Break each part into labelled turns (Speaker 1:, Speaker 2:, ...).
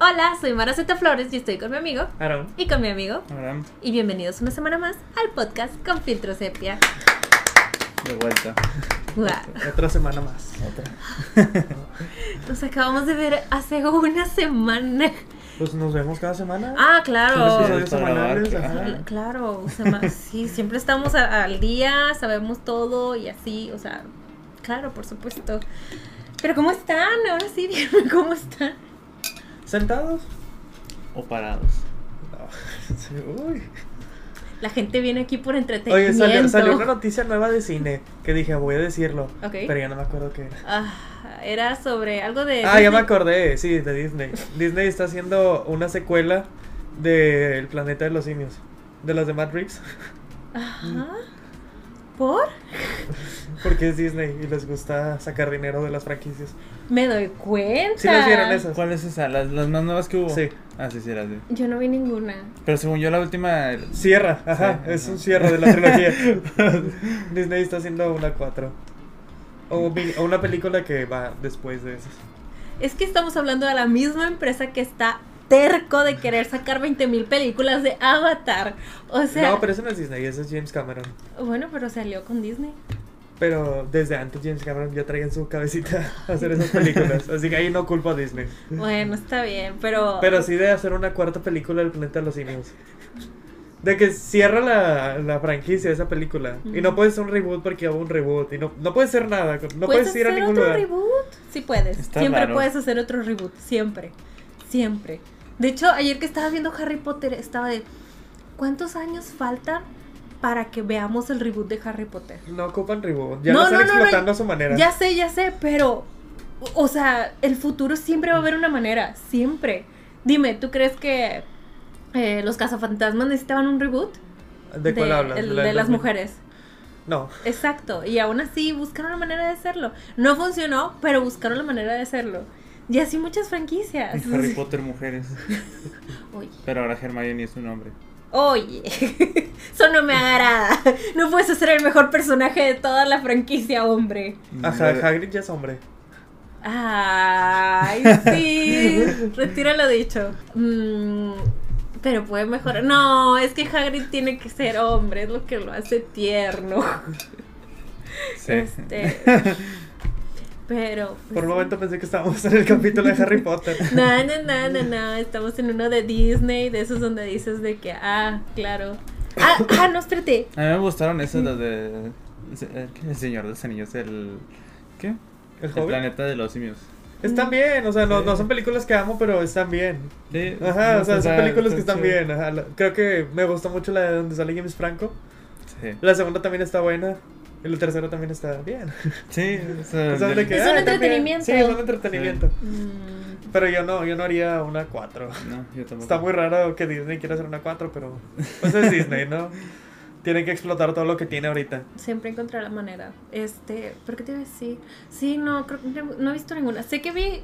Speaker 1: Hola, soy Maraceta Flores y estoy con mi amigo
Speaker 2: Aaron.
Speaker 1: y con mi amigo.
Speaker 2: Aaron,
Speaker 1: Y bienvenidos una semana más al podcast con Filtro Sepia.
Speaker 2: de vuelta.
Speaker 1: Guau.
Speaker 2: Otra semana más.
Speaker 1: Nos acabamos de ver hace una semana.
Speaker 2: Pues nos vemos cada semana.
Speaker 1: Ah,
Speaker 2: Son
Speaker 1: claro.
Speaker 2: episodios
Speaker 3: Para
Speaker 2: semanales,
Speaker 3: grabar,
Speaker 2: ajá.
Speaker 1: Cl- Claro, o sea, ma- sí, siempre estamos a- al día, sabemos todo y así, o sea, claro, por supuesto. Pero ¿cómo están? Ahora sí, díganme cómo están.
Speaker 2: ¿Sentados?
Speaker 3: O parados.
Speaker 2: No. Sí, Uy.
Speaker 1: La gente viene aquí por
Speaker 2: Oye,
Speaker 1: entretenimiento.
Speaker 2: salió, salió una noticia nueva de cine que dije, voy a decirlo.
Speaker 1: Ok.
Speaker 2: Pero ya no me acuerdo qué era.
Speaker 1: Ah, era sobre algo de...
Speaker 2: Ah, ya me
Speaker 1: Disney.
Speaker 2: acordé, sí, de Disney. Disney está haciendo una secuela de El planeta de los simios. De las de Matt Reeves.
Speaker 1: Ajá. ¿Por?
Speaker 2: Porque es Disney y les gusta sacar dinero de las franquicias.
Speaker 1: Me doy cuenta.
Speaker 2: ¿Sí las vieron esas?
Speaker 3: ¿Cuál es esa? ¿Las, las más nuevas que hubo?
Speaker 2: Sí.
Speaker 3: Ah, sí, sí, las vi.
Speaker 1: Yo no vi ninguna.
Speaker 3: Pero según yo, la última. el-
Speaker 2: Sierra, ajá,
Speaker 3: Sí,
Speaker 2: es
Speaker 3: ajá.
Speaker 2: un cierre de la trilogía. Disney está haciendo una 4. O, vi- o una película que va después de esas.
Speaker 1: Es que estamos hablando de la misma empresa que está terco de querer sacar 20.000 películas de Avatar. O sea,
Speaker 2: no, pero eso no es Disney, eso es James Cameron.
Speaker 1: bueno, pero salió con Disney.
Speaker 2: Pero desde antes James Cameron ya traía en su cabecita hacer esas películas. Así que ahí no culpa a Disney.
Speaker 1: Bueno, está bien, pero
Speaker 2: Pero sí de hacer una cuarta película del planeta de los simios. De que cierra la, la franquicia esa película. Y no
Speaker 1: Ujú.
Speaker 2: puede ser un reboot porque hubo un reboot. Y no, no puede ser nada. No puedes ir a
Speaker 1: hacer
Speaker 2: ningún
Speaker 1: otro
Speaker 2: lugar.
Speaker 1: reboot? Sí puedes.
Speaker 3: Está
Speaker 1: siempre
Speaker 3: raro.
Speaker 1: puedes hacer otro reboot, siempre. Siempre. De hecho, ayer que estaba viendo Harry Potter estaba de ¿Cuántos años faltan para que veamos el reboot de Harry Potter?
Speaker 2: No ocupan reboot. Ya
Speaker 1: No,
Speaker 2: lo
Speaker 1: no,
Speaker 2: están
Speaker 1: no, no,
Speaker 2: explotando a su manera.
Speaker 1: Ya sé, ya sé, pero o- o sea, el futuro siempre va a haber una manera, siempre. Dime, ¿tú crees que eh, los cazafantasmas necesitaban un reboot?
Speaker 2: ¿De cuál hablas?
Speaker 1: el-
Speaker 2: la
Speaker 1: de
Speaker 2: del
Speaker 1: las
Speaker 2: 2000?
Speaker 1: mujeres.
Speaker 2: No.
Speaker 1: Exacto, y aún así buscaron la manera de hacerlo. No funcionó, pero buscaron la manera de hacerlo. Y así muchas franquicias.
Speaker 3: y Harry Potter Mujeres.
Speaker 1: Oye,
Speaker 3: Pero ahora Hermione es su nombre.
Speaker 1: oye, eso no me agrada. No puedes hacer el mejor personaje de toda la franquicia, hombre.
Speaker 2: Ajá, Hagrid ya es hombre.
Speaker 1: Ay, sí, retira lo dicho. Mm, pero puede mejorar. No, es que Hagrid tiene que ser hombre, es lo que lo hace tierno.
Speaker 3: Sí.
Speaker 1: Este, pero.
Speaker 2: Por
Speaker 1: pues,
Speaker 2: un momento pensé que estábamos en el capítulo de Harry Potter.
Speaker 1: No, no, no, no, no. Estamos en uno de Disney, de esos donde dices de que, ah, claro. Ah, ah no, espérate.
Speaker 3: A mí me gustaron esas, las de. el- El Señor de los Anillos, el. ¿Qué?
Speaker 2: El
Speaker 3: El
Speaker 2: joven.
Speaker 3: planeta de los simios.
Speaker 2: Están bien, o sea, no, no son películas que amo, pero están bien.
Speaker 3: Sí,
Speaker 2: Ajá, o sea, son películas que están
Speaker 3: sí.
Speaker 2: bien. ajá. La- Creo que me gustó mucho la de donde sale James Franco.
Speaker 3: Sí.
Speaker 2: La segunda también está buena. Y la tercera también está bien.
Speaker 3: Sí, o sea,
Speaker 2: O sea, de que,
Speaker 1: Es un
Speaker 2: ah, también.
Speaker 1: entretenimiento.
Speaker 2: Sí, es un entretenimiento.
Speaker 1: Mm,
Speaker 2: Pero yo no, yo no haría una 4.
Speaker 3: No, yo tampoco.
Speaker 2: Está muy raro que Disney quiera hacer una 4, pero pues es Disney, ¿no? Tienen que explotar todo lo que tiene ahorita.
Speaker 1: siempre encontrar la manera. Este, ¿por qué te iba a decir? Sí, no, creo que no, no he visto ninguna. Sé que vi,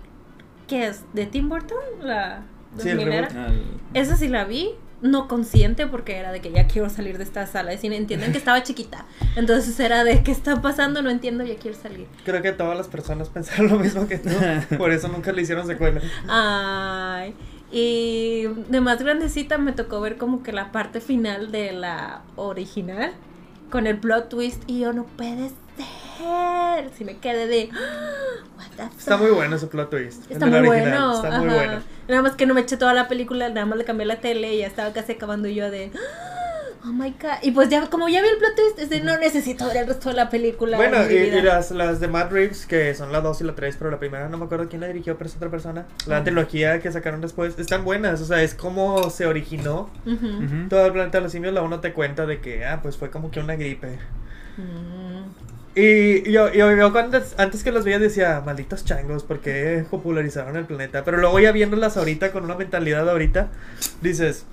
Speaker 1: ¿qué es? ¿De Tim Burton? La
Speaker 2: Sí, el
Speaker 1: minera.
Speaker 2: reboot.
Speaker 3: Ah, el-
Speaker 1: Esa sí la vi, no consciente porque era de que ya quiero salir de esta sala de cine. Entienden que estaba chiquita. Entonces era de qué está pasando, no entiendo, ya quiero salir.
Speaker 2: Creo que todas las personas pensaron lo mismo que tú. Por eso nunca le hicieron secuela.
Speaker 1: Ay. Y de más grandecita me tocó ver como que la parte final de la original con el plot twist y yo no puede ser. Si me quedé de "Ah, what the
Speaker 2: Está
Speaker 1: fuck".
Speaker 2: muy bueno ese plot twist. el
Speaker 1: Está
Speaker 2: del
Speaker 1: muy
Speaker 2: original,
Speaker 1: bueno.
Speaker 2: Está muy
Speaker 1: ajá.
Speaker 2: bueno.
Speaker 1: Nada más que no me eché toda la película, nada más le cambié la tele y ya estaba casi acabando y yo de "Ah, Oh my god. Y pues ya como ya vi el plot twist, es de no necesito ver el resto de la película. en
Speaker 2: Bueno,
Speaker 1: mi
Speaker 2: y,
Speaker 1: vida".
Speaker 2: y las, las de Matt Reeves, que son la 2 y la 3, pero la primera no me acuerdo quién la dirigió, pero es otra persona. La trilogía que sacaron después, están buenas. O sea, es como se originó
Speaker 1: Ujú.
Speaker 3: Ujú.
Speaker 2: todo el planeta de los simios. La 1 te cuenta de que, ah, pues fue como que una gripe.
Speaker 1: Mm.
Speaker 2: Y yo, yo, yo cuando antes, antes que los veía decía, malditos changos, porque popularizaron el planeta. Pero luego ya viéndolas ahorita con una mentalidad ahorita, dices,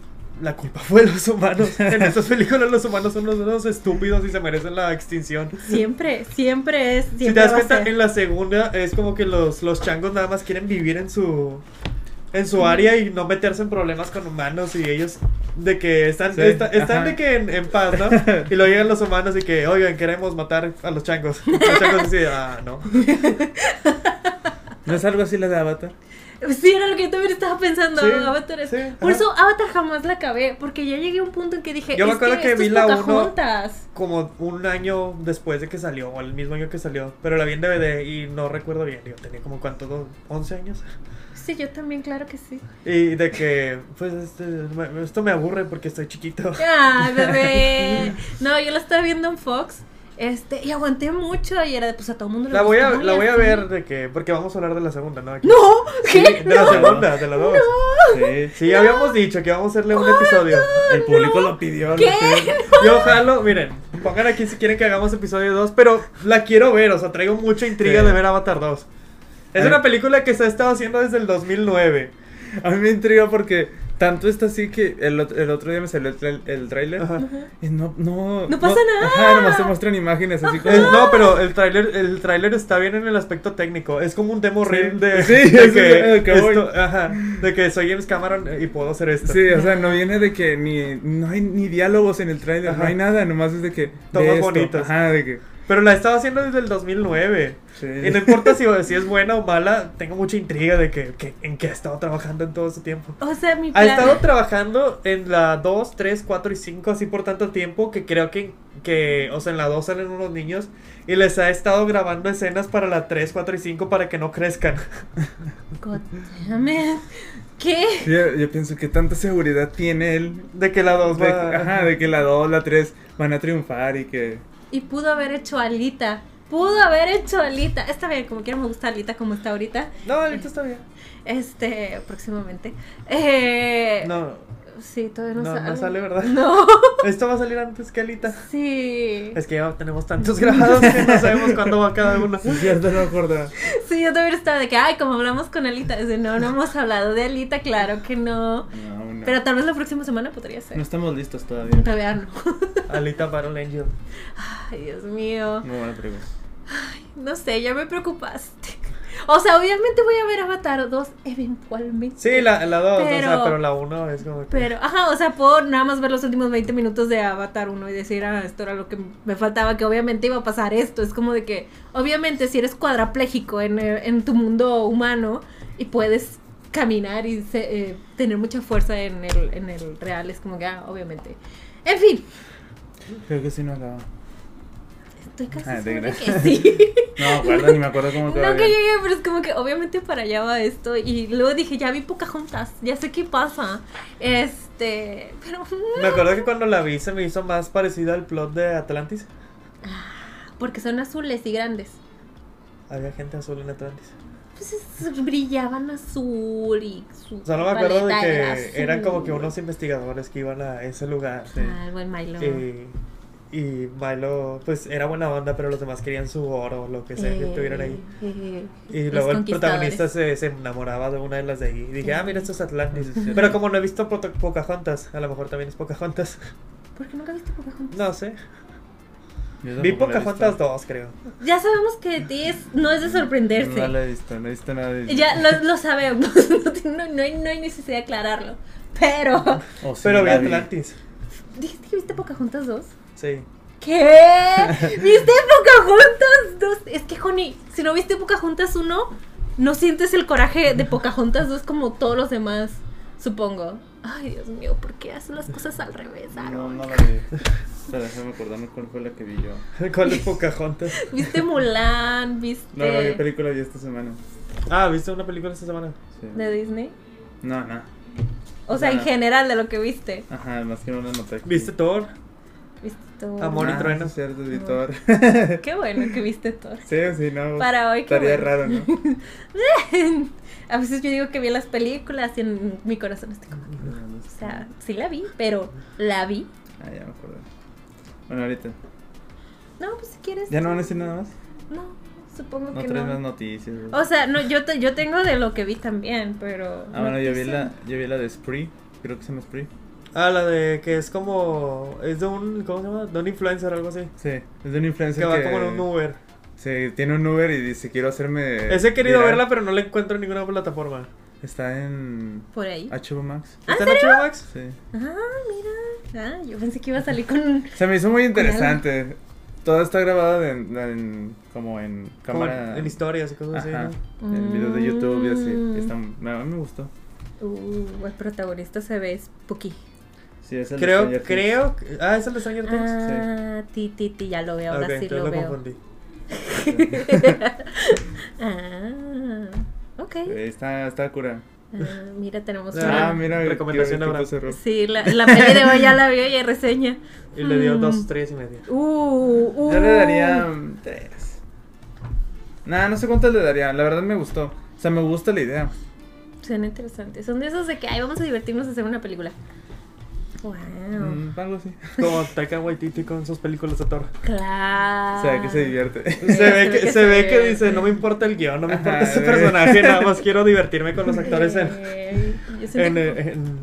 Speaker 2: la culpa fue de los humanos. En estas películas los humanos son los, unos estúpidos y se merecen la extinción.
Speaker 1: Siempre, siempre es. Siempre
Speaker 2: si te das
Speaker 1: va a
Speaker 2: cuenta,
Speaker 1: ser.
Speaker 2: en la segunda es como que los, los changos nada más quieren vivir en su... en su área y no meterse en problemas con humanos y ellos de que están,
Speaker 3: Sí,
Speaker 2: esta- están
Speaker 3: ajá.
Speaker 2: de que en, en paz, ¿no? Y luego llegan los humanos y que, oigan, queremos matar a los changos. Los changos así, ah, no.
Speaker 3: ¿No es algo así la de Avatar?
Speaker 1: Sí, era lo que yo también estaba pensando.
Speaker 2: Sí,
Speaker 1: Avatar es-
Speaker 2: sí,
Speaker 1: Por
Speaker 2: ajá.
Speaker 1: eso Avatar jamás la acabé. Porque ya llegué a un punto en que dije.
Speaker 2: Yo me
Speaker 1: "Es
Speaker 2: acuerdo que
Speaker 1: esto
Speaker 2: vi
Speaker 1: es
Speaker 2: la uno.
Speaker 1: Pocahontas".
Speaker 2: Como un año después de que salió, o el mismo año que salió, pero la vi en DVD y no recuerdo bien. Yo tenía como, ¿cuánto? ¿11 años?
Speaker 1: Sí, yo también, claro que sí.
Speaker 2: Y de que, pues, este, me- esto me aburre porque estoy chiquito.
Speaker 1: Ay, bebé. No, yo la estaba viendo en Fox. Este, y aguanté mucho. Y era de, pues a todo el mundo le
Speaker 2: La voy a,
Speaker 1: gustó, y
Speaker 2: la voy a
Speaker 1: así.
Speaker 2: ver de que, porque vamos a hablar de la segunda, ¿no? Aquí.
Speaker 1: ¡No!
Speaker 2: Sí,
Speaker 1: ¿Qué?
Speaker 2: de la
Speaker 1: ¡No! Ah,
Speaker 2: segunda, de la dos.
Speaker 3: Sí.
Speaker 2: Sí, habíamos dicho que vamos a hacerle un episodio.
Speaker 3: El público lo pidió. lo
Speaker 1: ¿Qué?
Speaker 3: pidió.
Speaker 2: Yo jalo, miren, pongan aquí si quieren que hagamos episodio 2, pero la quiero ver, o sea, traigo mucha intriga
Speaker 3: Sí. Eh.
Speaker 2: de ver Avatar 2. Es
Speaker 3: Ay.
Speaker 2: una película que se ha estado haciendo desde el 2009.
Speaker 3: A mí me intriga porque tanto está así que el, ot- el otro día me salió el, trail- el trailer.
Speaker 2: Ajá.
Speaker 3: Y no, no.
Speaker 1: No pasa nada.
Speaker 3: Ajá, nomás te muestran imágenes así como.
Speaker 2: Es- no, pero el tráiler el tráiler está bien en el aspecto técnico. Es como un demo
Speaker 3: Sí.
Speaker 2: reel de,
Speaker 3: Sí,
Speaker 2: de
Speaker 3: eso es ah,
Speaker 2: que
Speaker 3: lo que voy.
Speaker 2: esto- ajá, de que soy James Cameron eh, y puedo hacer esto.
Speaker 3: Sí, o sea, no viene de que ni. No hay ni diálogos en el trailer, no
Speaker 2: Ajá.
Speaker 3: hay nada, nomás es de que.
Speaker 2: Tomas
Speaker 3: de esto,
Speaker 2: bonitos.
Speaker 3: Ajá, de que.
Speaker 2: Pero la he estado haciendo desde el 2009.
Speaker 3: Sí.
Speaker 2: Y no importa si, si es buena o mala, tengo mucha intriga de que, que- en qué ha estado trabajando en todo ese tiempo.
Speaker 1: O sea, mi
Speaker 2: Ha
Speaker 1: plan.
Speaker 2: estado trabajando en la 2, 3, 4 y 5 así por tanto tiempo que creo que, que o sea, en la 2 salen unos niños y les ha estado grabando escenas para la 3, 4 y 5 para que no crezcan.
Speaker 1: God damn it. ¿Qué?
Speaker 3: Sí, yo, yo pienso que tanta seguridad tiene él.
Speaker 2: De que la 2
Speaker 3: de-
Speaker 2: va...
Speaker 3: ajá, de que la 2, la 3 van a triunfar y que.
Speaker 1: Y pudo haber hecho Alita. Pudo haber hecho Alita. Está bien, como quiera me gusta Alita como está ahorita.
Speaker 2: No, ahorita está bien.
Speaker 1: Este, próximamente. Eh,
Speaker 2: No,
Speaker 1: Sí, todavía no,
Speaker 2: no,
Speaker 1: sale.
Speaker 2: no sale, ¿verdad?
Speaker 1: No.
Speaker 2: Esto va a salir antes que Alita.
Speaker 1: Sí.
Speaker 2: Es que ya tenemos tantos grabados que no sabemos cuándo va cada uno.
Speaker 3: Sí, es cierto, no me acordaba.
Speaker 1: Sí, yo también estaba de que, ay, como hablamos con Alita. Dice, no, no hemos hablado de Alita, claro que no.
Speaker 3: No, aún no.
Speaker 1: Pero tal vez la próxima semana podría ser.
Speaker 3: no estamos listos todavía.
Speaker 1: Todavía no.
Speaker 2: Alita Battle Angel.
Speaker 1: Ay, Dios mío.
Speaker 3: Muy buena pregunta.
Speaker 1: No sé, ya me preocupaste. O sea, obviamente voy a ver Avatar 2 eventualmente.
Speaker 2: Sí, la 2, la dos, o sea,
Speaker 1: Pero-
Speaker 2: pero la 1 es como que...
Speaker 1: Pero, ajá, o sea, por nada más ver los últimos 20 minutos de Avatar 1 y decir, ah, esto era lo que me faltaba, que obviamente iba a pasar esto. Es como de que, obviamente, si eres cuadrapléjico en, eh, en tu mundo humano y puedes caminar y se- eh, tener mucha fuerza en el, en el real, es como que, ah, obviamente. En fin,
Speaker 3: Creo que sí no la.
Speaker 1: estoy casi
Speaker 3: Ah, te
Speaker 1: segura de
Speaker 3: creas.
Speaker 1: que sí.
Speaker 3: No, guarda, ni me acuerdo cómo
Speaker 1: No que
Speaker 3: todavía.
Speaker 1: llegué, pero es como que obviamente para allá va esto. Y luego dije, ya vi Pocahontas, ya sé qué pasa. Este, pero
Speaker 2: Me acuerdo que cuando la vi se me hizo más parecida al plot de Atlantis.
Speaker 1: porque son azules y grandes.
Speaker 2: Había gente azul en Atlantis.
Speaker 1: Pues es- brillaban azul y su
Speaker 2: O sea, no me acuerdo de
Speaker 1: paleta era azul.
Speaker 2: que eran como que unos este, investigadores que iban a ese lugar.
Speaker 1: Algo en Milo.
Speaker 2: Y, y Milo, pues era buena banda, pero los demás querían su oro, lo que sea que estuvieran ahí. Y
Speaker 1: Eh, los
Speaker 2: luego el
Speaker 1: conquistadores.
Speaker 2: protagonista se, se enamoraba de una de las de ahí. Y dije, ah, mira, esto es Atlantis.
Speaker 3: Sí, sí, sí.
Speaker 2: Pero como no he visto Poca- Pocahontas, a lo mejor también es Pocahontas.
Speaker 1: ¿Por qué nunca viste Pocahontas?
Speaker 2: No sé.
Speaker 3: Yo
Speaker 2: Vi
Speaker 3: tampoco la he
Speaker 2: Pocahontas
Speaker 3: visto.
Speaker 2: 2, creo.
Speaker 1: Ya sabemos que de ti es, no es de sorprenderse.
Speaker 3: No la he visto, no he visto nada de
Speaker 1: Ya lo, lo sabemos. No, tiene- no- no hay, no hay necesidad de aclararlo. Pero.
Speaker 3: O sí,
Speaker 2: pero Oh, vi
Speaker 3: la vi.
Speaker 2: Atlantis.
Speaker 1: ¿Dijiste que viste Pocahontas 2?
Speaker 2: Sí.
Speaker 1: ¿Qué? ¿Viste Pocahontas 2? Es que, Joni, si no viste Pocahontas 1, no sientes el coraje de Pocahontas 2 como todos los demás, supongo. Ay, Dios mío, ¿por qué hacen las cosas al revés,
Speaker 3: No,
Speaker 1: Aaron?
Speaker 3: no la vi. Pero déjame acordarme cuál fue la que vi yo.
Speaker 2: ¿Cuál es Pocahontas?
Speaker 1: ¿Viste Mulan? ¿Viste
Speaker 3: No, no, ¿qué película vi esta semana?
Speaker 2: Ah, ¿viste una película esta semana?
Speaker 3: Sí.
Speaker 1: de Disney?
Speaker 3: No, no.
Speaker 1: O sea, en
Speaker 3: Ah.
Speaker 1: general de lo que viste.
Speaker 3: Ajá, más que no la noté. aquí.
Speaker 2: ¿Viste Thor?
Speaker 1: ¿Viste todo?
Speaker 2: Amor y
Speaker 3: Ah,
Speaker 2: trueno.
Speaker 3: sí, Cierto, vi Thor.
Speaker 1: Qué bueno que viste todo.
Speaker 3: Sí, sí, no.
Speaker 1: Para hoy, qué
Speaker 3: Estaría
Speaker 1: bueno.
Speaker 3: raro, ¿no?
Speaker 1: A veces yo digo que vi las películas y en mi corazón estoy como... O sea, sí la vi, pero la vi.
Speaker 3: Ah, ya me acordé. Bueno, ahorita.
Speaker 1: No, pues si quieres...
Speaker 3: ¿Ya no van a
Speaker 1: tú.
Speaker 3: decir nada más?
Speaker 1: No, supongo
Speaker 3: No
Speaker 1: que
Speaker 3: traes más
Speaker 1: no.
Speaker 3: noticias. güey.
Speaker 1: O sea, no, yo, te- yo tengo de lo que vi también, pero.
Speaker 3: Ah, bueno, yo vi
Speaker 1: noticias.
Speaker 3: la, yo vi la de Spree. Creo que se llama Spree.
Speaker 2: Ah, la de que es como. Es de un. ¿Cómo se llama? De un influencer o algo así.
Speaker 3: Sí, es de un
Speaker 2: Que
Speaker 3: influencer
Speaker 2: va
Speaker 3: que,
Speaker 2: como en un Uber.
Speaker 3: Sí, tiene un Uber y dice, quiero hacerme...
Speaker 2: Ese he querido
Speaker 3: viral".
Speaker 2: verla, pero no la encuentro en ninguna plataforma.
Speaker 3: Está en
Speaker 1: Por ahí.
Speaker 3: HBO Max.
Speaker 2: ¿Está en HBO Max?
Speaker 3: Sí.
Speaker 1: Ah, mira. Ah, yo pensé que iba a salir con.
Speaker 3: Se me hizo muy
Speaker 1: Con algo.
Speaker 3: interesante. Todo está grabado en, en- como en
Speaker 2: Como
Speaker 3: cámara.
Speaker 2: En historias y cosas
Speaker 3: Ajá.
Speaker 2: así.
Speaker 3: En videos de YouTube y
Speaker 1: Mm.
Speaker 3: así. Está, me, me gustó.
Speaker 1: Uh, el protagonista se ve spooky.
Speaker 3: Sí, es
Speaker 2: ¿no?
Speaker 3: el
Speaker 2: Creo,
Speaker 3: Stranger Things.
Speaker 2: creo. que- Ah, es el de Stranger Things.
Speaker 1: Ah, ti, ti, ti, ya lo veo, ahora
Speaker 2: ok,
Speaker 1: sí
Speaker 2: entonces
Speaker 1: lo
Speaker 2: lo
Speaker 1: veo.
Speaker 2: confundí.
Speaker 1: ah, ok.
Speaker 3: Eh, Está, está cura.
Speaker 1: Ah, mira, tenemos una.
Speaker 3: Ah, mira.
Speaker 2: Recomendación
Speaker 3: qué- qué
Speaker 2: ahora.
Speaker 3: puso rojo.
Speaker 1: Sí, la, la peli de hoy ya la vio y hay reseña.
Speaker 2: Y le dio
Speaker 1: Mm.
Speaker 2: dos, tres y media.
Speaker 1: Uh, uh.
Speaker 3: Yo le daría mm, tres. Nah, no sé cuántas le daría. La verdad me gustó. O sea, me gusta la idea.
Speaker 1: Suena interesante. Son de esos de que, ay, vamos a divertirnos a hacer una película. Wow.
Speaker 3: Mm, algo así.
Speaker 2: Como Taika Waititi con sus películas de Thor.
Speaker 1: Claro.
Speaker 2: Ah.
Speaker 3: O sea, que se divierte.
Speaker 1: Sí,
Speaker 2: Se ve que, se ve que
Speaker 1: ve.
Speaker 2: dice, no me importa el guión, no me importa
Speaker 3: Ajá,
Speaker 2: ese
Speaker 3: eh.
Speaker 2: personaje, nada más quiero divertirme con los actores en,
Speaker 1: Eh, yo siento
Speaker 2: en,
Speaker 1: que-
Speaker 2: en-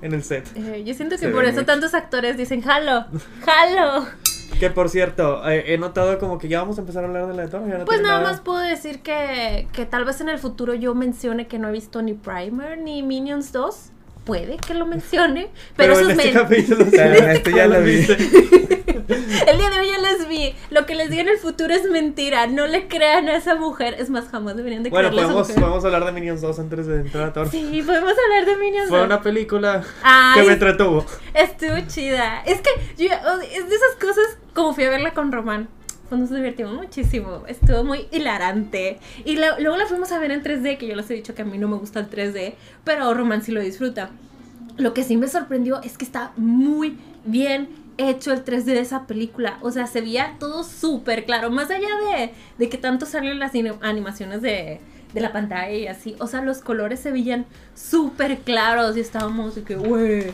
Speaker 2: en el set.
Speaker 1: eh, yo siento que
Speaker 3: Se
Speaker 1: por
Speaker 3: ve
Speaker 1: eso
Speaker 3: mucho.
Speaker 1: tantos actores dicen, jalo, jalo.
Speaker 2: Que por cierto, eh, he notado como que ya vamos a empezar a hablar de la de Thor. ya no
Speaker 1: Pues
Speaker 2: tiene
Speaker 1: nada más puedo decir que, que tal vez en el futuro yo mencione que no he visto ni Primer ni Minions 2. Puede que lo mencione, pero,
Speaker 2: Pero,
Speaker 1: eso
Speaker 2: en
Speaker 1: es
Speaker 2: este
Speaker 1: men-
Speaker 2: capítulo sí.
Speaker 3: Pero en este ya la vi.
Speaker 1: El día de hoy ya les vi. Lo que les diga en el futuro es mentira. No le crean a esa mujer. Es más, jamás deberían de
Speaker 2: Bueno,
Speaker 1: creerle
Speaker 2: podemos,
Speaker 1: a esa mujer.
Speaker 2: podemos hablar de Minions 2 antes de entrar a Thor.
Speaker 1: Sí, podemos hablar de Minions
Speaker 2: Fue
Speaker 1: 2.
Speaker 2: una película que
Speaker 1: Ay,
Speaker 2: me entretuvo.
Speaker 1: Estuvo chida. Es que yo, o- es de esas cosas como fui a verla con Román. Pues nos divertimos muchísimo. Estuvo muy hilarante. Y la- luego la fuimos a ver en 3D, que yo les he dicho que a mí no me gusta el 3D, pero Román sí lo disfruta. Lo que sí me sorprendió es que está muy bien hecho el 3D de esa película. O sea, se veía todo súper claro. Más allá de, de que tanto salen las ine- animaciones de, de la pantalla y así. O sea, los colores se veían súper claros y estábamos de que, güey,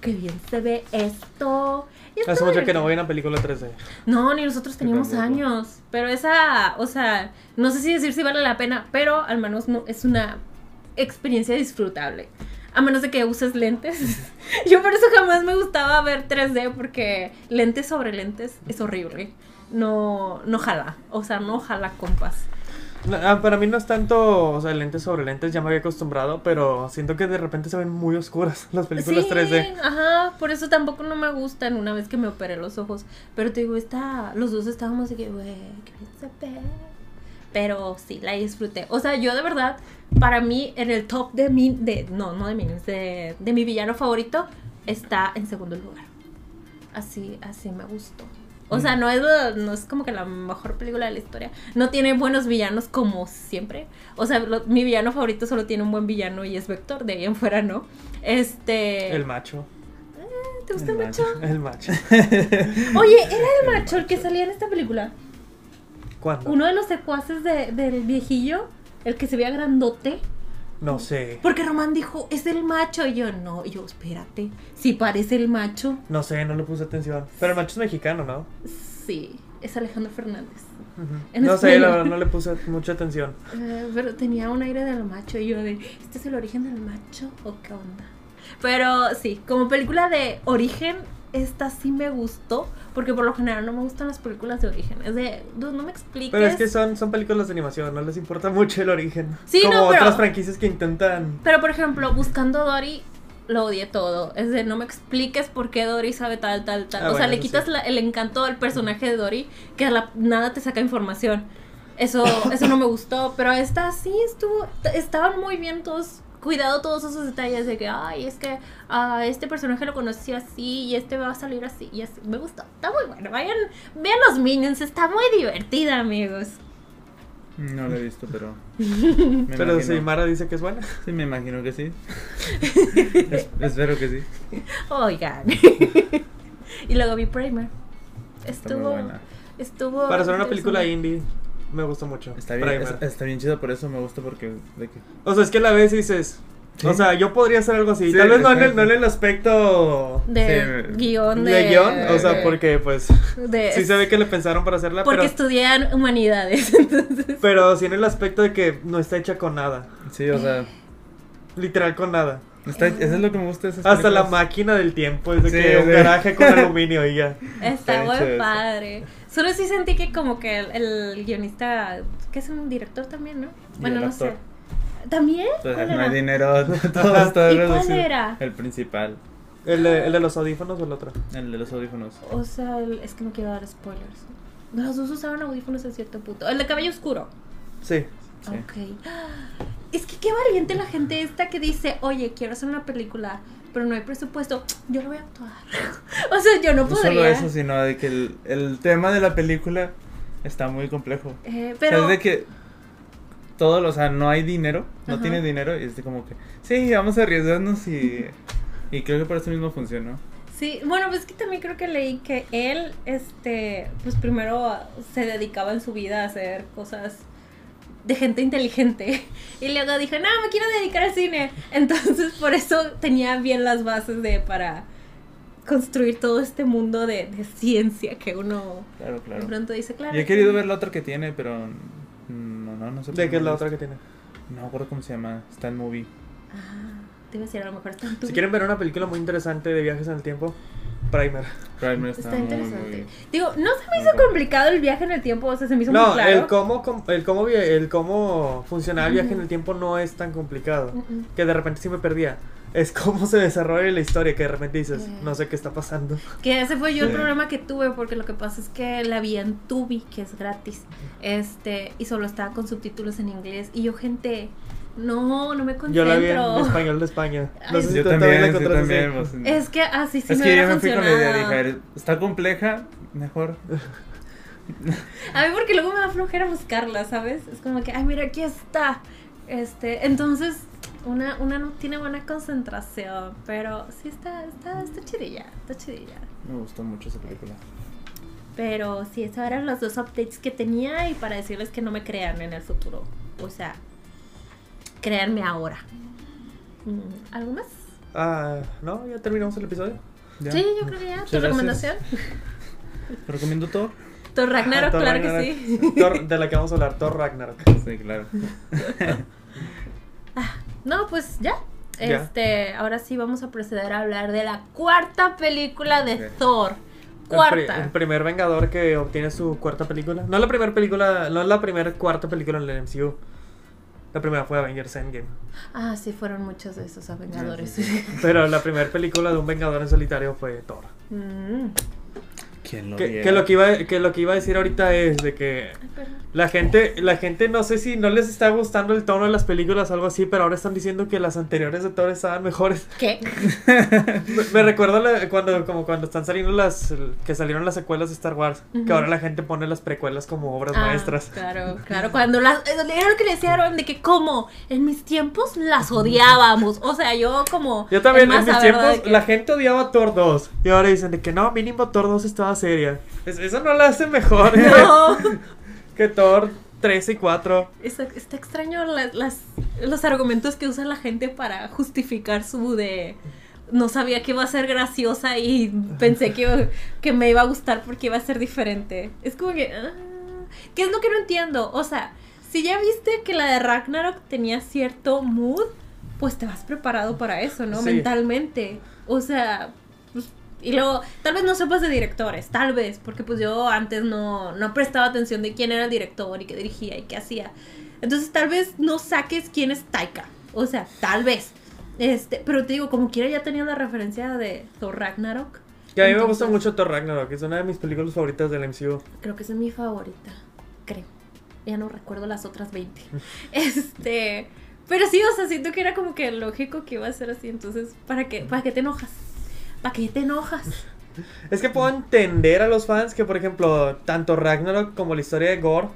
Speaker 1: qué bien se ve esto. Y
Speaker 2: Hace
Speaker 1: estaba
Speaker 2: mucho que no
Speaker 1: divertido.
Speaker 2: voy a una película 3D.
Speaker 1: No, ni nosotros teníamos
Speaker 3: tampoco.
Speaker 1: años. Pero esa, o sea, no sé si decir si vale la pena, pero al menos no, es una experiencia disfrutable. A menos de que uses lentes. Yo por eso jamás me gustaba ver 3D porque lentes sobre lentes es horrible. No, no jala. O sea, no jala compas.
Speaker 2: No, ah, para mí no es tanto, o sea, lentes sobre lentes, ya me había acostumbrado, pero siento que de repente se ven muy oscuras las películas
Speaker 1: sí,
Speaker 2: 3D.
Speaker 1: Ajá, por eso tampoco no me gustan una vez que me operé los ojos. Pero te digo, está, los dos estábamos de que, güey, qué bien se ve". Pero sí, la disfruté. O sea, yo de verdad, para mí, en el top de mi, de, no, no de mí, de, de mi villano favorito, está en segundo lugar. Así, así me gustó. O
Speaker 2: Mm.
Speaker 1: sea, no es, no es como que la mejor película de la historia. No tiene buenos villanos como siempre. O sea, lo- mi villano favorito solo tiene un buen villano y es Vector. De ahí en fuera no. Este.
Speaker 2: El macho,
Speaker 1: ¿Te gusta
Speaker 3: el
Speaker 1: mucho?
Speaker 2: el macho.
Speaker 1: Oye, era el macho el que salía en esta película.
Speaker 2: ¿Cuándo?
Speaker 1: Uno de los secuaces de- del viejillo, el que se veía grandote.
Speaker 2: No sé.
Speaker 1: Porque Román dijo, es el macho. Y yo, no, y yo, espérate. Si parece el macho.
Speaker 2: No sé, no le puse atención. Pero el macho es mexicano, ¿no?
Speaker 1: Sí, es Alejandro Fernández.
Speaker 2: Ujú.
Speaker 1: En
Speaker 2: No sé, la
Speaker 1: español.
Speaker 2: verdad no le puse mucha atención.
Speaker 1: Eh, pero tenía un aire del macho. Y yo, de, ¿este es el origen del macho o qué onda? Pero sí, como película de origen, esta sí me gustó. Porque por lo general no me gustan las películas de origen. Es de, dude, no me expliques.
Speaker 2: Pero es que son, son películas de animación, no les importa mucho el origen.
Speaker 1: Sí,
Speaker 2: Como
Speaker 1: no, pero-
Speaker 2: otras franquicias que intentan.
Speaker 1: Pero por ejemplo, buscando a Dory, lo odié todo. Es de no me expliques por qué Dory sabe tal, tal, tal.
Speaker 2: Ah,
Speaker 1: o sea,
Speaker 2: bueno,
Speaker 1: le
Speaker 2: eso
Speaker 1: quitas
Speaker 2: sí.
Speaker 1: la- el encanto al personaje de Dory, que a la, nada te saca información. Eso, eso no me gustó. Pero esta sí estuvo. t- Estaban muy bien todos. Cuidado todos esos detalles de que, ay, es que a este personaje lo conocí así y este va a salir así y así. Me gustó. Está muy bueno. Vayan, vean los minions. Está muy divertida, amigos.
Speaker 3: No lo he visto, pero. me
Speaker 2: Pero si
Speaker 3: imagino-
Speaker 2: Mara dice que es buena.
Speaker 3: Sí, me imagino que sí. Es- espero que sí.
Speaker 1: Oigan. y luego vi Primer.
Speaker 3: Está
Speaker 1: Estuvo.
Speaker 3: muy buena.
Speaker 1: Estuvo.
Speaker 2: Para ser una
Speaker 1: interesante.
Speaker 2: película indie, me gustó mucho.
Speaker 3: Está bien,
Speaker 2: Primer.
Speaker 3: es- está bien chido, por eso me gusta porque. De que,
Speaker 2: O sea, es que la ves y dices.
Speaker 3: Sí.
Speaker 2: O sea, yo podría hacer algo así.
Speaker 3: Sí,
Speaker 2: Tal vez no en, el,
Speaker 3: exacto.
Speaker 2: no en el aspecto.
Speaker 1: De
Speaker 3: Sí,
Speaker 1: guión. De,
Speaker 2: De guión, o sea,
Speaker 1: de-
Speaker 2: porque pues
Speaker 1: de-
Speaker 2: sí se ve que le pensaron para hacerla,
Speaker 1: Porque
Speaker 2: pero,
Speaker 1: estudian humanidades. Entonces.
Speaker 2: pero sí en el aspecto de que no está hecha con nada,
Speaker 3: sí, o sea.
Speaker 2: literal con nada.
Speaker 3: Está,
Speaker 1: Eh,
Speaker 3: eso es lo que me gusta. de esas
Speaker 2: Hasta la
Speaker 3: películas.
Speaker 2: máquina del tiempo, es de
Speaker 3: Sí,
Speaker 2: que un
Speaker 3: sí.
Speaker 2: garaje con aluminio y ya.
Speaker 1: Está
Speaker 3: Está
Speaker 1: muy
Speaker 3: chido eso.
Speaker 1: padre. Solo sí sentí que como que el, el guionista, que es un director también, ¿no?
Speaker 3: Y
Speaker 1: Bueno,
Speaker 3: el
Speaker 1: no
Speaker 3: actor.
Speaker 1: sé. ¿También?
Speaker 2: Pues,
Speaker 1: ¿Cuál
Speaker 3: No
Speaker 1: era?
Speaker 3: hay dinero, todo está
Speaker 1: ¿Y cuál
Speaker 3: reducido.
Speaker 1: era?
Speaker 3: El principal,
Speaker 2: ¿El de, el de los audífonos o el otro?
Speaker 3: el de los audífonos.
Speaker 1: O sea, el- es que no quiero dar spoilers. Los dos usaban audífonos a cierto punto. El de cabello oscuro.
Speaker 2: Sí.
Speaker 3: Sí.
Speaker 1: Ok. Es que qué valiente la gente esta que dice, oye, quiero hacer una película, pero no hay presupuesto, yo lo voy a actuar. o sea, yo no
Speaker 3: No solo
Speaker 1: podría.
Speaker 3: eso, sino de que el, el tema de la película está muy complejo.
Speaker 1: Eh,
Speaker 3: Pero...
Speaker 1: pero
Speaker 3: de que todo, o sea, no hay dinero, no
Speaker 1: Ajá.
Speaker 3: tiene dinero, y es de como que, sí, vamos a arriesgarnos y, y creo que para eso mismo funcionó.
Speaker 1: sí, bueno, pues es que también creo que leí que él, este, pues primero ah, se dedicaba en su vida a hacer cosas de gente inteligente y luego dijo, no, me quiero dedicar al cine. Entonces por eso tenía bien las bases de para construir todo este mundo de, de ciencia que uno
Speaker 3: Claro,
Speaker 1: de
Speaker 3: claro.
Speaker 1: pronto dice, claro.
Speaker 3: Y he querido ver la otra que tiene, pero no, no, no sé.
Speaker 2: ¿De qué es la otra que tiene?
Speaker 3: No me acuerdo cómo se llama, está en movie.
Speaker 1: Ah, te iba a decir, a lo mejor está en tu-
Speaker 2: Si quieren ver una película muy interesante de viajes en el tiempo, Primer.
Speaker 3: Primer
Speaker 1: Está,
Speaker 3: está, muy,
Speaker 1: interesante.
Speaker 3: muy...
Speaker 1: Digo, no se me
Speaker 3: muy
Speaker 1: hizo
Speaker 3: bueno.
Speaker 1: complicado el viaje en el tiempo, o sea, se me hizo
Speaker 2: No,
Speaker 1: muy claro.
Speaker 2: el, cómo, com- el, cómo, vi- el cómo funcionaba el viaje en el tiempo no es tan complicado.
Speaker 1: Mm-mm.
Speaker 2: Que de repente sí me perdía. Es cómo se desarrolla la historia, que de repente dices,
Speaker 1: Mm.
Speaker 2: no sé qué está pasando.
Speaker 1: Que ese fue yo el
Speaker 3: Sí.
Speaker 1: problema que tuve, porque lo que pasa es que la vi en Tubi, que es gratis, este, y solo estaba con subtítulos en inglés, y yo, gente, no, no me
Speaker 2: Yo
Speaker 1: concentro.
Speaker 2: la vi en español de España. No
Speaker 1: Ay,
Speaker 2: sé si
Speaker 3: Yo
Speaker 2: tú
Speaker 3: también, yo
Speaker 2: encontraste
Speaker 3: también.
Speaker 2: así.
Speaker 3: pues,
Speaker 1: Es que así sí
Speaker 3: es
Speaker 1: me
Speaker 3: que yo
Speaker 1: hubiera
Speaker 3: me fui con la idea, dije,
Speaker 1: funcionado.
Speaker 3: a ver, está compleja, mejor.
Speaker 1: A mí porque luego me da flojera buscarla, ¿sabes? Es como que, ay, mira, aquí está. Este, entonces, una, una no tiene buena concentración, pero sí está, está, está chidilla, está chidilla.
Speaker 3: Me gustó mucho esa película.
Speaker 1: Pero sí, esos eran los dos updates que tenía y para decirles que no me crean en el futuro. O sea, creanme ahora. Mm, ¿Algo más?
Speaker 2: Ah, no, ya terminamos el episodio.
Speaker 3: ¿Ya?
Speaker 1: Sí, yo creo que ya. ¿Tu
Speaker 3: Muchas gracias.
Speaker 1: recomendación?
Speaker 3: ¿Recomiendo Thor?
Speaker 1: Thor Ragnarok,
Speaker 2: Ah, Thor
Speaker 1: claro
Speaker 2: Ragnarok.
Speaker 1: que sí.
Speaker 2: Thor- de la que vamos a hablar, Thor Ragnarok.
Speaker 3: Sí, claro.
Speaker 1: No, pues ya.
Speaker 2: Ya.
Speaker 1: Este, ahora sí vamos a proceder a hablar de la cuarta película de
Speaker 3: Ok.
Speaker 1: Thor.
Speaker 2: El pri- El,
Speaker 1: Cuarta.
Speaker 2: primer Vengador que obtiene su cuarta película. No la primera película, no es la primera cuarta película en el MCU. La primera fue Avengers Endgame.
Speaker 1: Ah, sí, fueron muchos de esos Vengadores.
Speaker 3: Sí, sí,
Speaker 2: Pero la primera película de un Vengador en solitario fue Thor.
Speaker 1: Mm.
Speaker 3: ¿Quién lo
Speaker 2: Que, que lo que, iba, que lo que iba a decir ahorita es de que
Speaker 1: Ay, perdón.
Speaker 2: la gente, la gente no sé si no les está gustando el tono de las películas o algo así, pero ahora están diciendo que las anteriores de Thor estaban mejores.
Speaker 1: ¿Qué?
Speaker 2: Me, me recuerda la- cuando, como cuando están saliendo las, que salieron las secuelas de Star Wars, que
Speaker 1: Ujú.
Speaker 2: ahora la gente pone las precuelas como obras
Speaker 1: Ah,
Speaker 2: maestras.
Speaker 1: Claro, claro. Cuando las. Era lo que le decían de que, como en mis tiempos las odiábamos. O sea, yo como.
Speaker 2: Yo también,
Speaker 1: el más
Speaker 2: en mis
Speaker 1: saber, ¿verdad?
Speaker 2: tiempos,
Speaker 1: De que-
Speaker 2: la gente odiaba a Thor 2. Y ahora dicen de que no, mínimo Thor 2 estaba seria. Es- eso no la hace mejor que-
Speaker 1: No.
Speaker 2: que Thor 3 y 4.
Speaker 1: Está, está extraño la- las, los argumentos que usa la gente para justificar su de... No sabía que iba a ser graciosa y pensé que, iba- que me iba a gustar porque iba a ser diferente. Es como que... ah, ¿Qué es lo que no entiendo? O sea, si ya viste que la de Ragnarok tenía cierto mood, pues te vas preparado para eso, ¿no?
Speaker 2: Sí.
Speaker 1: Mentalmente. O sea... pues, Y luego, tal vez no sepas de directores, tal vez, porque pues yo antes no, no prestaba atención de quién era el director y qué dirigía y qué hacía. Entonces tal vez no saques quién es Taika. O sea, tal vez. Este, pero te digo, como quiera ya tenía la referencia de Thor Ragnarok.
Speaker 2: Que a mí me
Speaker 1: Entonces-
Speaker 2: gusta mucho Thor Ragnarok, es una de mis películas favoritas del MCU.
Speaker 1: Creo que esa es mi favorita. Creo. Ya no recuerdo las otras 20. Este. Pero sí, o sea, siento que era como que lógico que iba a ser así. Entonces, ¿para qué, ¿para qué te enojas? ¿Para qué te enojas?
Speaker 2: Es que puedo entender a los fans que, por ejemplo, tanto Ragnarok como la historia de Gore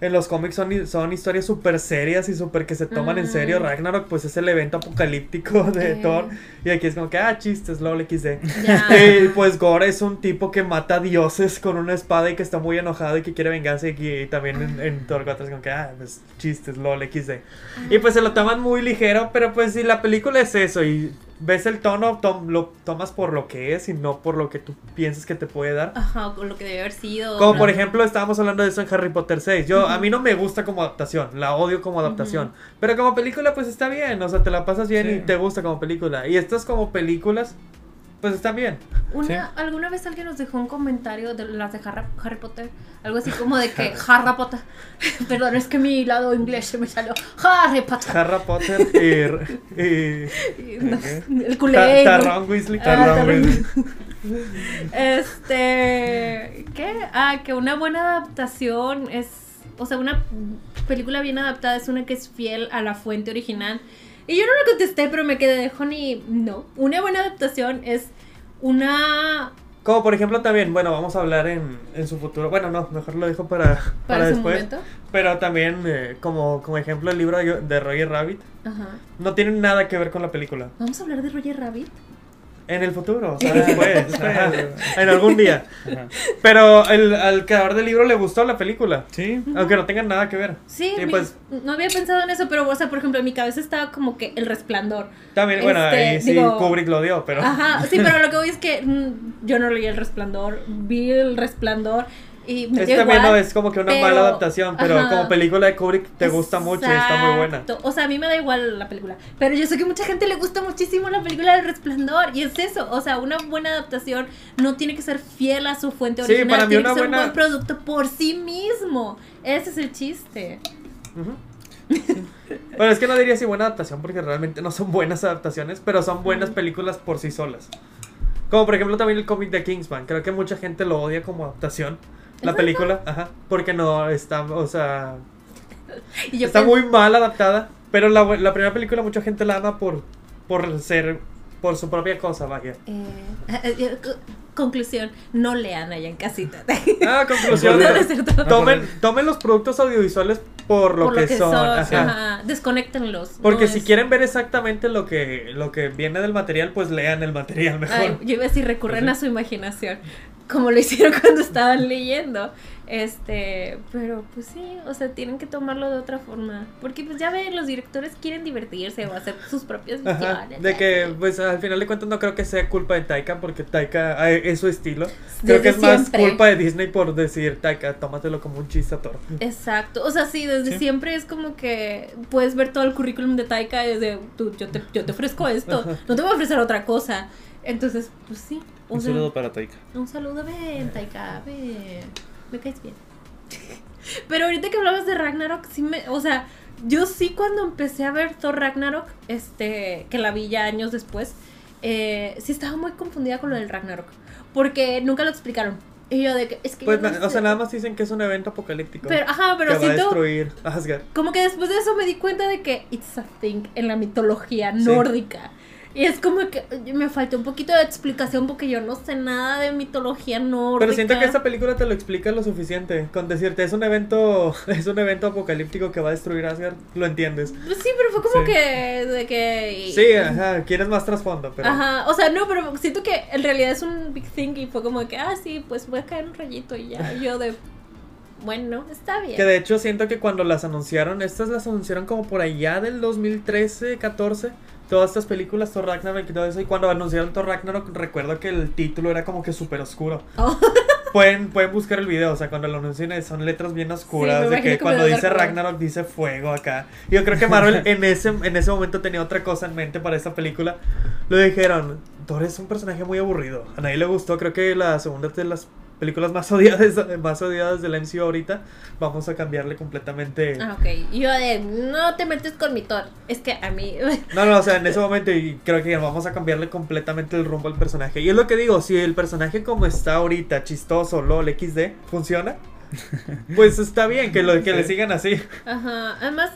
Speaker 2: en los cómics son, hi- son historias súper serias y súper que se toman en serio.
Speaker 1: Mm.
Speaker 2: Ragnarok, pues es el evento apocalíptico de
Speaker 1: Ok.
Speaker 2: Thor. Y aquí es como que, ah, chistes, lol, XD.
Speaker 1: Ya.
Speaker 2: Y pues Gore es un tipo que mata dioses con una espada y que está muy enojado y que quiere venganza y, que- y también en, en Thor 4 es como que, ah, pues chistes, lol, XD. Y pues se lo toman muy ligero, pero pues si la película es eso y ves el tono, tom- lo tomas por lo que es y no por lo que tú piensas que te puede dar.
Speaker 1: Ajá, o lo que debió haber sido.
Speaker 2: Como
Speaker 1: bla,
Speaker 2: por
Speaker 1: bla.
Speaker 2: ejemplo estábamos hablando de eso en Harry Potter 6. Yo a mí no me gusta como adaptación, la odio como adaptación, pero como película pues está bien, o sea, te la pasas bien
Speaker 3: Sí.
Speaker 2: y te gusta como película. Y estas como películas pues están bien.
Speaker 1: Una,
Speaker 3: Sí.
Speaker 1: Alguna vez alguien nos dejó un comentario de las de Harry, Harry Potter, algo así como de que Harry Potter, perdón, es que mi lado inglés se me salió, Harry Potter,
Speaker 2: Harry Potter y. y
Speaker 1: Y no,
Speaker 3: Ok.
Speaker 1: el
Speaker 2: Ta-
Speaker 1: culé,
Speaker 2: Tarrón Weasley.
Speaker 1: Ah,
Speaker 3: Tarrón
Speaker 1: Tarrón
Speaker 3: Weasley.
Speaker 1: Este. ¿Qué? Ah, que una buena adaptación es. O sea, una película bien adaptada es una que es fiel a la fuente original. Y yo no le contesté, pero me quedé de Honey. No. Una buena adaptación es una.
Speaker 2: Como por ejemplo también, bueno, vamos a hablar en, en su futuro. Bueno, no, mejor lo dejo para, para,
Speaker 1: Para, su
Speaker 2: después.
Speaker 1: momento.
Speaker 2: Pero también, eh, como, como ejemplo, el libro de de Roger Rabbit
Speaker 1: Ajá.
Speaker 2: no tiene nada que ver con la película.
Speaker 1: Vamos a hablar de Roger Rabbit.
Speaker 2: En el futuro, o sea,
Speaker 3: Ah,
Speaker 2: después,
Speaker 3: después.
Speaker 2: ajá, en algún día.
Speaker 3: Ajá.
Speaker 2: Pero el, al creador del libro le gustó la película,
Speaker 3: Sí.
Speaker 2: aunque no tengan nada que ver.
Speaker 1: Sí,
Speaker 2: Y
Speaker 1: mi-
Speaker 2: pues
Speaker 1: no había pensado en eso, pero, o sea, por ejemplo, en mi cabeza estaba como que el resplandor.
Speaker 2: también, bueno,
Speaker 1: Este,
Speaker 2: ahí sí
Speaker 1: digo-
Speaker 2: Kubrick lo dio, pero
Speaker 1: Ajá, sí, pero lo que voy es que mm, yo no leí El Resplandor, vi El Resplandor y me
Speaker 2: es
Speaker 1: dio
Speaker 2: también
Speaker 1: igual.
Speaker 2: no es como que una
Speaker 1: pero-
Speaker 2: mala adaptación, pero
Speaker 1: ajá.
Speaker 2: como película de Kubrick te gusta mucho y está muy buena.
Speaker 1: Exacto. O sea, a mí me da igual la película, pero yo sé que mucha gente le gusta muchísimo la película del Resplandor y es eso, o sea, una buena adaptación no tiene que ser fiel a su fuente
Speaker 2: Sí,
Speaker 1: original,
Speaker 2: para mí
Speaker 1: tiene que
Speaker 2: una
Speaker 1: ser
Speaker 2: buena-
Speaker 1: un buen producto por sí mismo. Ese es el chiste.
Speaker 2: Ujú. Bueno, es que no diría si buena adaptación porque realmente no son buenas adaptaciones, pero son buenas películas por sí solas. Como por ejemplo también el cómic de Kingsman, creo que mucha gente lo odia como adaptación. La
Speaker 1: ¿Es
Speaker 2: película, ajá, porque no está, o sea,
Speaker 1: Y yo
Speaker 2: está
Speaker 1: pens-
Speaker 2: muy mal adaptada, pero la, bu- la primera película mucha gente la ama por, por ser, por su propia cosa, vaya.
Speaker 1: Eh, conclusión, no lean allá en casita.
Speaker 2: Ah, conclusión.
Speaker 1: No, no es cierto.
Speaker 2: tomen, tomen los productos audiovisuales por lo,
Speaker 1: por
Speaker 2: que, son. ajá.
Speaker 1: ajá, Desconéctenlos.
Speaker 2: Porque
Speaker 1: no
Speaker 2: si
Speaker 1: es-
Speaker 2: quieren ver exactamente lo que, lo que viene del material, pues lean el material mejor.
Speaker 1: Ay, yo iba a decir, recurren a su imaginación, como lo hicieron cuando estaban leyendo. Este, pero pues sí, o sea, tienen que tomarlo de otra forma. Porque pues ya ven, los directores quieren divertirse o hacer sus propias
Speaker 2: Ajá,
Speaker 1: visiones.
Speaker 2: de que pues al final de cuentas no creo que sea culpa de Taika porque Taika ay, es su estilo. Creo
Speaker 1: Desde
Speaker 2: que es más
Speaker 1: siempre.
Speaker 2: culpa de Disney por decir Taika, tómatelo como un chiste Thor.
Speaker 1: Exacto, o sea, sí, desde
Speaker 3: Sí.
Speaker 1: siempre es como que puedes ver todo el currículum de Taika y desde, tú, yo te, yo te ofrezco esto,
Speaker 2: Ajá.
Speaker 1: no te voy a ofrecer otra cosa. Entonces, pues sí. o
Speaker 3: Un
Speaker 1: sea,
Speaker 3: saludo para Taika.
Speaker 1: Un saludo, ven, Taika, ven. Me caes bien. Pero ahorita que hablabas de Ragnarok, sí me. O sea, yo sí cuando empecé a ver Thor Ragnarok, este, que la vi ya años después, eh, sí estaba muy confundida con lo del Ragnarok. Porque nunca lo explicaron. Y yo de que. Es que
Speaker 2: Pues
Speaker 1: yo no
Speaker 2: na- o
Speaker 1: sé.
Speaker 2: sea, nada más dicen que es un evento apocalíptico
Speaker 1: Pero, ajá, pero
Speaker 2: que va a
Speaker 1: siento.
Speaker 2: destruir Ah, Asgard.
Speaker 1: Como que después de eso me di cuenta de que it's a thing en la mitología nórdica. Y es como que eh, me faltó un poquito de explicación porque yo no sé nada de mitología nórdica.
Speaker 2: Pero siento que esta película te lo explica lo suficiente con decirte es un evento es un evento apocalíptico que va a destruir Asgard, lo entiendes.
Speaker 1: Pues sí, pero fue como
Speaker 2: Sí.
Speaker 1: que. de que.
Speaker 2: Sí, ajá, quieres más trasfondo, pero
Speaker 1: Ajá, o sea, no, pero siento que en realidad es un big thing y fue como que, ah, sí, pues voy a caer un rayito y ya. Yo de. Bueno, está bien.
Speaker 2: Que de hecho siento que cuando las anunciaron, estas las anunciaron como por allá del 2013, 14, todas estas películas, Thor Ragnarok y todo eso, y cuando anunciaron Thor Ragnarok recuerdo que el título era como que súper oscuro.
Speaker 1: Oh.
Speaker 2: Pueden, pueden buscar el video, o sea, cuando lo anuncian eh, son letras bien oscuras,
Speaker 1: Sí, me
Speaker 2: de
Speaker 1: imagino
Speaker 2: que
Speaker 1: que
Speaker 2: cuando
Speaker 1: me va a
Speaker 2: dice
Speaker 1: dar culo.
Speaker 2: Ragnarok dice fuego acá. Y Yo creo que Marvel en ese, en ese momento tenía otra cosa en mente para esta película. Lo dijeron, Thor es un personaje muy aburrido, a nadie le gustó, creo que la segunda es de las películas más odiadas, más odiadas del MCU ahorita vamos a cambiarle completamente.
Speaker 1: Ah, ok. Y yo de, no te metes con mi Thor. Es que a mí.
Speaker 2: No, no, o sea, en ese momento y creo que vamos a cambiarle completamente el rumbo al personaje. Y es lo que digo, si el personaje como está ahorita, chistoso, LOL, XD, funciona, pues está bien que, lo, que le sigan así.
Speaker 1: Ajá, además.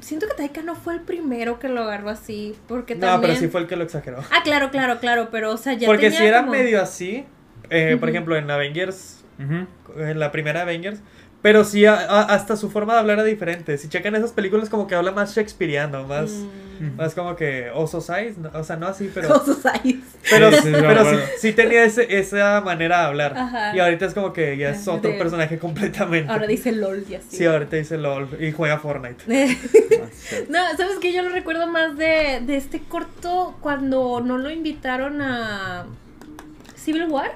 Speaker 1: Siento que Taika no fue el primero que lo agarró así, porque
Speaker 2: No,
Speaker 1: también...
Speaker 2: pero sí fue el que lo exageró.
Speaker 1: Ah, claro, claro, claro, pero o sea, ya
Speaker 2: Porque
Speaker 1: tenía
Speaker 2: si era
Speaker 1: como-
Speaker 2: medio así, eh, por
Speaker 1: Ujú.
Speaker 2: ejemplo, en Avengers,
Speaker 3: Ujú.
Speaker 2: en eh, la primera Avengers, pero sí, a- a- hasta su forma de hablar era diferente. Si checan esas películas, como que habla más shakespeariano, más,
Speaker 1: Mm.
Speaker 2: más como que oso size, no- o sea, no así, pero...
Speaker 1: Cosas ahí.
Speaker 2: Pero,
Speaker 3: Sí,
Speaker 2: sí,
Speaker 3: sí, me
Speaker 2: pero sí,
Speaker 3: acuerdo.
Speaker 2: sí tenía ese- esa manera de hablar.
Speaker 1: Ajá.
Speaker 2: Y ahorita es como que ya es
Speaker 1: Ajá,
Speaker 2: otro
Speaker 1: de-
Speaker 2: personaje completamente.
Speaker 1: Ahora dice LOL y así.
Speaker 2: Sí, ahorita dice LOL y juega Fortnite.
Speaker 3: Ah, sí.
Speaker 1: No, ¿sabes qué? Yo lo recuerdo más de, de este corto cuando no lo invitaron a Civil War.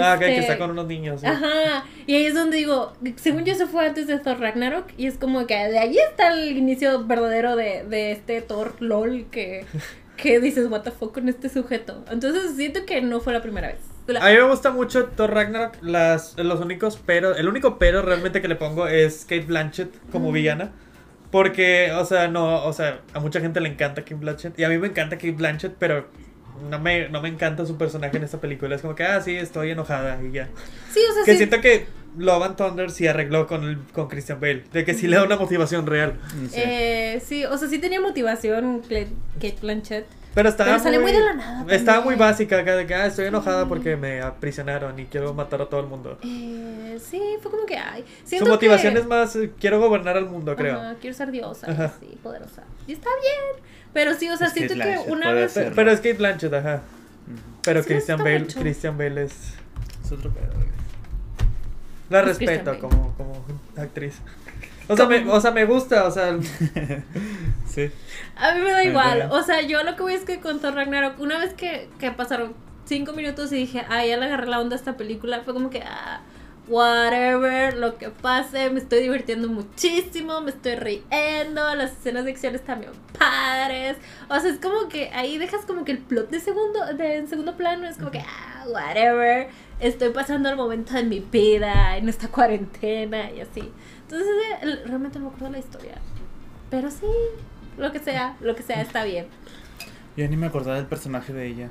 Speaker 2: Ah, ok, que
Speaker 1: Este,
Speaker 2: está con unos niños. sí.
Speaker 1: Ajá, y ahí es donde digo, según yo eso fue antes de Thor Ragnarok, y es como que de ahí está el inicio verdadero de, de este Thor LOL que que dices, what the fuck con este sujeto. Entonces siento que no fue la primera vez. La-
Speaker 2: A mí me gusta mucho Thor Ragnarok. Las, los únicos pero. El único pero realmente que le pongo es Kate Blanchett
Speaker 1: Mm.
Speaker 2: como villana. Porque, o sea, no. O sea, a mucha gente le encanta Kate Blanchett. Y a mí me encanta Kate Blanchett, pero. No me, no me encanta su personaje en esta película. Es como que, ah, sí, estoy enojada y ya.
Speaker 1: sí, o sea,
Speaker 2: Que
Speaker 1: sí.
Speaker 2: siento que Love and Thunder sí arregló con, el- con Christian Bale. De que sí le da una motivación real.
Speaker 3: No sé.
Speaker 1: eh, sí, o sea, sí tenía motivación Cle- Kate Blanchett.
Speaker 2: Pero estaba
Speaker 1: Pero sale muy de la nada
Speaker 2: Estaba muy
Speaker 1: también. Mm.
Speaker 2: básica. acá De que, ah, estoy enojada porque me aprisionaron y quiero matar a todo el mundo.
Speaker 1: Eh, sí, fue como que, ay. Siento
Speaker 2: Su motivación
Speaker 1: que-
Speaker 2: es más, eh, quiero gobernar al mundo, creo.
Speaker 1: Ajá, quiero ser diosa,
Speaker 2: Ajá.
Speaker 1: y así, poderosa. Y está bien. Pero sí, o sea,
Speaker 3: Es que
Speaker 1: siento que,
Speaker 3: Blanchett
Speaker 1: una
Speaker 3: puede
Speaker 1: vez.
Speaker 3: ser.
Speaker 2: Pe- Pero es Kate Blanchett, ajá. Pero
Speaker 1: Sí, me
Speaker 2: Christian,
Speaker 1: gusta
Speaker 2: Bale,
Speaker 1: mucho.
Speaker 2: Christian Bale es...
Speaker 3: Es otro pedo, güey.
Speaker 2: La
Speaker 1: Es Christian
Speaker 2: respeto
Speaker 1: Bale.
Speaker 2: como, como actriz. O sea, me, o sea, me gusta, o sea...
Speaker 3: Sí.
Speaker 1: A mí me da
Speaker 3: Me
Speaker 1: igual.
Speaker 3: encanta.
Speaker 1: O sea, yo lo que voy es que con Thor Ragnarok, una vez que, que pasaron cinco minutos y dije, ah, ya le agarré la onda a esta película, fue como que, ah, whatever, lo que pase, me estoy divirtiendo muchísimo, me estoy riendo, las escenas de acción están bien padres. O sea, es como que ahí dejas como que el plot de segundo, de en segundo plano, es como que, ah, whatever, estoy pasando el momento de mi vida, en esta cuarentena y así. Entonces, eh, realmente no me acuerdo la historia. Pero sí, lo que sea, lo que sea está bien.
Speaker 3: Yo ni me acordaba del personaje de ella.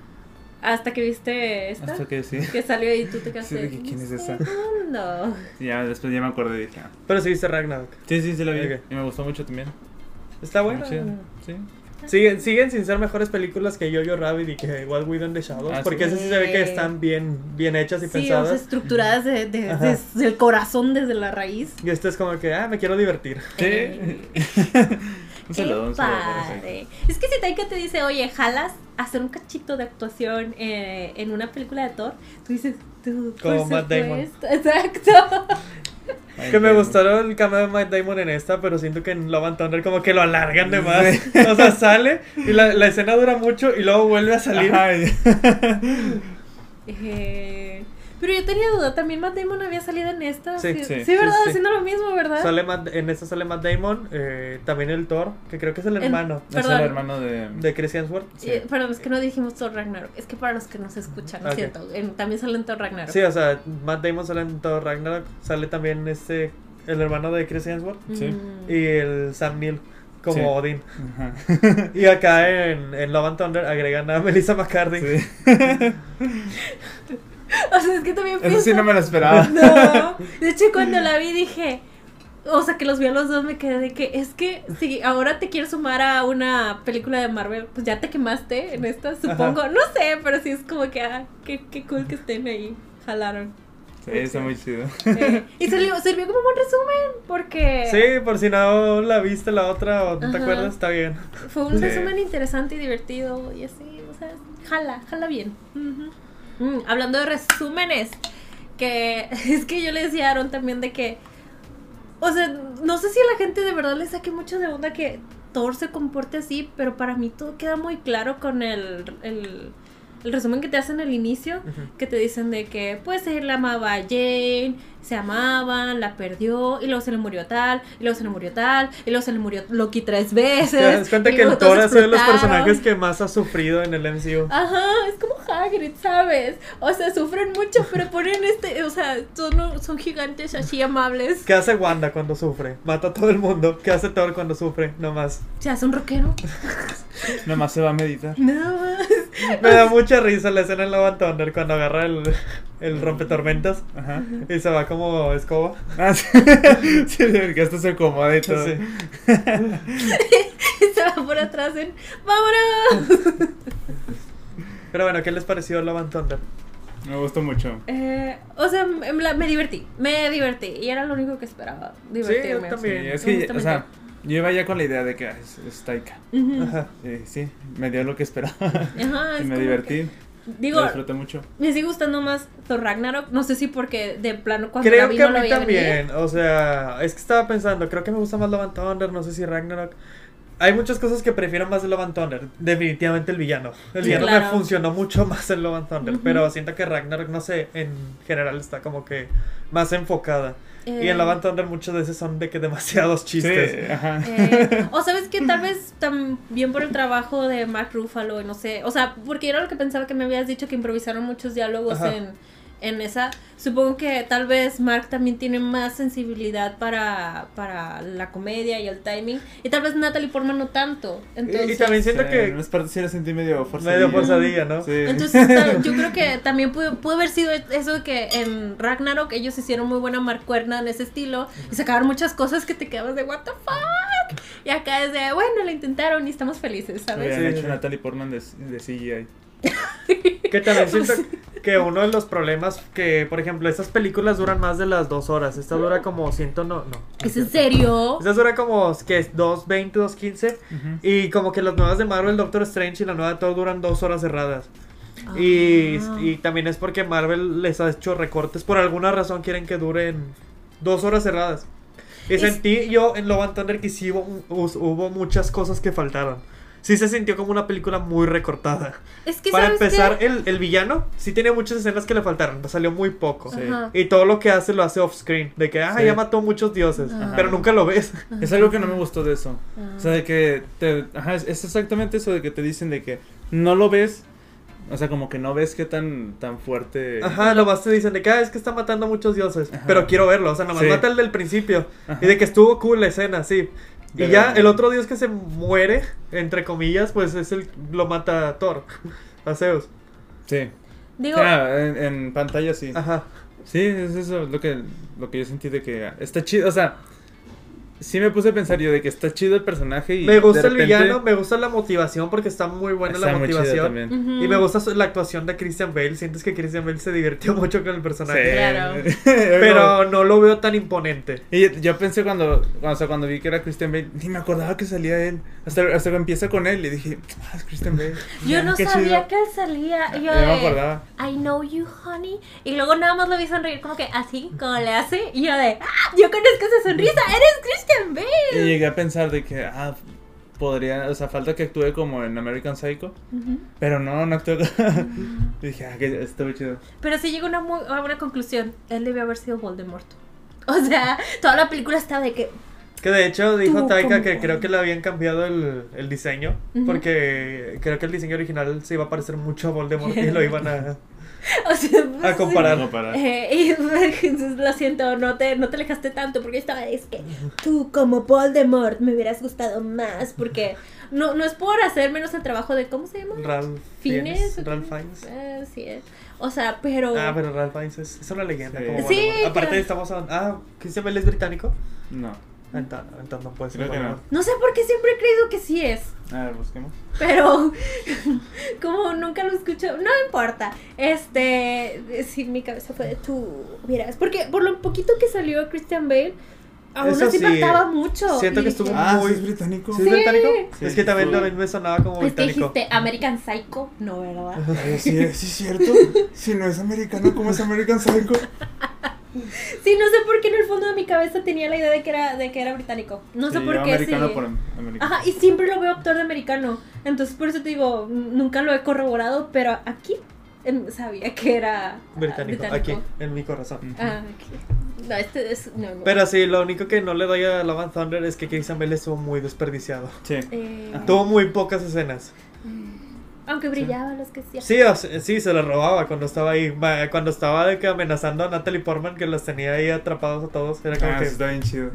Speaker 1: Hasta que viste esta
Speaker 3: Hasta que sí.
Speaker 1: que salió y tú te quedaste.
Speaker 3: Sí, de que, ¿quién es
Speaker 1: "Un
Speaker 3: esa?"
Speaker 1: segundo.
Speaker 3: Ya después ya me acordé y dije. ah.
Speaker 2: Pero sí viste Ragnarok.
Speaker 3: Sí, sí, sí la vi.
Speaker 2: Ok.
Speaker 3: Y me gustó mucho también.
Speaker 1: Ah,
Speaker 2: Está bueno.
Speaker 3: Ah, Sí, Sí.
Speaker 2: Siguen, siguen sin ser mejores películas que Yo-Yo Rabbit y que What We Done in the Shadows.
Speaker 3: Ah, sí.
Speaker 2: porque esas sí se ve que
Speaker 1: Sí.
Speaker 2: están bien, bien hechas y
Speaker 1: Sí, o
Speaker 2: pensadas.
Speaker 1: sea, estructuradas de- de-
Speaker 2: Ajá.
Speaker 1: desde el corazón, desde la raíz.
Speaker 2: Y esto es como que, ah, me quiero divertir.
Speaker 1: Eh.
Speaker 3: Sí. un
Speaker 1: Qué
Speaker 3: saludo, un saludo. sí.
Speaker 1: padre. Es que si Taika te dice, oye, jalas a hacer un cachito de actuación eh, en una película de Thor, tú dices, tú, por
Speaker 2: Como Matt Damon.
Speaker 1: supuesto. Exacto.
Speaker 3: Ay,
Speaker 2: Que me
Speaker 3: qué-
Speaker 2: gustaron el cambio de Matt Damon en esta, pero siento que en Love and Thunder como que lo alargan de más. O sea, sale y la, la escena dura mucho y luego vuelve a salir.
Speaker 3: Ajá, y-
Speaker 1: Eh, pero yo tenía duda, también Matt Damon había salido en esta.
Speaker 2: Sí,
Speaker 1: Sí,
Speaker 3: sí,
Speaker 1: sí, ¿verdad?
Speaker 2: sí, sí.
Speaker 1: Haciendo lo mismo, ¿verdad?
Speaker 2: Sale Matt- en esta sale Matt Damon, eh, también el Thor, que creo que es el
Speaker 1: El-
Speaker 2: hermano
Speaker 3: Es
Speaker 1: Perdón.
Speaker 3: el hermano de.
Speaker 2: de Chris Hemsworth.
Speaker 3: Sí. Ah,
Speaker 1: Eh, perdón, es que no dijimos Thor Ragnarok. Es que para los que no se escuchan, lo
Speaker 2: Ok.
Speaker 1: siento. en- también sale en Thor Ragnarok.
Speaker 2: Sí, o sea, Matt Damon sale en Thor Ragnarok, sale también este, el hermano de Chris Hemsworth
Speaker 3: sí.
Speaker 1: Mm.
Speaker 2: y el Sam Neill como
Speaker 3: Sí.
Speaker 2: Odin.
Speaker 3: Ajá.
Speaker 2: Y acá en, en Love and Thunder agregan a Melissa McCarthy.
Speaker 3: Sí.
Speaker 1: O sea, es que también
Speaker 3: Eso sí
Speaker 1: pienso-
Speaker 3: no me lo esperaba.
Speaker 1: No. De hecho, cuando la vi dije. O sea, que los vi a los dos, me quedé de que es que si ahora te quieres sumar a una película de Marvel, pues ya te quemaste en esta, supongo. No sé, pero sí es como que, ah, qué, qué cool que estén ahí. Jalaron.
Speaker 3: Sí, está muy chido.
Speaker 1: Eh, y sirvió, sirvió como un buen resumen, porque
Speaker 2: Sí, por si no la viste la otra o no
Speaker 1: Ajá.
Speaker 2: te acuerdas, está bien.
Speaker 1: fue un
Speaker 3: Sí.
Speaker 1: resumen interesante y divertido. Y así, o sea, jala, jala bien. Ujú. Mm, hablando de resúmenes, que es que yo le decía a Aaron también de que, o sea, no sé si a la gente de verdad le saque mucho de onda que Thor se comporte así, pero para mí todo queda muy claro con el, el, el resumen que te hacen al inicio. que te dicen de que pues él amaba a Jane, se amaban, la perdió, y luego se le murió a tal, y luego se le murió a tal, y luego se le murió a Loki tres
Speaker 2: Te das
Speaker 1: veces.
Speaker 2: cuenta
Speaker 1: y
Speaker 2: que el
Speaker 1: luego todos Ah.
Speaker 2: Thor ha sido de los
Speaker 1: explotaron.
Speaker 2: personajes que más ha sufrido en el MCU.
Speaker 1: Ajá, es como Hagrid, ¿sabes? O sea, sufren mucho, pero ponen este, o sea, son, son gigantes así amables.
Speaker 2: ¿Qué hace Wanda cuando sufre? Mata a todo el mundo. ¿Qué hace Thor cuando sufre? Nomás.
Speaker 1: Se hace un rockero.
Speaker 3: Nomás se va a meditar.
Speaker 1: Nada más.
Speaker 2: Me da mucha risa la escena en Love and Thunder cuando agarra el, el rompetormentas
Speaker 3: Ajá.
Speaker 2: y se va como escoba.
Speaker 3: Ah, sí. sí, porque hasta se acomoda y todo.
Speaker 2: Sí.
Speaker 1: Y se va por atrás en ¡Vámonos!
Speaker 2: Pero bueno, ¿qué les pareció Love and Thunder?
Speaker 3: Me gustó mucho.
Speaker 1: Eh, o sea, me, me divertí, me divertí. Y era lo único que esperaba. Divertirme.
Speaker 3: Sí,
Speaker 2: también.
Speaker 3: es
Speaker 1: Me
Speaker 3: que,
Speaker 1: gusta
Speaker 3: o sea, yo iba ya con la idea de que ah, es, es Taika.
Speaker 1: Ujú.
Speaker 2: Ajá.
Speaker 3: Sí, Eh, sí, me dio lo que esperaba.
Speaker 1: Ajá,
Speaker 3: y
Speaker 1: Ah, es
Speaker 3: me
Speaker 1: como
Speaker 3: divertí.
Speaker 1: que- digo,
Speaker 3: lo disfruté mucho.
Speaker 1: me sigue gustando más Thor Ragnarok. No sé si porque de plano cuando la
Speaker 2: Creo
Speaker 1: vi
Speaker 2: que a
Speaker 1: no la
Speaker 2: mí
Speaker 1: veía venir.
Speaker 2: también. O sea, es que estaba pensando, creo que me gusta más Love and Thunder, no sé si Ragnarok. Hay muchas cosas que prefiero más de Love and Thunder. Definitivamente el villano. El
Speaker 1: Sí,
Speaker 2: villano me
Speaker 1: claro.
Speaker 2: funcionó mucho más en Love and Thunder.
Speaker 1: Ujú.
Speaker 2: Pero siento que Ragnarok, no sé, en general está como que más enfocada. Y en
Speaker 1: Eh,
Speaker 2: la Van Thunder muchas veces son de que demasiados chistes.
Speaker 3: Sí, ajá.
Speaker 1: Eh, o sabes que tal vez también por el trabajo de Mark Ruffalo y no sé, o sea, porque era lo que pensaba que me habías dicho que improvisaron muchos diálogos
Speaker 2: Ajá.
Speaker 1: en, en esa. Supongo que tal vez Mark también tiene más sensibilidad para, para la comedia y el timing. Y tal vez Natalie Portman no tanto. Entonces,
Speaker 2: y, y también siento
Speaker 3: Sí, En
Speaker 2: que
Speaker 3: unas partes sí la sentí medio forzada.
Speaker 2: medio forzadilla, ¿no?
Speaker 3: Sí.
Speaker 1: Entonces, ta- yo creo que también pudo, pudo haber sido eso de que en Ragnarok ellos hicieron muy buena marcuerna en ese estilo y sacaron muchas cosas que te quedabas de what the fuck. Y acá es de, bueno, lo intentaron y estamos felices, ¿sabes?
Speaker 3: Hubieran
Speaker 2: Sí,
Speaker 3: hecho
Speaker 2: sí.
Speaker 3: Natalie Portman de, de CGI.
Speaker 2: Que también siento que uno de los problemas que, por ejemplo, estas películas duran más de las dos horas. Esta dura como ciento no. no
Speaker 1: ¿Es en serio?
Speaker 2: Esta dura como que es 2.20, 2.15. Y como que las nuevas de Marvel, Doctor Strange y la nueva todo duran dos horas cerradas. Y,
Speaker 1: Ah.
Speaker 2: y también es porque Marvel les ha hecho recortes. Por alguna razón quieren que duren dos horas cerradas. Y
Speaker 1: Es-
Speaker 2: sentí yo en Love and Thunder que sí hubo, us- hubo muchas cosas que faltaron. Sí se sintió como una película muy recortada.
Speaker 1: Es que,
Speaker 2: Para
Speaker 1: ¿sabes
Speaker 2: empezar,
Speaker 1: qué?
Speaker 2: el, el villano sí tiene muchas escenas que le faltaron, salió muy poco.
Speaker 3: Sí.
Speaker 1: Ajá.
Speaker 2: Y todo lo que hace lo hace off-screen, de que, ah,
Speaker 3: Sí.
Speaker 2: ya mató muchos dioses,
Speaker 1: Ajá.
Speaker 2: pero nunca lo ves.
Speaker 3: Es algo que no me gustó de eso.
Speaker 1: Ah.
Speaker 3: O sea, de que te, ajá, es, es exactamente eso de que te dicen de que no lo ves. O sea, como que no ves qué tan, tan fuerte.
Speaker 2: Ajá, nomás te dicen de que, ah, es que está matando muchos dioses,
Speaker 3: Ajá.
Speaker 2: pero quiero verlo, o sea, nomás
Speaker 3: Sí.
Speaker 2: mata el del principio.
Speaker 3: Ajá.
Speaker 2: Y de que estuvo cool la escena, sí. Y
Speaker 3: Pero-
Speaker 2: ya el otro dios que se muere, entre comillas, pues es el lo mata Thor, a Zeus.
Speaker 3: Sí.
Speaker 1: Digo,
Speaker 3: Ah, en, en pantalla sí.
Speaker 2: Ajá.
Speaker 3: Sí, es eso lo que, lo que yo sentí de que está chido. O sea, sí me puse a pensar yo de que está chido el personaje y.
Speaker 2: Me gusta
Speaker 3: de
Speaker 2: el
Speaker 3: repente-
Speaker 2: villano, me gusta la motivación porque está muy buena
Speaker 3: Está
Speaker 2: la
Speaker 3: muy chido
Speaker 2: motivación.
Speaker 3: también.
Speaker 1: ujú.
Speaker 2: Y me gusta su- la actuación de Christian Bale. Sientes que Christian Bale se divirtió mucho con el personaje.
Speaker 1: Claro.
Speaker 3: Sí.
Speaker 2: Pero no lo veo tan imponente.
Speaker 3: Y yo, yo pensé cuando, cuando- o sea, cuando vi que era Christian Bale, ni me acordaba que salía él. Hasta, hasta que empieza con él y dije, ah, es Christian Bale.
Speaker 1: Yo no
Speaker 3: Qué
Speaker 1: sabía
Speaker 3: chido.
Speaker 1: que él salía. y Yo
Speaker 3: Ya me
Speaker 1: de,
Speaker 3: acordaba.
Speaker 1: I know you, honey. Y luego nada más lo vi sonreír como que así, como le hace. Y yo de, ¡Ah! Yo conozco esa sonrisa, eres Christian Bale.
Speaker 3: Y llegué a pensar de que, ah, podría, o sea, falta que actúe como en American Psycho.
Speaker 1: Ujú.
Speaker 3: Pero no, no actuó. Y dije, ah, que estuvo chido.
Speaker 1: Pero sí llegó a una, muy- a una conclusión. Él debió haber sido Voldemort. O sea, toda la película estaba de que.
Speaker 2: Que de hecho dijo
Speaker 1: Tú,
Speaker 2: Taika
Speaker 1: como-
Speaker 2: que creo que le habían cambiado el, el diseño.
Speaker 1: Ujú.
Speaker 2: Porque creo que el diseño original se iba a parecer mucho a Voldemort y lo iban a.
Speaker 1: O sea, pues,
Speaker 2: A comparar.
Speaker 3: No, para.
Speaker 1: Eh, y lo siento, no te, no te alejaste tanto porque estaba, es que tú como Voldemort me hubieras gustado más porque no, no es por hacer menos el trabajo de, ¿cómo se llama?
Speaker 2: Ralph
Speaker 1: Fiennes,
Speaker 2: Fiennes,
Speaker 1: ¿o qué?
Speaker 2: Ralph Fiennes.
Speaker 1: Ah, sí es. O sea, pero...
Speaker 2: Ah, pero Ralph Fiennes es, es una leyenda.
Speaker 3: Sí.
Speaker 2: Como
Speaker 3: Sí,
Speaker 2: Voldemort.
Speaker 1: claro.
Speaker 2: Aparte, estamos. A, ah, Christian Bale es británico.
Speaker 3: No.
Speaker 2: Entonces, entonces no puede ser.
Speaker 3: Creo que no.
Speaker 2: Voldemort.
Speaker 1: No sé por qué siempre he creído que sí es.
Speaker 3: A ver, busquemos.
Speaker 1: Pero como nunca lo escucho, no importa. Este, sí, mi cabeza fue de tú, miras, porque por lo poquito que salió Christian Bale, aún
Speaker 2: Eso
Speaker 1: así
Speaker 2: sí,
Speaker 1: faltaba mucho.
Speaker 2: siento
Speaker 1: Y
Speaker 2: que
Speaker 1: dije,
Speaker 2: estuvo
Speaker 3: Ah,
Speaker 2: muy-
Speaker 3: ¿sí es británico.
Speaker 2: ¿Sí es
Speaker 1: Sí.
Speaker 2: británico?
Speaker 3: Sí.
Speaker 2: es que también,
Speaker 3: Sí.
Speaker 2: también me sonaba como
Speaker 1: Es que
Speaker 2: británico.
Speaker 1: dijiste American Psycho, no, ¿verdad?
Speaker 3: Ay, Sí, es- sí, es cierto. Si no es americano, ¿cómo es American Psycho?
Speaker 1: Sí, no sé por qué en el fondo de mi cabeza tenía la idea de que era, de que era británico. No sé
Speaker 3: Sí,
Speaker 1: por
Speaker 3: yo
Speaker 1: qué.
Speaker 3: Americano
Speaker 1: sí.
Speaker 3: por am- americano.
Speaker 1: Ajá, y siempre lo veo actor de americano. Entonces por eso te digo, nunca lo he corroborado, pero aquí em, sabía que era ah,
Speaker 2: Británico, aquí, en mi corazón.
Speaker 1: Ah, ok. No, este es. No, no.
Speaker 2: Pero sí, lo único que no le doy a Love and Thunder es que Christian Bale estuvo muy desperdiciado.
Speaker 3: Sí.
Speaker 1: Eh,
Speaker 3: Ajá.
Speaker 2: Tuvo muy pocas escenas.
Speaker 1: aunque brillaba los que sí.
Speaker 2: Sí, o sea, sí, se las robaba cuando estaba ahí. Ma- Cuando estaba de que amenazando a Natalie Portman, que los tenía ahí atrapados a todos. Era como
Speaker 3: Ah,
Speaker 2: que. "Mm,
Speaker 3: sí, está bien chido.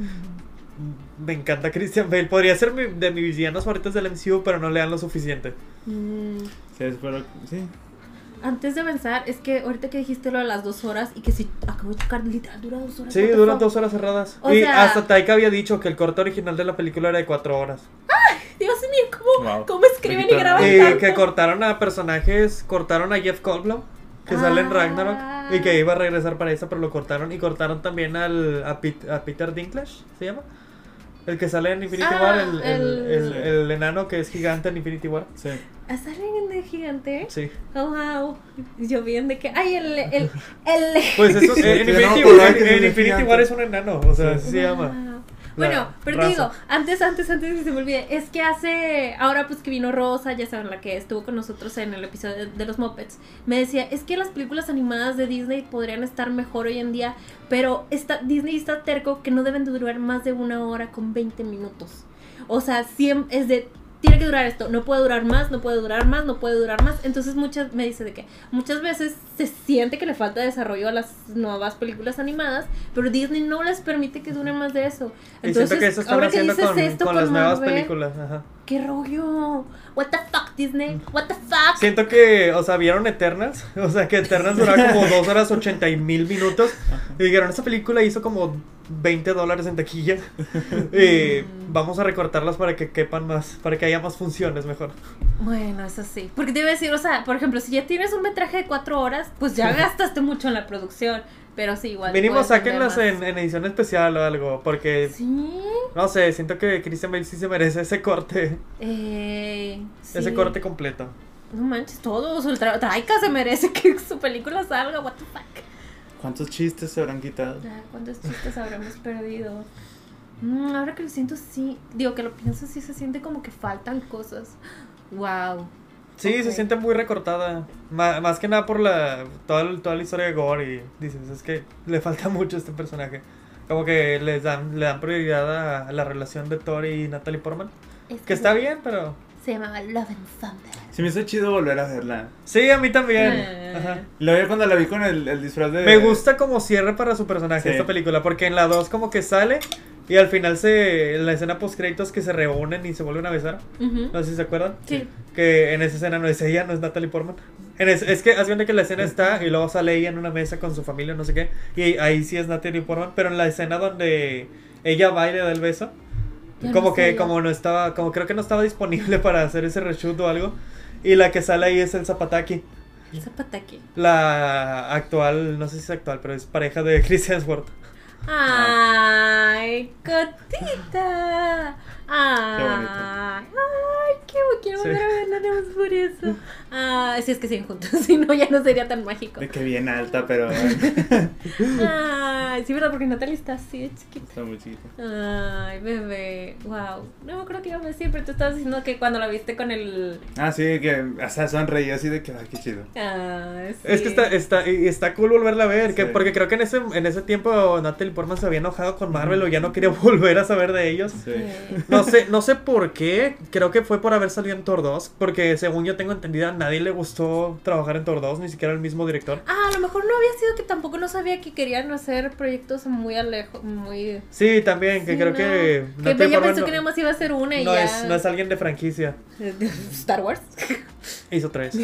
Speaker 2: Me encanta Christian Bale. Podría ser mi- de mis villanos favoritos del MCU, pero no le dan lo suficiente.
Speaker 1: Mm,
Speaker 3: Sí, espero. Sí.
Speaker 1: antes de avanzar, es que ahorita que dijiste lo de las dos horas y que si acabo de checar, literal dura dos horas.
Speaker 2: Sí,
Speaker 1: what the
Speaker 2: duran
Speaker 1: fuck.
Speaker 2: dos horas cerradas.
Speaker 1: O
Speaker 2: y
Speaker 1: sea-
Speaker 2: hasta Taika había dicho que el corte original de la película era de cuatro horas.
Speaker 1: Dios mío, ¿cómo,
Speaker 3: Wow.
Speaker 1: cómo escriben y
Speaker 3: Poquito,
Speaker 1: graban
Speaker 2: Y
Speaker 1: tanto?
Speaker 2: que cortaron a personajes, cortaron a Jeff Goldblum, que sale en
Speaker 1: Ah.
Speaker 2: Ragnarok, y que iba a regresar para esa, pero lo cortaron. Y cortaron también al, a, Pit- a Peter Dinklage, ¿se llama? El que sale en Infinity
Speaker 1: Ah,
Speaker 2: War, el, el-
Speaker 1: el-
Speaker 2: el- el enano que es gigante en Infinity War.
Speaker 3: Sí.
Speaker 1: Ah, ¿Salen de gigante?
Speaker 2: Sí.
Speaker 1: Oh, wow. Yo vi en de que. Ay, el. el, el
Speaker 2: Pues eso,
Speaker 3: Sí,
Speaker 2: en,
Speaker 3: yo no
Speaker 2: Infinity,
Speaker 3: me acordaba
Speaker 2: en-
Speaker 3: que se
Speaker 2: en
Speaker 3: ve
Speaker 2: Infinity
Speaker 3: gigante.
Speaker 2: War es un enano, o sea,
Speaker 3: Sí.
Speaker 2: así se llama.
Speaker 1: Wow. Bueno,
Speaker 2: La
Speaker 1: pero te
Speaker 2: raza.
Speaker 1: digo, antes, antes, antes que se me olvide, es que hace, ahora pues que vino Rosa, ya saben, la que estuvo con nosotros en el episodio de, de los Muppets, me decía, es que las películas animadas de Disney podrían estar mejor hoy en día, pero está, Disney está terco que no deben de durar más de una hora con 20 minutos. O sea, siem- es de, tiene que durar esto, no puede durar más, no puede durar más, no puede durar más. Entonces muchas, me dice de que muchas veces se siente que le falta desarrollo a las nuevas películas animadas, pero Disney no les permite que duren más de eso.
Speaker 2: Y siento que
Speaker 1: Entonces,
Speaker 2: eso están
Speaker 1: ahora que
Speaker 2: haciendo
Speaker 1: dices
Speaker 2: con,
Speaker 1: esto
Speaker 2: con las nuevas
Speaker 1: Marvel,
Speaker 2: películas. Ajá.
Speaker 1: ¿Qué rollo? What the fuck, Disney? What the fuck?
Speaker 2: Mm. Siento que, o sea, vieron Eternals. O sea, que Eternals duraba como 2 horas 80 y mil minutos. Y dijeron, esta película hizo como 20 dólares en taquilla. Y
Speaker 1: Mm.
Speaker 2: vamos a recortarlas para que quepan más, para que haya más funciones mejor.
Speaker 1: Bueno, eso sí. Porque te iba a decir, o sea, por ejemplo, si ya tienes un metraje de cuatro horas, pues ya gastaste mucho en la producción. Pero sí, igual.
Speaker 2: Mínimo
Speaker 1: puedes vender
Speaker 2: sáquenlas
Speaker 1: más.
Speaker 2: en, en edición especial o algo. Porque,
Speaker 1: Sí.
Speaker 2: no sé, siento que Christian Bale sí se merece ese corte.
Speaker 1: Eh, sí.
Speaker 2: Ese corte completo.
Speaker 1: No manches, todos. El tra- Taika se merece que su película salga. What the fuck.
Speaker 3: ¿Cuántos chistes se habrán quitado?
Speaker 1: Ah, ¿Cuántos chistes habremos perdido? Mm, ahora que lo siento, sí. Digo que lo pienso, sí se siente como que faltan cosas. Wow.
Speaker 2: Sí, se
Speaker 1: Ok.
Speaker 2: siente muy recortada. Ma- más que nada por la toda, la- toda la historia de Gore y dices, es que le falta mucho a este personaje. Como que les dan, le dan prioridad a la relación de Thor y Natalie Portman.
Speaker 1: Es
Speaker 2: Que está bien, pero...
Speaker 1: Se llamaba Love and Thunder.
Speaker 3: Se me hizo chido volver a verla.
Speaker 2: Sí, a mí también.
Speaker 1: Eh.
Speaker 2: Ajá.
Speaker 3: La vi cuando la vi con el, el disfraz de.
Speaker 2: Me gusta como cierre para su personaje
Speaker 3: Eh. Sí.
Speaker 2: esta película, porque en la 2 como que sale y al final se en la escena post créditos que se reúnen y se vuelven a besar.
Speaker 1: Ujú.
Speaker 2: No sé si se acuerdan.
Speaker 1: Sí.
Speaker 2: Que en esa escena no es ella, no es Natalie Portman. En es, es que hace que la escena está y luego sale ella en una mesa con su familia, no sé qué. Y ahí sí es Natalie Portman, pero en la escena donde ella va y le da el beso,
Speaker 1: Ya
Speaker 2: como
Speaker 1: no sé
Speaker 2: que
Speaker 1: yo.
Speaker 2: como no estaba, como creo que no estaba disponible para hacer ese reshoot o algo. Y la que sale ahí es el Zapataki,
Speaker 1: Zapataki.
Speaker 2: la actual, no sé si es actual, pero es pareja de Chris Hemsworth.
Speaker 1: Ay, cotita. Ay,
Speaker 3: Qué bonito.
Speaker 1: ay, qué bo- quiero
Speaker 2: Sí.
Speaker 1: volver a verla nada más por eso. Ay, si es que siguen juntos, si no ya no sería tan mágico.
Speaker 3: De que bien alta, pero.
Speaker 1: Ay, sí, verdad, porque Natalia está así de chiquita.
Speaker 3: está muy chiquita.
Speaker 1: Ay, bebé, wow. No me acuerdo que iba a decir, pero tú estabas diciendo que cuando la viste con el.
Speaker 3: Ah, sí, que. O sea, sonreí así de que. Ay, qué chido.
Speaker 1: Ay, ah, sí.
Speaker 2: Es que está, está, y está cool volverla a ver, que,
Speaker 3: Sí.
Speaker 2: porque creo que en ese, en ese tiempo Natalie Portman se había enojado con Marvel o ya no quería volver a saber de ellos.
Speaker 3: Sí.
Speaker 1: Sí.
Speaker 2: No sé, no sé por qué. Creo que fue por haber salido en Thor 2. Porque según yo tengo entendida, a nadie le gustó trabajar en Thor 2, ni siquiera el mismo director.
Speaker 1: Ah, a lo mejor no había sido que tampoco no sabía que querían hacer proyectos muy alejos, muy
Speaker 2: Sí, también, que
Speaker 1: Sí,
Speaker 2: creo
Speaker 1: no.
Speaker 2: que.
Speaker 1: Que
Speaker 2: Natalie
Speaker 1: ella
Speaker 2: Portman
Speaker 1: pensó que nada más iba a ser una y
Speaker 2: no
Speaker 1: ya. Eh,
Speaker 2: es, no es alguien de franquicia.
Speaker 1: Star Wars.
Speaker 2: Hizo tres.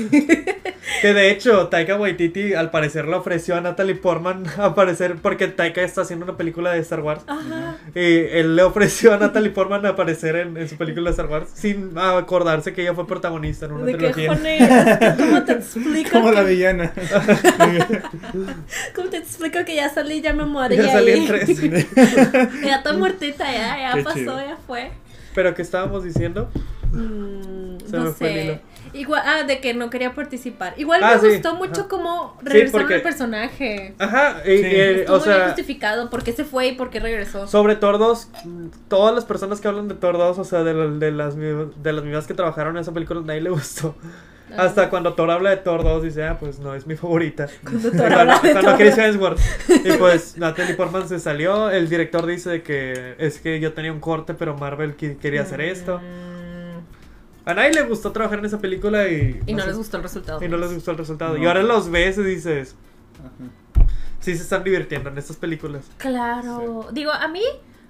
Speaker 2: que de hecho, Taika Waititi al parecer le ofreció a Natalie Portman aparecer. Porque Taika está haciendo una película de Star Wars.
Speaker 1: Ajá.
Speaker 2: Y él le ofreció a Natalie Portman aparecer en, en su película de Star Wars. Sin acordarse que ella fue protagonista en una
Speaker 1: De que
Speaker 2: trilogía.
Speaker 1: Honey, es que ¿cómo te explico?
Speaker 3: Como la
Speaker 1: que,
Speaker 3: villana.
Speaker 1: ¿Cómo te explico que ya salí, ya me morí?
Speaker 2: Ya salí
Speaker 1: ahí?
Speaker 2: en tres.
Speaker 1: ya estoy muertita, ya, ya
Speaker 3: Qué
Speaker 1: pasó,
Speaker 3: chido.
Speaker 1: ya fue.
Speaker 2: Pero ¿qué estábamos diciendo?
Speaker 1: Mm,
Speaker 2: Se
Speaker 1: no
Speaker 2: me fue el hilo.
Speaker 1: sé. Igual, ah, de que no quería participar. Igual
Speaker 2: Ah,
Speaker 1: me
Speaker 2: sí,
Speaker 1: gustó mucho
Speaker 2: ajá.
Speaker 1: cómo regresaron
Speaker 2: porque-
Speaker 1: al personaje.
Speaker 2: Ajá, y-
Speaker 3: Sí.
Speaker 2: y, eh,
Speaker 1: Estuvo
Speaker 2: o
Speaker 1: bien
Speaker 2: sea,
Speaker 1: justificado por qué se fue y por qué regresó.
Speaker 2: sobre Tordos, todas las personas que hablan de Tordos, o sea, de, la- de las, mi- de las mismas que trabajaron en esa película, nadie le gustó.
Speaker 1: Ah.
Speaker 2: Hasta cuando Thor habla de Tordos, dice, ah, pues no, es mi favorita.
Speaker 1: Cuando
Speaker 2: Y
Speaker 1: Thor habla de
Speaker 2: cuando
Speaker 1: Thor.
Speaker 2: Chris Hemsworth. Y pues Natalie Portman se salió, el director dice que es que yo tenía un corte, pero Marvel qui- quería hacer esto.
Speaker 1: Mm,
Speaker 2: A nadie le gustó trabajar en esa película y...
Speaker 1: Y no
Speaker 2: sé,
Speaker 1: les gustó el resultado.
Speaker 2: y no les gustó el resultado.
Speaker 3: No.
Speaker 2: Y ahora los ves y dices,
Speaker 3: Ajá.
Speaker 2: sí se están divirtiendo en estas películas.
Speaker 1: Claro. Digo, a mí,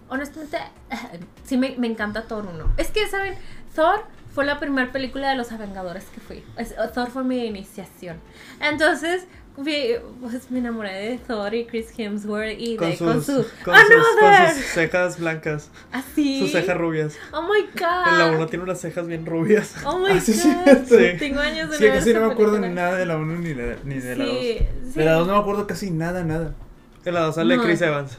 Speaker 1: honestamente, sí me, me encanta Thor 1. Es que, ¿saben? Thor fue la primera película de los Avengadores que fui. Es- Thor fue mi iniciación. Entonces, vi- pues me enamoré de Thor y Chris Hemsworth y de, con su...
Speaker 2: con sus- con
Speaker 1: ¡Another!
Speaker 2: sus cejas blancas,
Speaker 1: Así.
Speaker 2: sus cejas rubias.
Speaker 1: Oh my God.
Speaker 2: En la 1 tiene unas cejas bien rubias.
Speaker 1: Oh my
Speaker 3: Ah, sí, sí,
Speaker 1: God.
Speaker 2: sí.
Speaker 1: Tengo años de
Speaker 3: Sí,
Speaker 1: ver
Speaker 3: casi
Speaker 1: esa
Speaker 3: no me acuerdo
Speaker 1: película.
Speaker 3: ni nada de la 1 ni de, ni de la 2.
Speaker 1: Sí, sí.
Speaker 3: De la 2 no me acuerdo casi nada, nada.
Speaker 2: En la 2 sale
Speaker 1: No.
Speaker 2: Chris Evans.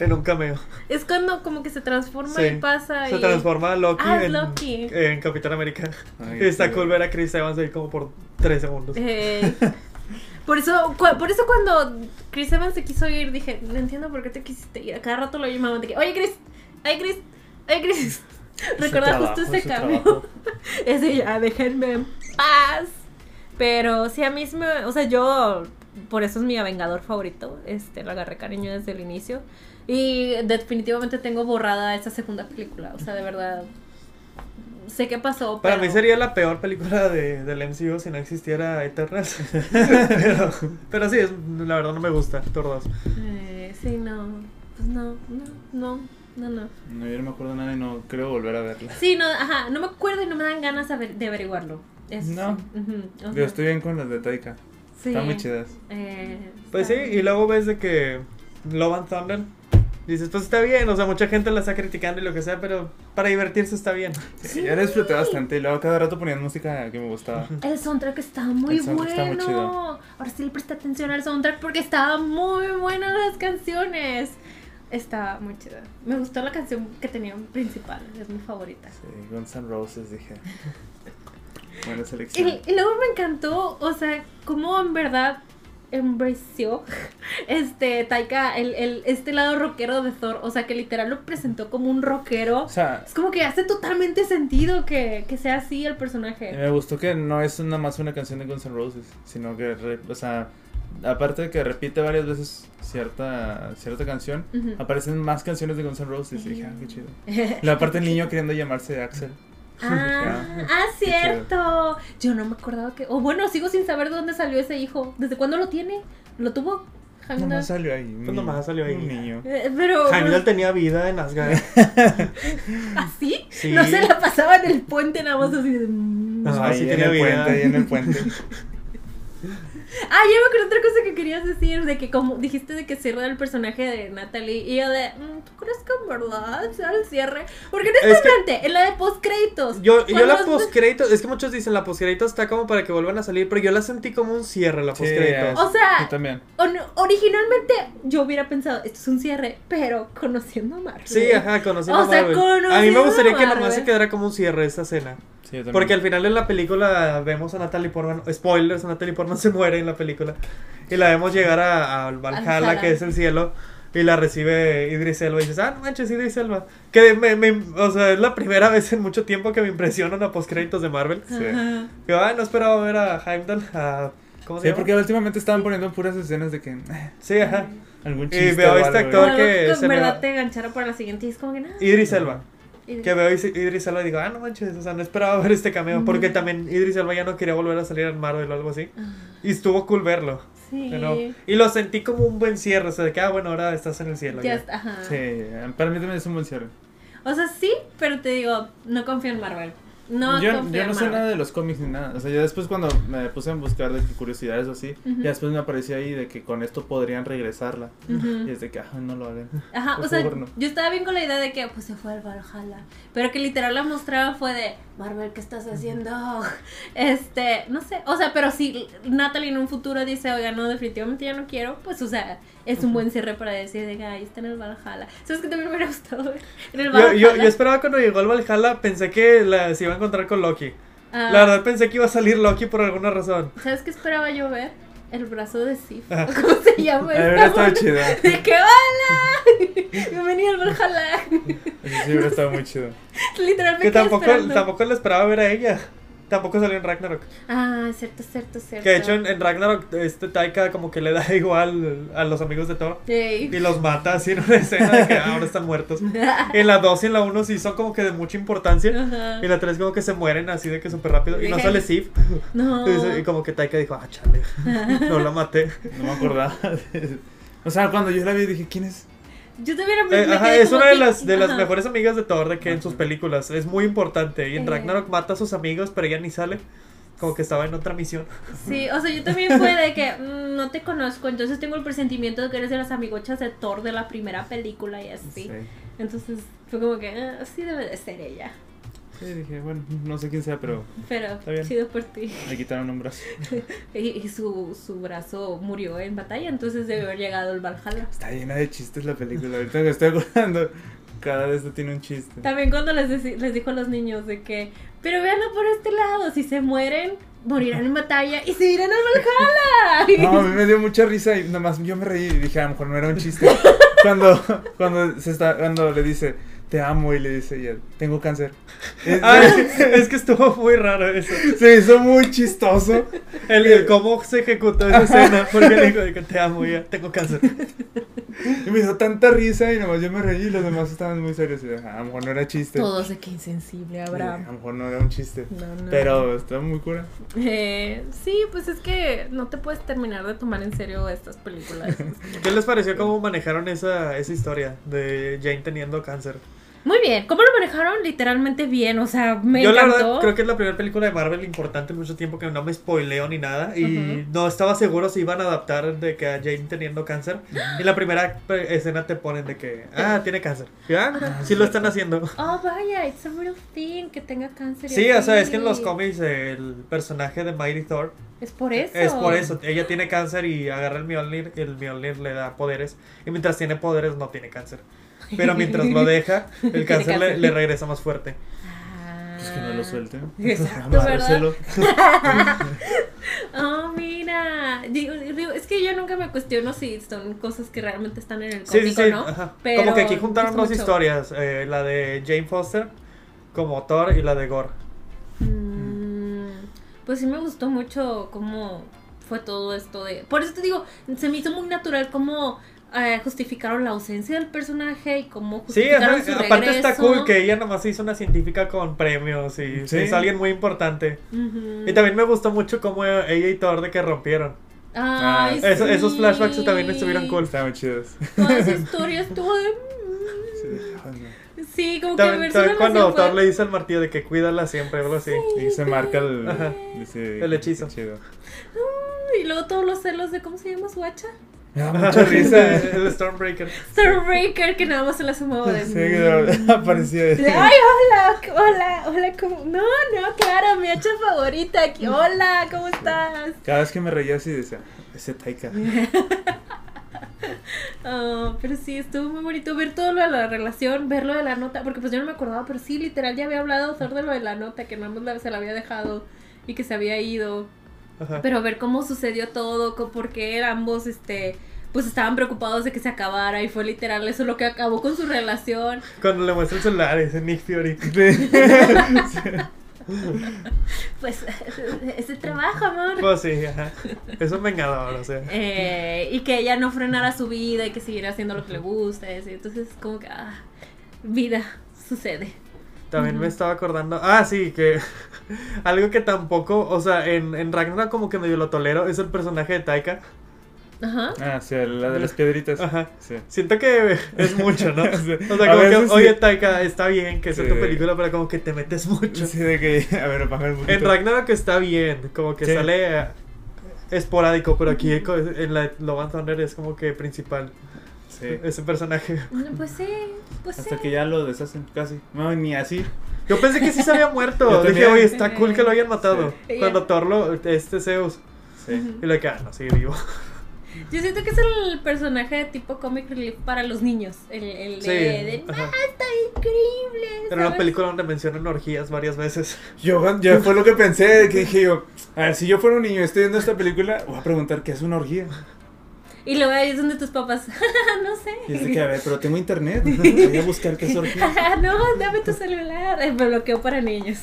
Speaker 2: en un cameo.
Speaker 1: Es cuando como que se transforma
Speaker 2: Sí.
Speaker 1: y pasa
Speaker 2: Se
Speaker 1: y...
Speaker 2: transforma Loki,
Speaker 1: Ah, es
Speaker 2: en,
Speaker 1: Loki.
Speaker 2: en Capitán América.
Speaker 3: Ay,
Speaker 2: Está
Speaker 3: qué
Speaker 2: cool
Speaker 3: bueno.
Speaker 1: Eh,
Speaker 2: ver a Chris Evans ahí como por 3 segundos.
Speaker 1: Ey. Por eso, cu- por eso cuando Chris Evans se quiso ir, dije, no entiendo por qué te quisiste ir. A cada rato lo llamaba de que, oye Chris, oye Chris, oye Chris. Recordar justo ese cambio. Es de ya, déjenme en paz. Pero sí, a mí sí me- O sea, yo. Por eso es mi Vengador favorito. Este, lo agarré cariño desde el inicio. Y definitivamente tengo borrada esa segunda película. O sea, de verdad. Sé qué pasó,
Speaker 2: Para
Speaker 1: pero-
Speaker 2: mí sería la peor película de, del MCU si no existiera Eternals. pero, pero sí, es- la verdad no me gusta, Thor 2.
Speaker 1: Eh, sí, no. Pues no, no, no, no, no.
Speaker 3: No, yo no me acuerdo nada y no creo volver a verla.
Speaker 1: Sí, no, ajá. No me acuerdo y no me dan ganas aver- de averiguarlo. Es-
Speaker 3: No.
Speaker 1: Ujú, o sea,
Speaker 3: Yo estoy bien con las de Taika.
Speaker 1: sí.
Speaker 3: Están muy chidas.
Speaker 1: Eh,
Speaker 2: Pues sí,
Speaker 1: está-
Speaker 2: y luego ves de que Love and Thunder. Dices, pues está bien, o sea, mucha gente la está criticando y lo que sea, pero para divertirse está bien.
Speaker 3: Sí, Yo la disfruté bastante y luego cada rato ponían música que me gustaba.
Speaker 1: El soundtrack está muy
Speaker 3: El soundtrack está
Speaker 1: bueno.
Speaker 3: muy chido.
Speaker 1: Ahora sí le presté atención al soundtrack porque estaban muy buenas las canciones. Estaba muy chida. Me gustó la canción que tenía principal, es mi favorita.
Speaker 3: Sí, Guns N' Roses, dije. Buena
Speaker 1: Y,
Speaker 3: selección.
Speaker 1: y luego me encantó, o sea, cómo en verdad embració este Taika el, el- este lado rockero de Thor. O sea, que literal lo presentó como un rockero.
Speaker 3: O sea,
Speaker 1: Es como que hace totalmente sentido que, que sea así el
Speaker 3: Y
Speaker 1: personaje.
Speaker 3: Me gustó que no es nada más una canción de Guns N' Roses, sino que, re- o sea, aparte de que repite varias veces cierta, cierta canción,
Speaker 1: Ujú.
Speaker 3: aparecen más canciones de Guns N' Roses. Y dije, ah, qué chido.
Speaker 1: ah,
Speaker 3: La parte del niño queriendo llamarse Axel.
Speaker 1: ah,
Speaker 3: Qué chido.
Speaker 1: cierto. Yo no me acordaba que. O bueno, sigo sin saber de dónde salió ese hijo. ¿Desde cuándo lo tiene? ¿Lo tuvo? Heimdall?
Speaker 3: Nomás salió ahí. un
Speaker 2: Pues nomás
Speaker 3: niño,
Speaker 2: salió ahí.
Speaker 3: Un niño.
Speaker 1: Eh, pero.
Speaker 2: Heimdall tenía vida en Asgard.
Speaker 1: ¿Así?
Speaker 2: Sí.
Speaker 1: ¿Ah, No se la pasaba en el puente nada más así de. mm.
Speaker 2: No,
Speaker 3: ahí
Speaker 2: sí
Speaker 3: en
Speaker 2: tenía
Speaker 3: el
Speaker 2: vida.
Speaker 3: puente, ahí en el puente.
Speaker 1: Ah, yo me acuerdo otra cosa que querías decir, de que como dijiste de que cierra el personaje de Natalie, y yo de, mm, ¿tú crees que en verdad sea el cierre? Porque no
Speaker 2: Es
Speaker 1: es
Speaker 2: que-
Speaker 1: durante, en la de postcréditos.
Speaker 2: Yo, yo la
Speaker 1: Cuando-
Speaker 2: postcréditos, es que muchos dicen la postcréditos está como para que vuelvan a salir, pero yo la sentí como un cierre la
Speaker 3: Sí,
Speaker 2: postcréditos.
Speaker 1: O sea-
Speaker 3: Yo también.
Speaker 1: on- originalmente yo hubiera pensado, esto es un cierre, pero conociendo a Marvel.
Speaker 2: Sí, ajá, conociendo
Speaker 1: O sea,
Speaker 2: a Marvel. A mí
Speaker 1: conociendo
Speaker 2: me
Speaker 1: a
Speaker 2: gustaría que nomás
Speaker 1: Marvel.
Speaker 2: se quedara como un cierre esta escena.
Speaker 3: Sí, yo también.
Speaker 2: Porque al final en la película vemos a Natalie Portman, spoilers, Natalie Portman se muere en la película. Y la vemos llegar a, al Valhalla,
Speaker 1: Valhalla.
Speaker 2: que es el cielo, y la recibe Idris Elba. Y dices, ah, no manches, Idris Elba. Que me, me- o sea, es la primera vez en mucho tiempo que me impresionan a postcréditos de Marvel.
Speaker 3: Sí.
Speaker 1: Ajá.
Speaker 2: Que, ah, no esperaba ver a Heimdall, a... ¿Cómo se
Speaker 3: Sí,
Speaker 2: llama?
Speaker 3: porque últimamente estaban poniendo puras escenas de que eh,
Speaker 2: Sí, ajá.
Speaker 3: algún
Speaker 2: Y
Speaker 3: chiste.
Speaker 2: veo
Speaker 3: o
Speaker 2: a este
Speaker 3: algo,
Speaker 1: O
Speaker 2: actor.
Speaker 3: ¿eh?
Speaker 1: algo
Speaker 2: que
Speaker 1: que
Speaker 2: se
Speaker 1: en
Speaker 2: me
Speaker 1: verdad
Speaker 2: va-
Speaker 1: te enganchara para la siguiente y es como que nada.
Speaker 2: Idris Elba.
Speaker 1: y-
Speaker 2: Que veo a Idris- Idris Elba y digo, ah, no manches, o sea, no esperaba ver este cameo. Porque también Idris Elba ya no quería volver a salir en Marvel o algo así. Y estuvo cool verlo.
Speaker 1: "Ah, Sí.
Speaker 2: Pero- y lo sentí como un buen cierre, o sea, de que, ah, bueno, ahora estás en el cielo.
Speaker 1: Ya
Speaker 2: ya.
Speaker 1: está, ajá.
Speaker 3: Sí, para mí también es un buen cierre.
Speaker 1: O sea, sí, pero te digo, no confío en Marvel. No
Speaker 3: yo,
Speaker 1: confío
Speaker 3: yo
Speaker 1: en
Speaker 3: no sé
Speaker 1: Marvel.
Speaker 3: nada de los cómics ni nada. O sea, yo después cuando me puse a buscar de que curiosidades o así,
Speaker 1: Ujú.
Speaker 3: ya después me aparecía ahí de que con esto podrían regresarla.
Speaker 1: Ujú.
Speaker 3: Y es de que, ay, no lo hagan.
Speaker 1: Ajá,
Speaker 3: Por
Speaker 1: o sea,
Speaker 3: favor, no.
Speaker 1: yo estaba bien con la idea de que pues se fue al Valhalla, pero que literal la mostraba fue de Marvel, ¿qué estás haciendo? Este, no sé, o sea, pero si Natalie en un futuro dice, oiga, no, definitivamente ya no quiero, pues, o sea, es un buen cierre para decir, de que ahí está en el Valhalla. ¿Sabes que también me hubiera gustado ver? En el
Speaker 2: Yo,
Speaker 1: Valhalla.
Speaker 2: yo, yo esperaba cuando llegó al Valhalla, pensé que la, se iba a encontrar con Loki.
Speaker 1: Ah,
Speaker 2: La verdad pensé que iba a salir Loki por alguna razón.
Speaker 1: ¿Sabes qué esperaba yo ver? El brazo de Sif, ¿cómo se llama?
Speaker 3: Ay, hubiera
Speaker 1: esta
Speaker 3: estado
Speaker 1: mona?
Speaker 3: chido.
Speaker 1: De que hola, bienvenido al Valhalla.
Speaker 3: Eso sí hubiera estado muy chido.
Speaker 1: Literalmente.
Speaker 2: Que tampoco,
Speaker 1: esperando.
Speaker 2: tampoco la esperaba ver a ella. Tampoco salió en Ragnarok.
Speaker 1: Ah, cierto, cierto, cierto.
Speaker 2: Que de hecho en, en Ragnarok este Taika como que le da igual a los amigos de Thor. Y
Speaker 1: Ey.
Speaker 2: los mata así en una escena de que ah, ahora están muertos. En la 2 y en la 1 sí son como que de mucha importancia.
Speaker 1: Ajá.
Speaker 2: Y la 3 como que se mueren así de que súper rápido. Y no
Speaker 1: Dije-
Speaker 2: sale Sif.
Speaker 1: No.
Speaker 2: Y dice- Y como que Taika dijo, ah, chale, no la maté.
Speaker 3: No me acordaba. de- O sea, cuando yo la vi dije, ¿quién es?
Speaker 1: Yo también
Speaker 2: Eh,
Speaker 1: me
Speaker 2: ajá,
Speaker 1: quedé
Speaker 2: es
Speaker 1: como
Speaker 2: una de
Speaker 1: que-
Speaker 2: las, de las
Speaker 1: ajá.
Speaker 2: mejores amigas de Thor de que en
Speaker 3: Ajá.
Speaker 2: sus películas. Es muy importante. Y en
Speaker 1: Eh.
Speaker 2: Ragnarok mata a sus amigos, pero ella ni sale. Como que estaba en otra misión.
Speaker 1: Sí, o sea, yo también fue de que mm, no te conozco, entonces tengo el presentimiento de que eres de las amigochas de Thor de la primera película y así. Entonces fue como que ah, sí debe de ser ella.
Speaker 3: Sí, dije, bueno, no sé quién sea, pero
Speaker 1: Pero
Speaker 3: Está bien.
Speaker 1: chido por ti.
Speaker 3: le quitaron un brazo.
Speaker 1: Y, y su, su brazo murió en batalla, entonces debe haber llegado el Valhalla.
Speaker 3: Está llena de chistes la película. Ahorita me estoy acordando. Cada vez tiene un chiste.
Speaker 1: También cuando les, deci- les dijo a los niños de que, pero véanlo por este lado, si se mueren, morirán en batalla y se irán al Valhalla.
Speaker 3: No, a mí me dio mucha risa y nada más yo me reí y dije, a lo mejor no era un chiste. Cuando, cuando se está, cuando le dice, te amo y le dice, y él, tengo cáncer. Es-
Speaker 2: Ay, es que estuvo muy raro eso.
Speaker 3: se me hizo muy chistoso.
Speaker 2: El,
Speaker 3: Eh.
Speaker 2: el cómo se ejecutó esa escena. Porque le dijo de que te amo, ya tengo cáncer.
Speaker 3: Y me hizo tanta risa y nomás yo me reí y los demás estaban muy serios. Y dije, a lo mejor no era chiste.
Speaker 1: Todos de que insensible,
Speaker 3: Y dije, a
Speaker 1: Abraham.
Speaker 3: lo mejor no era un chiste.
Speaker 1: No, no.
Speaker 3: Pero está muy cura.
Speaker 1: Eh, sí, pues es que no te puedes terminar de tomar en serio estas películas.
Speaker 2: ¿Qué les pareció cómo manejaron esa, esa historia de Jane teniendo cáncer?
Speaker 1: Muy bien, ¿cómo lo manejaron? Literalmente bien, o sea, me
Speaker 2: Yo la
Speaker 1: encantó.
Speaker 2: verdad creo que es la primera película de Marvel importante en mucho tiempo que no me spoileo ni nada y
Speaker 1: Ujú.
Speaker 2: no estaba seguro si iban a adaptar de que a Jane teniendo cáncer y la primera pe- escena te ponen de que ah tiene cáncer. Y, ah, mira, sí lo están haciendo.
Speaker 1: Oh, vaya, it's a real thing que tenga cáncer. y
Speaker 2: Sí, o sea, es que en los
Speaker 1: así.
Speaker 2: cómics el personaje de Mighty Thor
Speaker 1: Es por eso.
Speaker 2: es por eso, ella tiene cáncer y agarra el Mjolnir y el Mjolnir le da poderes y mientras tiene poderes no tiene cáncer. Pero mientras lo deja, el
Speaker 1: Tiene
Speaker 2: cáncer le,
Speaker 1: cáncer.
Speaker 2: le regresa más fuerte.
Speaker 1: Ah.
Speaker 3: Pues que no lo suelten.
Speaker 1: Exacto, ¿verdad?
Speaker 3: Amárselo.
Speaker 1: Oh, mira. Digo, digo, es que yo nunca me cuestiono si son cosas que realmente están en el
Speaker 2: Sí,
Speaker 1: cómic
Speaker 2: sí, sí.
Speaker 1: o no.
Speaker 2: ajá.
Speaker 1: Pero
Speaker 2: como que aquí juntaron
Speaker 1: es
Speaker 2: dos
Speaker 1: mucho.
Speaker 2: historias, eh, la de Jane Foster como Thor y la de Gore.
Speaker 1: Mm, pues sí me gustó mucho cómo fue todo esto de... Por eso te digo, se me hizo muy natural cómo eh, justificaron la ausencia del personaje y cómo
Speaker 2: Sí,
Speaker 1: justificaron
Speaker 2: ajá,
Speaker 1: su
Speaker 2: aparte está
Speaker 1: Pues regreso.
Speaker 2: cool que ella nomás hizo una científica con premios y
Speaker 3: Sí.
Speaker 2: es alguien muy importante.
Speaker 1: Ujú.
Speaker 2: Y también me gustó mucho cómo ella y Thor de que rompieron.
Speaker 3: Ah,
Speaker 1: Ay,
Speaker 2: ah, Eso-
Speaker 1: sí.
Speaker 2: esos flashbacks también estuvieron cool.
Speaker 3: Estaban chidos.
Speaker 1: Toda esa historia estuvo de...
Speaker 3: Sí, ay, no.
Speaker 1: Sí, como que
Speaker 2: También,
Speaker 1: verse
Speaker 2: también
Speaker 1: una
Speaker 2: cuando
Speaker 1: versión fue-
Speaker 2: Thor le dice al martillo de que cuídala siempre, algo así.
Speaker 3: Y se marca el,
Speaker 2: Ajá.
Speaker 3: dice,
Speaker 2: El hechizo.
Speaker 3: qué Chido.
Speaker 1: Y luego todos los celos de cómo se llama su hacha.
Speaker 3: Me da mucha risa.
Speaker 2: el Stormbreaker.
Speaker 1: Stormbreaker, que nada más se la sumaba de.
Speaker 3: Sí, que aparecía.
Speaker 1: De, Ay, hola, hola, hola, ¿cómo? No, no, claro, mi hacha favorita aquí. Hola, ¿cómo estás?
Speaker 3: Cada vez que me reía así decía, ese Taika.
Speaker 1: Ah, pero sí, estuvo muy bonito ver todo lo de la relación, ver lo de la nota, porque pues yo no me acordaba, pero sí, literal, ya había hablado Thor de lo de la nota, que nada más la- se la había dejado y que se había ido.
Speaker 2: Ajá.
Speaker 1: Pero ver cómo sucedió todo, co- porque ambos, este, pues estaban preocupados de que se acabara y fue literal eso lo que acabó con su relación.
Speaker 2: Cuando le muestra el celular, dice Nick Fury.
Speaker 1: Pues es el trabajo, amor.
Speaker 2: Pues sí, ajá. Es un vengador, o sea.
Speaker 1: Eh, y que ella no frenara su vida y que siguiera haciendo lo que le gusta. y así. Entonces, como que, ah, vida, sucede.
Speaker 2: También me
Speaker 1: Ujú.
Speaker 2: estaba acordando. Ah, sí, que algo que tampoco, o sea, en, en Ragnarok como que medio lo tolero, es el personaje de Taika.
Speaker 1: Ajá.
Speaker 3: Ah, sí, la de las piedritas.
Speaker 2: Ajá.
Speaker 3: Sí.
Speaker 2: Siento que es mucho, ¿no? O
Speaker 3: Sí.
Speaker 2: sea, como
Speaker 3: A
Speaker 2: que,
Speaker 3: veces sí.
Speaker 2: oye, Taika, está bien que sea
Speaker 3: Sí.
Speaker 2: tu película, pero como que te metes mucho.
Speaker 3: Sí, de que, a ver, apágame un poquito.
Speaker 2: En Ragnarok está bien, como que
Speaker 3: Sí.
Speaker 2: sale eh, esporádico, pero aquí co- en la de Love and Thunder es como que principal
Speaker 3: Sí.
Speaker 2: ese personaje.
Speaker 1: No, Pues sí, pues
Speaker 3: Hasta
Speaker 1: sí.
Speaker 3: que ya lo deshacen casi. No, ni así.
Speaker 2: Yo pensé que sí se había
Speaker 3: Yo
Speaker 2: muerto. Dije,
Speaker 3: también.
Speaker 2: oye, está cool que lo hayan matado.
Speaker 1: Sí.
Speaker 2: Cuando Thor lo, este Zeus.
Speaker 3: Sí.
Speaker 2: Y le queda, no, sigue vivo.
Speaker 1: Yo siento que es el personaje de tipo comic relief para los niños. El, el
Speaker 2: Sí,
Speaker 1: de, de,
Speaker 2: ajá.
Speaker 1: "Ah, está increíble.
Speaker 2: Era una
Speaker 1: ¿sabes?
Speaker 2: película donde mencionan orgías varias veces.
Speaker 3: Yo, yo fue lo que pensé, de que dije yo, a ver, si yo fuera un niño y estoy viendo esta película, voy a preguntar qué es una orgía.
Speaker 1: Y luego ahí es donde tus papás, no sé.
Speaker 3: Y es de que, a ver, pero tengo internet, voy a buscar qué es orgía.
Speaker 1: no, dame tu celular. Eh, Me bloqueó para niños.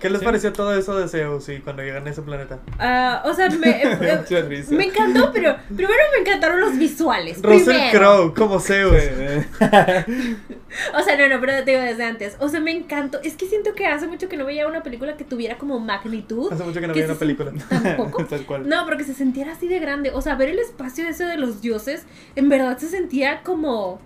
Speaker 2: ¿Qué les
Speaker 3: Sí.
Speaker 2: pareció todo eso de Zeus y cuando llegan a ese planeta?
Speaker 1: Ah, o sea, me, eh,
Speaker 3: Mucha risa.
Speaker 1: me encantó, pero primero me encantaron los visuales.
Speaker 2: Russell
Speaker 1: primero.
Speaker 2: Crowe como Zeus.
Speaker 3: eh.
Speaker 1: O sea, no, no, pero te digo desde antes. O sea, me encantó. Es que siento que hace mucho que no veía una película que tuviera como magnitud.
Speaker 2: Hace mucho que no
Speaker 1: ¿Qué
Speaker 2: veía una
Speaker 1: se
Speaker 2: película.
Speaker 1: Tampoco.
Speaker 3: Tal cual.
Speaker 1: No, porque se sintiera así de grande. O sea, ver el espacio ese de los dioses, en verdad se sentía como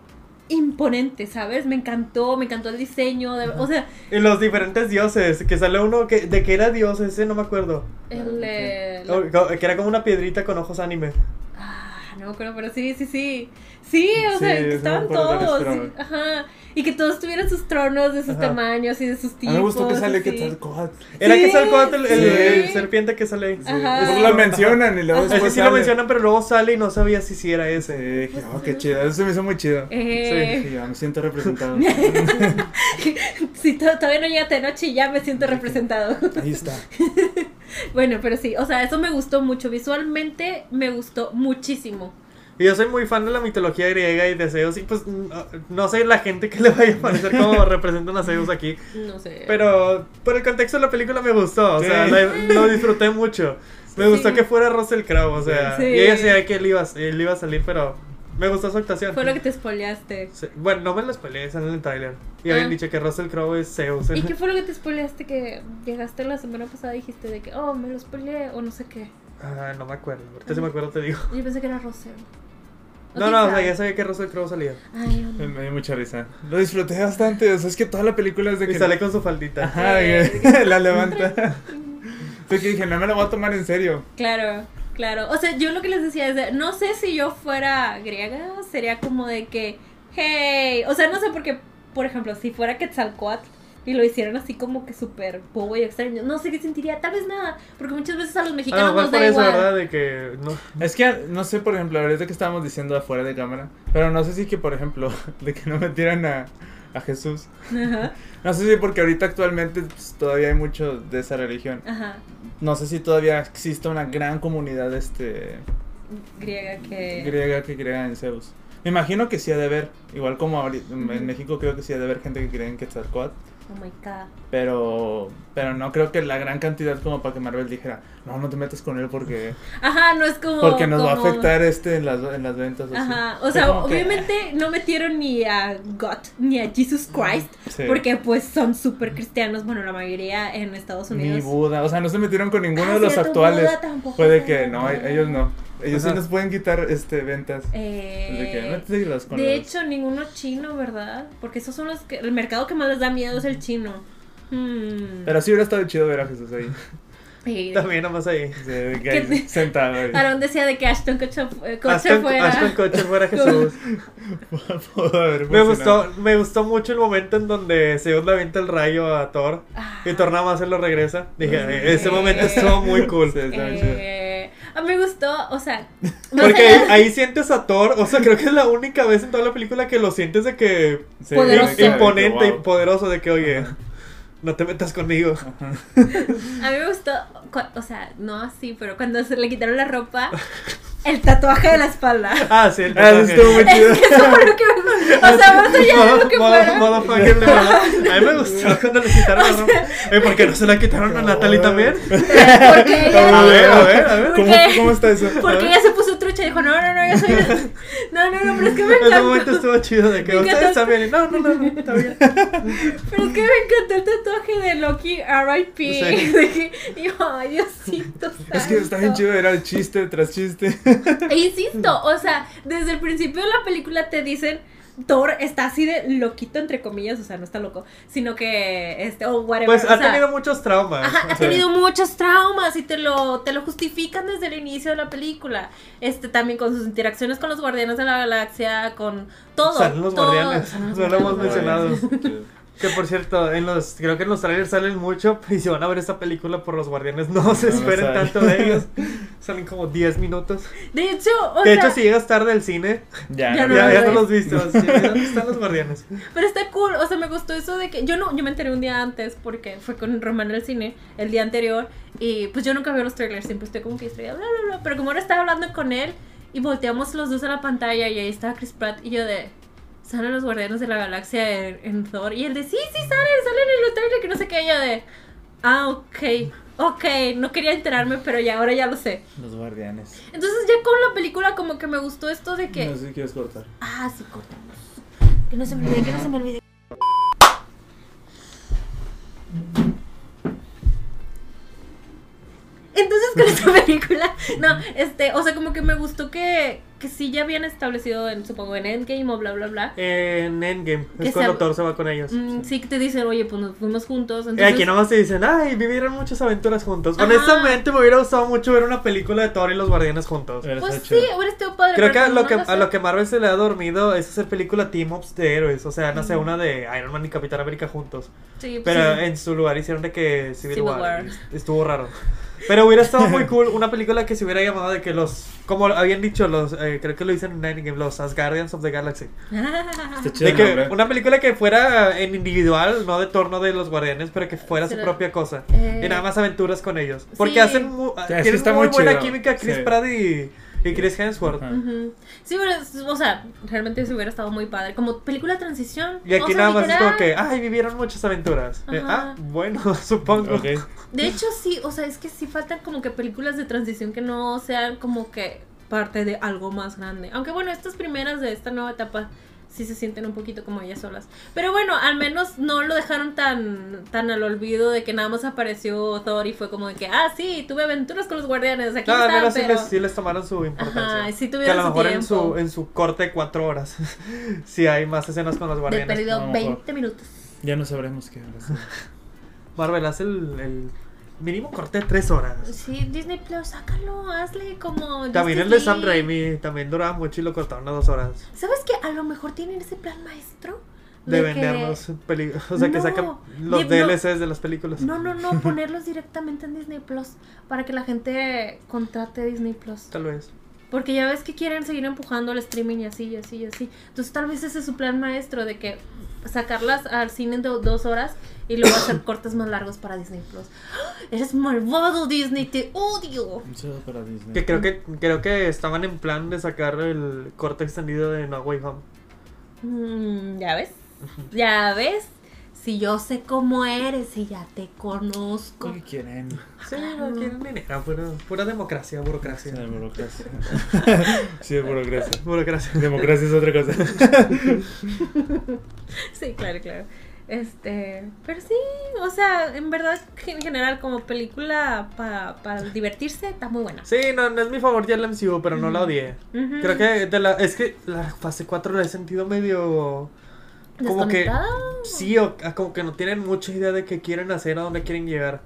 Speaker 1: imponente, ¿sabes? Me encantó, me encantó el diseño. de- o sea,
Speaker 2: Y los diferentes dioses, que sale uno que, de que era dios, ese no me acuerdo.
Speaker 3: Ah,
Speaker 1: el... eh, la-
Speaker 2: O- Que era como una piedrita con ojos anime.
Speaker 1: Ah, no me acuerdo, pero sí, sí, sí. Sí, o
Speaker 3: Sí,
Speaker 1: sea,
Speaker 3: sí
Speaker 1: que
Speaker 3: me
Speaker 1: estaban
Speaker 3: acuerdo de los
Speaker 1: todos.
Speaker 3: tronos.
Speaker 1: sí, ajá. Y que todos tuvieran sus tronos de sus
Speaker 2: Ajá.
Speaker 1: tamaños y de sus
Speaker 3: A
Speaker 1: tipos.
Speaker 3: mí me gustó que sale
Speaker 1: así.
Speaker 3: que tal cual.
Speaker 2: Era
Speaker 1: Sí, Ah.
Speaker 2: que Quetzalcóatl, el, el,
Speaker 3: sí.
Speaker 2: el serpiente que sale ahí.
Speaker 1: Sí. Ajá.
Speaker 3: Solo la mencionan y luego
Speaker 2: Es que
Speaker 3: después
Speaker 2: sí lo
Speaker 3: sale.
Speaker 2: mencionan, pero luego sale y no sabía si sí era
Speaker 3: Sí,
Speaker 2: ese.
Speaker 3: dije, oh, qué chido, eso se me hizo muy chido.
Speaker 1: Eh,
Speaker 3: Sí, yo me siento representado.
Speaker 1: Si to- todavía no llegaste de noche y ya me siento representado.
Speaker 3: Ahí está.
Speaker 1: bueno, pero sí, o sea, eso me gustó mucho. Visualmente me gustó muchísimo.
Speaker 2: Y yo soy muy fan de la mitología griega y de Zeus. Y pues no, no sé la gente que le vaya a parecer cómo representan a Zeus aquí.
Speaker 1: No sé.
Speaker 2: Pero por el contexto de la película me gustó. O
Speaker 3: Sí.
Speaker 2: sea, la- lo disfruté mucho. Me
Speaker 1: Sí.
Speaker 2: gustó que fuera Russell Crowe. O sea,
Speaker 1: Sí.
Speaker 2: y ella sabía que él iba, a- él iba a salir, pero me gustó su actuación.
Speaker 1: Fue lo que te spoileaste.
Speaker 2: Sí, Bueno, no me lo spoileé, sale en el trailer. Y
Speaker 1: Ah.
Speaker 2: habían dicho que Russell Crowe es Zeus.
Speaker 1: ¿Y qué fue lo que te spoileaste que llegaste la semana pasada y dijiste de que, oh, me lo spoileé o no sé qué?
Speaker 2: Ah, no me acuerdo. Ahorita si me acuerdo te digo.
Speaker 1: Yo pensé que era Rosero.
Speaker 2: No, no, o sea, ya sabía que Russell Crowe salía.
Speaker 1: Ay, yo
Speaker 3: Me
Speaker 1: no.
Speaker 3: me dio mucha risa. Lo disfruté bastante. O sea, es que toda la película es de
Speaker 2: Y
Speaker 3: que.
Speaker 2: sale con su faldita.
Speaker 3: Ajá, de que la levanta. Fue que dije, no me la voy a tomar en serio.
Speaker 1: Claro, claro. O sea, yo lo que les decía es, de, no sé si yo fuera griega, sería como de que, hey, o sea, no sé porque, por ejemplo, si fuera Quetzalcoatl y lo hicieran así como que súper bobo y extraño, no sé qué sentiría, tal vez nada, porque muchas veces
Speaker 3: Ah,
Speaker 1: a los
Speaker 2: A lo
Speaker 1: mexicanos
Speaker 3: pues
Speaker 1: nos
Speaker 2: mejor por
Speaker 1: da
Speaker 2: eso,
Speaker 1: igual.
Speaker 2: ¿verdad? De que no.
Speaker 3: Es que, no sé, por ejemplo, ahorita que estábamos diciendo afuera de cámara, pero no sé si que, por ejemplo, de que no metieran a, a Jesús.
Speaker 1: Ajá,
Speaker 3: No sé si porque ahorita actualmente pues, todavía hay mucho de esa religión.
Speaker 1: ajá.
Speaker 3: No sé si todavía existe una gran comunidad este
Speaker 1: Griega que...
Speaker 3: griega que crea en Zeus. Me imagino que sí ha de haber, igual como ahori-
Speaker 1: Ujú.
Speaker 3: en México creo que sí ha de haber gente que cree en Quetzalcóatl,
Speaker 1: Oh my god.
Speaker 3: pero pero no creo que la gran cantidad como para que Marvel dijera, "No, no te metas con él porque
Speaker 1: Ajá, no es como...
Speaker 3: porque nos va a
Speaker 1: como-
Speaker 3: afectar este en las en las ventas o así".
Speaker 1: Ajá, o
Speaker 3: Fue
Speaker 1: sea,
Speaker 3: como que,
Speaker 1: obviamente no metieron ni a God ni a Jesus Christ,
Speaker 3: sí.
Speaker 1: porque pues son súper cristianos, bueno, la mayoría en Estados
Speaker 3: ni
Speaker 1: Unidos.
Speaker 3: Buda, o sea, no se metieron con ninguno
Speaker 1: Ah,
Speaker 3: de los
Speaker 1: cierto,
Speaker 3: actuales.
Speaker 1: Buda tampoco
Speaker 3: Puede
Speaker 1: fue.
Speaker 3: que no, e- ellos no. Ellos sí
Speaker 2: Ajá.
Speaker 3: nos pueden quitar este ventas.
Speaker 1: Eh,
Speaker 3: Pues, de que, no te digas con
Speaker 1: de
Speaker 3: los-
Speaker 1: hecho, ninguno chino, ¿verdad? Porque esos son los que... El mercado que más les da miedo es el chino. Hmm.
Speaker 3: Pero sí hubiera estado chido ver a Jesús ahí.
Speaker 1: Sí.
Speaker 2: También nomás ahí.
Speaker 3: Sí, de que
Speaker 1: ¿Qué
Speaker 3: ahí
Speaker 1: te-
Speaker 3: sentado ahí.
Speaker 1: Aaron decía de que Ashton Kutcher, eh, Kutcher
Speaker 2: Aston,
Speaker 1: fuera...
Speaker 2: Aston Kutcher fuera Jesús.
Speaker 3: Pudo haber
Speaker 2: Me
Speaker 3: funcionado.
Speaker 2: gustó, me gustó mucho el momento en donde Zeus le avienta el rayo a Thor
Speaker 1: Ah.
Speaker 2: y Thor nada más se lo regresa. Dije, eh, ese
Speaker 1: Eh.
Speaker 2: momento estuvo muy cool.
Speaker 3: Sí, está bien chido.
Speaker 1: Eh, ah, me gustó, o sea... más
Speaker 2: Porque
Speaker 1: allá-
Speaker 2: ahí, ahí sientes a Thor, o sea, creo que es la única vez en toda la película que lo sientes de que
Speaker 3: Sí,
Speaker 1: Poderoso.
Speaker 3: de que-
Speaker 2: imponente
Speaker 3: wow.
Speaker 2: y poderoso, de que oye,
Speaker 3: Ajá.
Speaker 2: no te metas conmigo.
Speaker 1: A mí me gustó, cu- o sea, no así, pero cuando se le quitaron la ropa, el tatuaje de la espalda.
Speaker 2: Ah, sí, el
Speaker 3: Ah, eso
Speaker 2: tatuaje.
Speaker 3: estuvo muy chido.
Speaker 1: Es que eso fue lo que me gustó. O sea, más allá de lo que
Speaker 2: Modo-
Speaker 1: fuera.
Speaker 2: modo- motherfucker, de verdad. A mí me gustó cuando le quitaron la ropa. Eh, ¿Por qué no se la quitaron a Natalie también?
Speaker 1: eh, Porque
Speaker 2: A ver,
Speaker 1: ella.
Speaker 2: a ver, a ver.
Speaker 1: ¿Por
Speaker 3: ¿Cómo,
Speaker 1: qué?
Speaker 3: ¿Cómo está eso?
Speaker 1: Porque ella se puso trucha y dijo, no, no, no, yo soy. No, no, no, pero es que me
Speaker 2: Ese momento
Speaker 1: encantó.
Speaker 2: estuvo chido de que
Speaker 1: Me
Speaker 2: ustedes
Speaker 1: encantó.
Speaker 2: también. No, no, no, no, está bien.
Speaker 1: Pero es que me encantó el tatuaje de Loki RIP.
Speaker 2: Sí.
Speaker 1: De que- Y yo, ay, Diosito.
Speaker 3: Es que está bien
Speaker 1: santo".
Speaker 3: chido, era chiste tras chiste.
Speaker 1: E insisto, o sea, desde el principio de la película te dicen Thor está así de loquito entre comillas, o sea, no está loco, sino que este o whatever,
Speaker 2: Pues
Speaker 1: o
Speaker 2: ha
Speaker 1: sea,
Speaker 2: tenido muchos traumas.
Speaker 1: ajá, ha
Speaker 2: Sí.
Speaker 1: tenido muchos traumas y te lo te lo justifican desde el inicio de la película. Este también con sus interacciones con los Guardianes de la Galaxia, con todo,
Speaker 2: Salen los
Speaker 1: todo.
Speaker 2: guardianes,
Speaker 1: Salen los
Speaker 2: no lo hemos
Speaker 1: guardianes.
Speaker 2: mencionado. Que por cierto, en los, creo que en los trailers salen mucho. Y si van a ver esta película por los guardianes, no se
Speaker 3: No, no
Speaker 2: esperen
Speaker 3: salen.
Speaker 2: tanto de ellos. Salen como 10 minutos.
Speaker 1: De hecho, o sea,
Speaker 2: De hecho, si llegas tarde al cine,
Speaker 3: Ya,
Speaker 1: Ya
Speaker 3: ya,
Speaker 1: no
Speaker 2: ya,
Speaker 1: los
Speaker 2: ya no
Speaker 1: ves.
Speaker 2: los viste. vas a decir, "Mira, ¿Dónde están los guardianes?
Speaker 1: Pero está cool, o sea, me gustó eso de que yo no, yo me enteré un día antes porque fue con Román al cine el día anterior y pues yo nunca veo los trailers, siempre estoy como que distraída, bla, bla, bla, pero como ahora estaba hablando con él y volteamos los dos a la pantalla y ahí estaba Chris Pratt y yo de, salen los guardianes de la galaxia en, en Thor y él de, sí, sí, salen, salen en los trailers que no sé qué, y yo de, ah, ok, ok, no quería enterarme, pero ya, ahora ya lo sé.
Speaker 3: Los guardianes.
Speaker 1: Entonces ya con la película como que me gustó esto de que,
Speaker 3: No sé si quieres cortar.
Speaker 1: ah, sí, cortamos, que no se me olvide, que no se me olvide. Entonces con esta película, no, este, o sea, como que me gustó que, que sí ya habían establecido, en, supongo, en Endgame o bla, bla, bla.
Speaker 2: En Endgame
Speaker 1: Que
Speaker 2: es
Speaker 1: se
Speaker 2: cuando
Speaker 1: ab-
Speaker 2: Thor se va con ellos.
Speaker 1: Mm, sí que te dicen, oye, pues nos fuimos juntos.
Speaker 2: Y
Speaker 1: Entonces,
Speaker 2: aquí nomás te dicen, ay, vivieron muchas aventuras juntos.
Speaker 1: Ajá.
Speaker 2: Honestamente, me hubiera gustado mucho ver una película de Thor y los guardianes juntos.
Speaker 1: Pues sí, ahora estoy padre. pero
Speaker 2: Creo que a
Speaker 1: pues
Speaker 2: lo
Speaker 1: no
Speaker 2: que,
Speaker 1: lo
Speaker 2: a lo
Speaker 1: sé.
Speaker 2: que Marvel se le ha dormido es hacer película team ups de héroes. O sea, no sé, una de Iron Man y Capitán América juntos.
Speaker 1: Sí, pues,
Speaker 2: Pero
Speaker 1: sí.
Speaker 2: en su lugar hicieron de que Civil,
Speaker 1: Civil
Speaker 2: War.
Speaker 1: War.
Speaker 2: Estuvo raro. Pero hubiera estado muy cool una película que se hubiera llamado de que los. Como habían dicho, los eh, creo que lo dicen en Endgame, los Asgardians of the Galaxy.
Speaker 1: Ah,
Speaker 3: Está chido
Speaker 2: De
Speaker 3: el
Speaker 2: que
Speaker 3: nombre.
Speaker 2: una película que fuera en individual, no de torno de los guardianes, pero que fuera su
Speaker 1: Será-
Speaker 2: propia cosa.
Speaker 1: eh,
Speaker 2: y nada más aventuras con ellos. Porque
Speaker 1: sí.
Speaker 2: hacen mu-
Speaker 3: Sí, sí
Speaker 2: tienen
Speaker 3: está
Speaker 2: muy,
Speaker 3: muy
Speaker 2: buena
Speaker 3: chido.
Speaker 2: química Chris
Speaker 3: Sí.
Speaker 2: Pratt y, y Chris Hemsworth.
Speaker 3: Ajá.
Speaker 1: ujú. Sí, pero, es- o sea, realmente se hubiera estado muy padre. Como película de transición.
Speaker 2: Y aquí
Speaker 1: o sea,
Speaker 2: nada más es
Speaker 1: literal.
Speaker 2: como que, ay, vivieron muchas aventuras. Eh,
Speaker 1: Ajá.
Speaker 2: ah, bueno, supongo.
Speaker 3: Ok.
Speaker 1: De hecho, sí, o sea, es que sí faltan como que películas de transición que no sean como que parte de algo más grande. Aunque bueno, estas primeras de esta nueva etapa sí se sienten un poquito como ellas solas. Pero bueno, al menos no lo dejaron tan, tan al olvido de que nada más apareció Thor y fue como de que, ah, sí, tuve aventuras con los guardianes, aquí
Speaker 2: No, Ah, al
Speaker 1: están,
Speaker 2: menos sí
Speaker 1: pero...
Speaker 2: les, sí les tomaron su importancia.
Speaker 1: Ajá, y sí
Speaker 2: que a
Speaker 1: tuvieron
Speaker 2: lo
Speaker 1: su
Speaker 2: mejor en
Speaker 1: tiempo.
Speaker 2: su, en su corte de cuatro horas, si hay más escenas con los
Speaker 1: de
Speaker 2: guardianes.
Speaker 1: perdido
Speaker 3: A lo
Speaker 1: 20
Speaker 3: mejor.
Speaker 1: minutos.
Speaker 3: Ya no sabremos qué habrá sido.
Speaker 2: Marvel hace el, el mínimo corte de tres horas.
Speaker 1: Sí, Disney Plus, sácalo, hazle como...
Speaker 2: También
Speaker 1: Justice
Speaker 2: el de Sam
Speaker 1: League.
Speaker 2: Raimi también duraba mucho y lo cortaron a dos horas.
Speaker 1: ¿Sabes qué? A lo mejor tienen ese plan maestro
Speaker 2: De,
Speaker 1: que-
Speaker 2: vendernos películas. O sea, que
Speaker 1: No,
Speaker 2: sacan
Speaker 1: y
Speaker 2: los
Speaker 1: no-
Speaker 2: DLCs de las películas.
Speaker 1: No, no, no, ponerlos directamente en Disney Plus para que la gente contrate Disney Plus.
Speaker 2: Tal vez.
Speaker 1: Porque ya ves que quieren seguir empujando el streaming y así, y así, y así. Entonces tal vez ese es su plan maestro de que sacarlas al cine en do- dos horas y luego hacer cortes más largos para Disney Plus. ¡Ah! Eres malvado Disney, te odio.
Speaker 3: Un saludo para Disney.
Speaker 2: Que creo que creo que estaban en plan de sacar el corte extendido de No Way Home.
Speaker 1: Mm, ya ves, ya ves. Si yo sé cómo eres y ya te conozco.
Speaker 3: ¿Qué quieren?
Speaker 2: Sí,
Speaker 1: Ah,
Speaker 2: no quieren dinero, pura, Ah, pura democracia, burocracia.
Speaker 3: Sí, de burocracia. Sí, de burocracia.
Speaker 2: Burocracia.
Speaker 3: Democracia es otra cosa.
Speaker 1: Sí, claro, claro. Este, pero sí, o sea, en verdad, en general, como película pa- para divertirse, está muy buena.
Speaker 2: Sí, no, no es mi favorita el MCU, pero no
Speaker 1: Mm.
Speaker 2: la odié.
Speaker 1: Ujú.
Speaker 2: Creo que de la, es que la fase 4 la he sentido medio... Como que...
Speaker 1: Desconectada.
Speaker 2: Sí, o ah, como que no tienen mucha idea de qué quieren hacer, a dónde quieren llegar.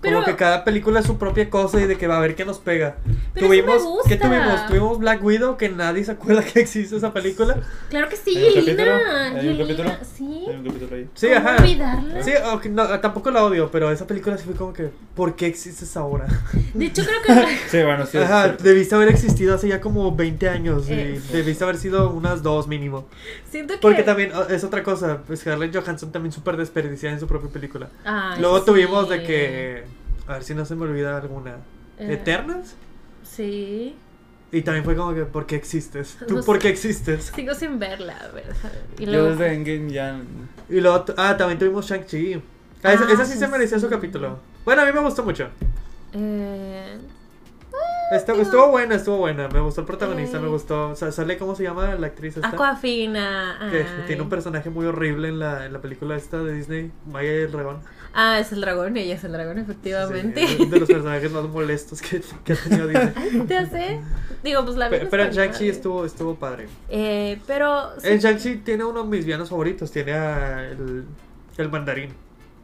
Speaker 1: Pero-
Speaker 2: Como que cada película es su propia cosa y de que va a ver qué nos pega.
Speaker 1: Pero eso me gusta.
Speaker 2: ¿Qué tuvimos? Tuvimos Black Widow, que nadie se acuerda que existe esa película.
Speaker 1: Claro que sí,
Speaker 3: ¿Hay un
Speaker 1: Yelena.
Speaker 3: capítulo? ¿Hay un
Speaker 1: Yelena,
Speaker 3: capítulo?
Speaker 1: sí.
Speaker 3: Hay un capítulo ahí.
Speaker 2: Sí,
Speaker 1: ¿Cómo
Speaker 2: ajá.
Speaker 1: olvidarla?
Speaker 2: Sí, ok, no, tampoco la odio, pero esa película sí fue como que, ¿por qué existes ahora?
Speaker 1: De hecho, creo que.
Speaker 3: Sí, bueno, sí. es
Speaker 2: Ajá,
Speaker 3: cierto.
Speaker 2: debiste haber existido hace ya como 20 años y
Speaker 1: Eh.
Speaker 2: debiste haber sido unas dos mínimo.
Speaker 1: siento que.
Speaker 2: Porque también oh, es otra cosa, pues Scarlett Johansson también súper desperdiciada en su propia película.
Speaker 1: Ay,
Speaker 2: Luego
Speaker 1: Ah, sí.
Speaker 2: tuvimos de que, a ver si no se me olvida alguna,
Speaker 1: Eh,
Speaker 2: Eternas.
Speaker 1: Sí.
Speaker 2: Y también fue como que, ¿por qué existes? ¿Tú
Speaker 1: No
Speaker 2: por
Speaker 1: sé.
Speaker 2: qué existes?
Speaker 1: Sigo sin verla, a ver, déjame ver. Y
Speaker 3: Yo
Speaker 1: luego.
Speaker 3: desde Endgame ya.
Speaker 2: Y luego, t- ah, también tuvimos Shang-Chi. Ah, esa,
Speaker 1: Ah,
Speaker 2: esa sí se
Speaker 1: Shang-Chi.
Speaker 2: merecía su capítulo. Bueno, a mí me gustó mucho.
Speaker 1: Eh,
Speaker 2: Estu-
Speaker 1: Digo-
Speaker 2: estuvo buena, estuvo buena. Me gustó el protagonista,
Speaker 1: Eh.
Speaker 2: me gustó. O sea, sale, ¿cómo se llama la actriz esta?
Speaker 1: Aquafina.
Speaker 2: Que
Speaker 1: ay.
Speaker 2: ¿Este? tiene un personaje muy horrible en la, en la película esta de Disney, Maya y el dragón.
Speaker 1: Ah, es el dragón, ella es el dragón, efectivamente.
Speaker 2: Sí, es de los personajes más molestos que, que ha tenido Disney.
Speaker 1: ¿Te hace? Digo, pues la
Speaker 2: Pe-
Speaker 1: vida
Speaker 2: Pero en
Speaker 1: está
Speaker 2: Shang-Chi
Speaker 1: padre.
Speaker 2: estuvo, estuvo padre.
Speaker 1: Eh, pero. sí-
Speaker 2: En Shang-Chi tiene uno de mis villanos favoritos, tiene a el, el mandarín.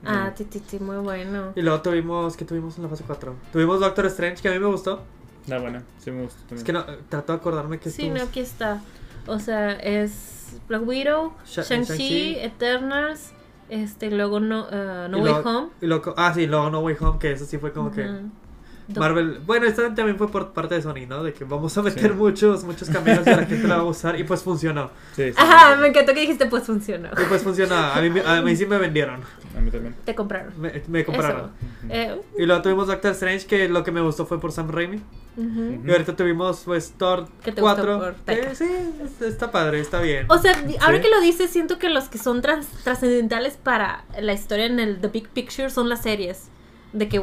Speaker 1: Ah, Titi, muy bueno.
Speaker 2: Y luego tuvimos, ¿qué tuvimos en la fase 4? Tuvimos Doctor Strange, que a mí me gustó.
Speaker 3: Da buena, Ah, sí me gustó también.
Speaker 2: Es que no, eh, trato de acordarme que
Speaker 1: Sí, no,
Speaker 2: estuvo-
Speaker 1: aquí está. O sea, es Black Widow,
Speaker 2: Sha- eh,
Speaker 1: Shang-Chi,
Speaker 2: Shang-Chi.
Speaker 1: Eternals, este, luego No, eh, no
Speaker 2: y
Speaker 1: Way
Speaker 2: luego-
Speaker 1: Home.
Speaker 2: y luego- ah, sí, luego No Way Home, que eso sí fue como que...
Speaker 1: Ujú. Do-
Speaker 2: Marvel, bueno, esta también fue por parte de Sony, ¿no? De que vamos a meter
Speaker 3: Sí.
Speaker 2: muchos, muchos caminos y la gente la va a usar y pues funcionó.
Speaker 3: Sí, sí,
Speaker 1: Ajá, me encantó que dijiste, pues funcionó.
Speaker 2: Y pues funcionó. A mí, a mí sí me vendieron,
Speaker 3: A mí también.
Speaker 1: Te compraron.
Speaker 2: me, me compraron.
Speaker 1: Eso. Eh,
Speaker 2: Y luego tuvimos Doctor Strange, que lo que me gustó fue por Sam Raimi.
Speaker 1: ujú.
Speaker 2: Y ahorita tuvimos pues Thor
Speaker 1: Que te gustó
Speaker 2: 4.
Speaker 1: por
Speaker 2: que
Speaker 1: Taika.
Speaker 2: sí, es- está padre, está bien.
Speaker 1: O sea, ahora
Speaker 3: Sí.
Speaker 1: que lo dices, siento que los que son trans- trascendentales para la historia en el The Big Picture son las series. De que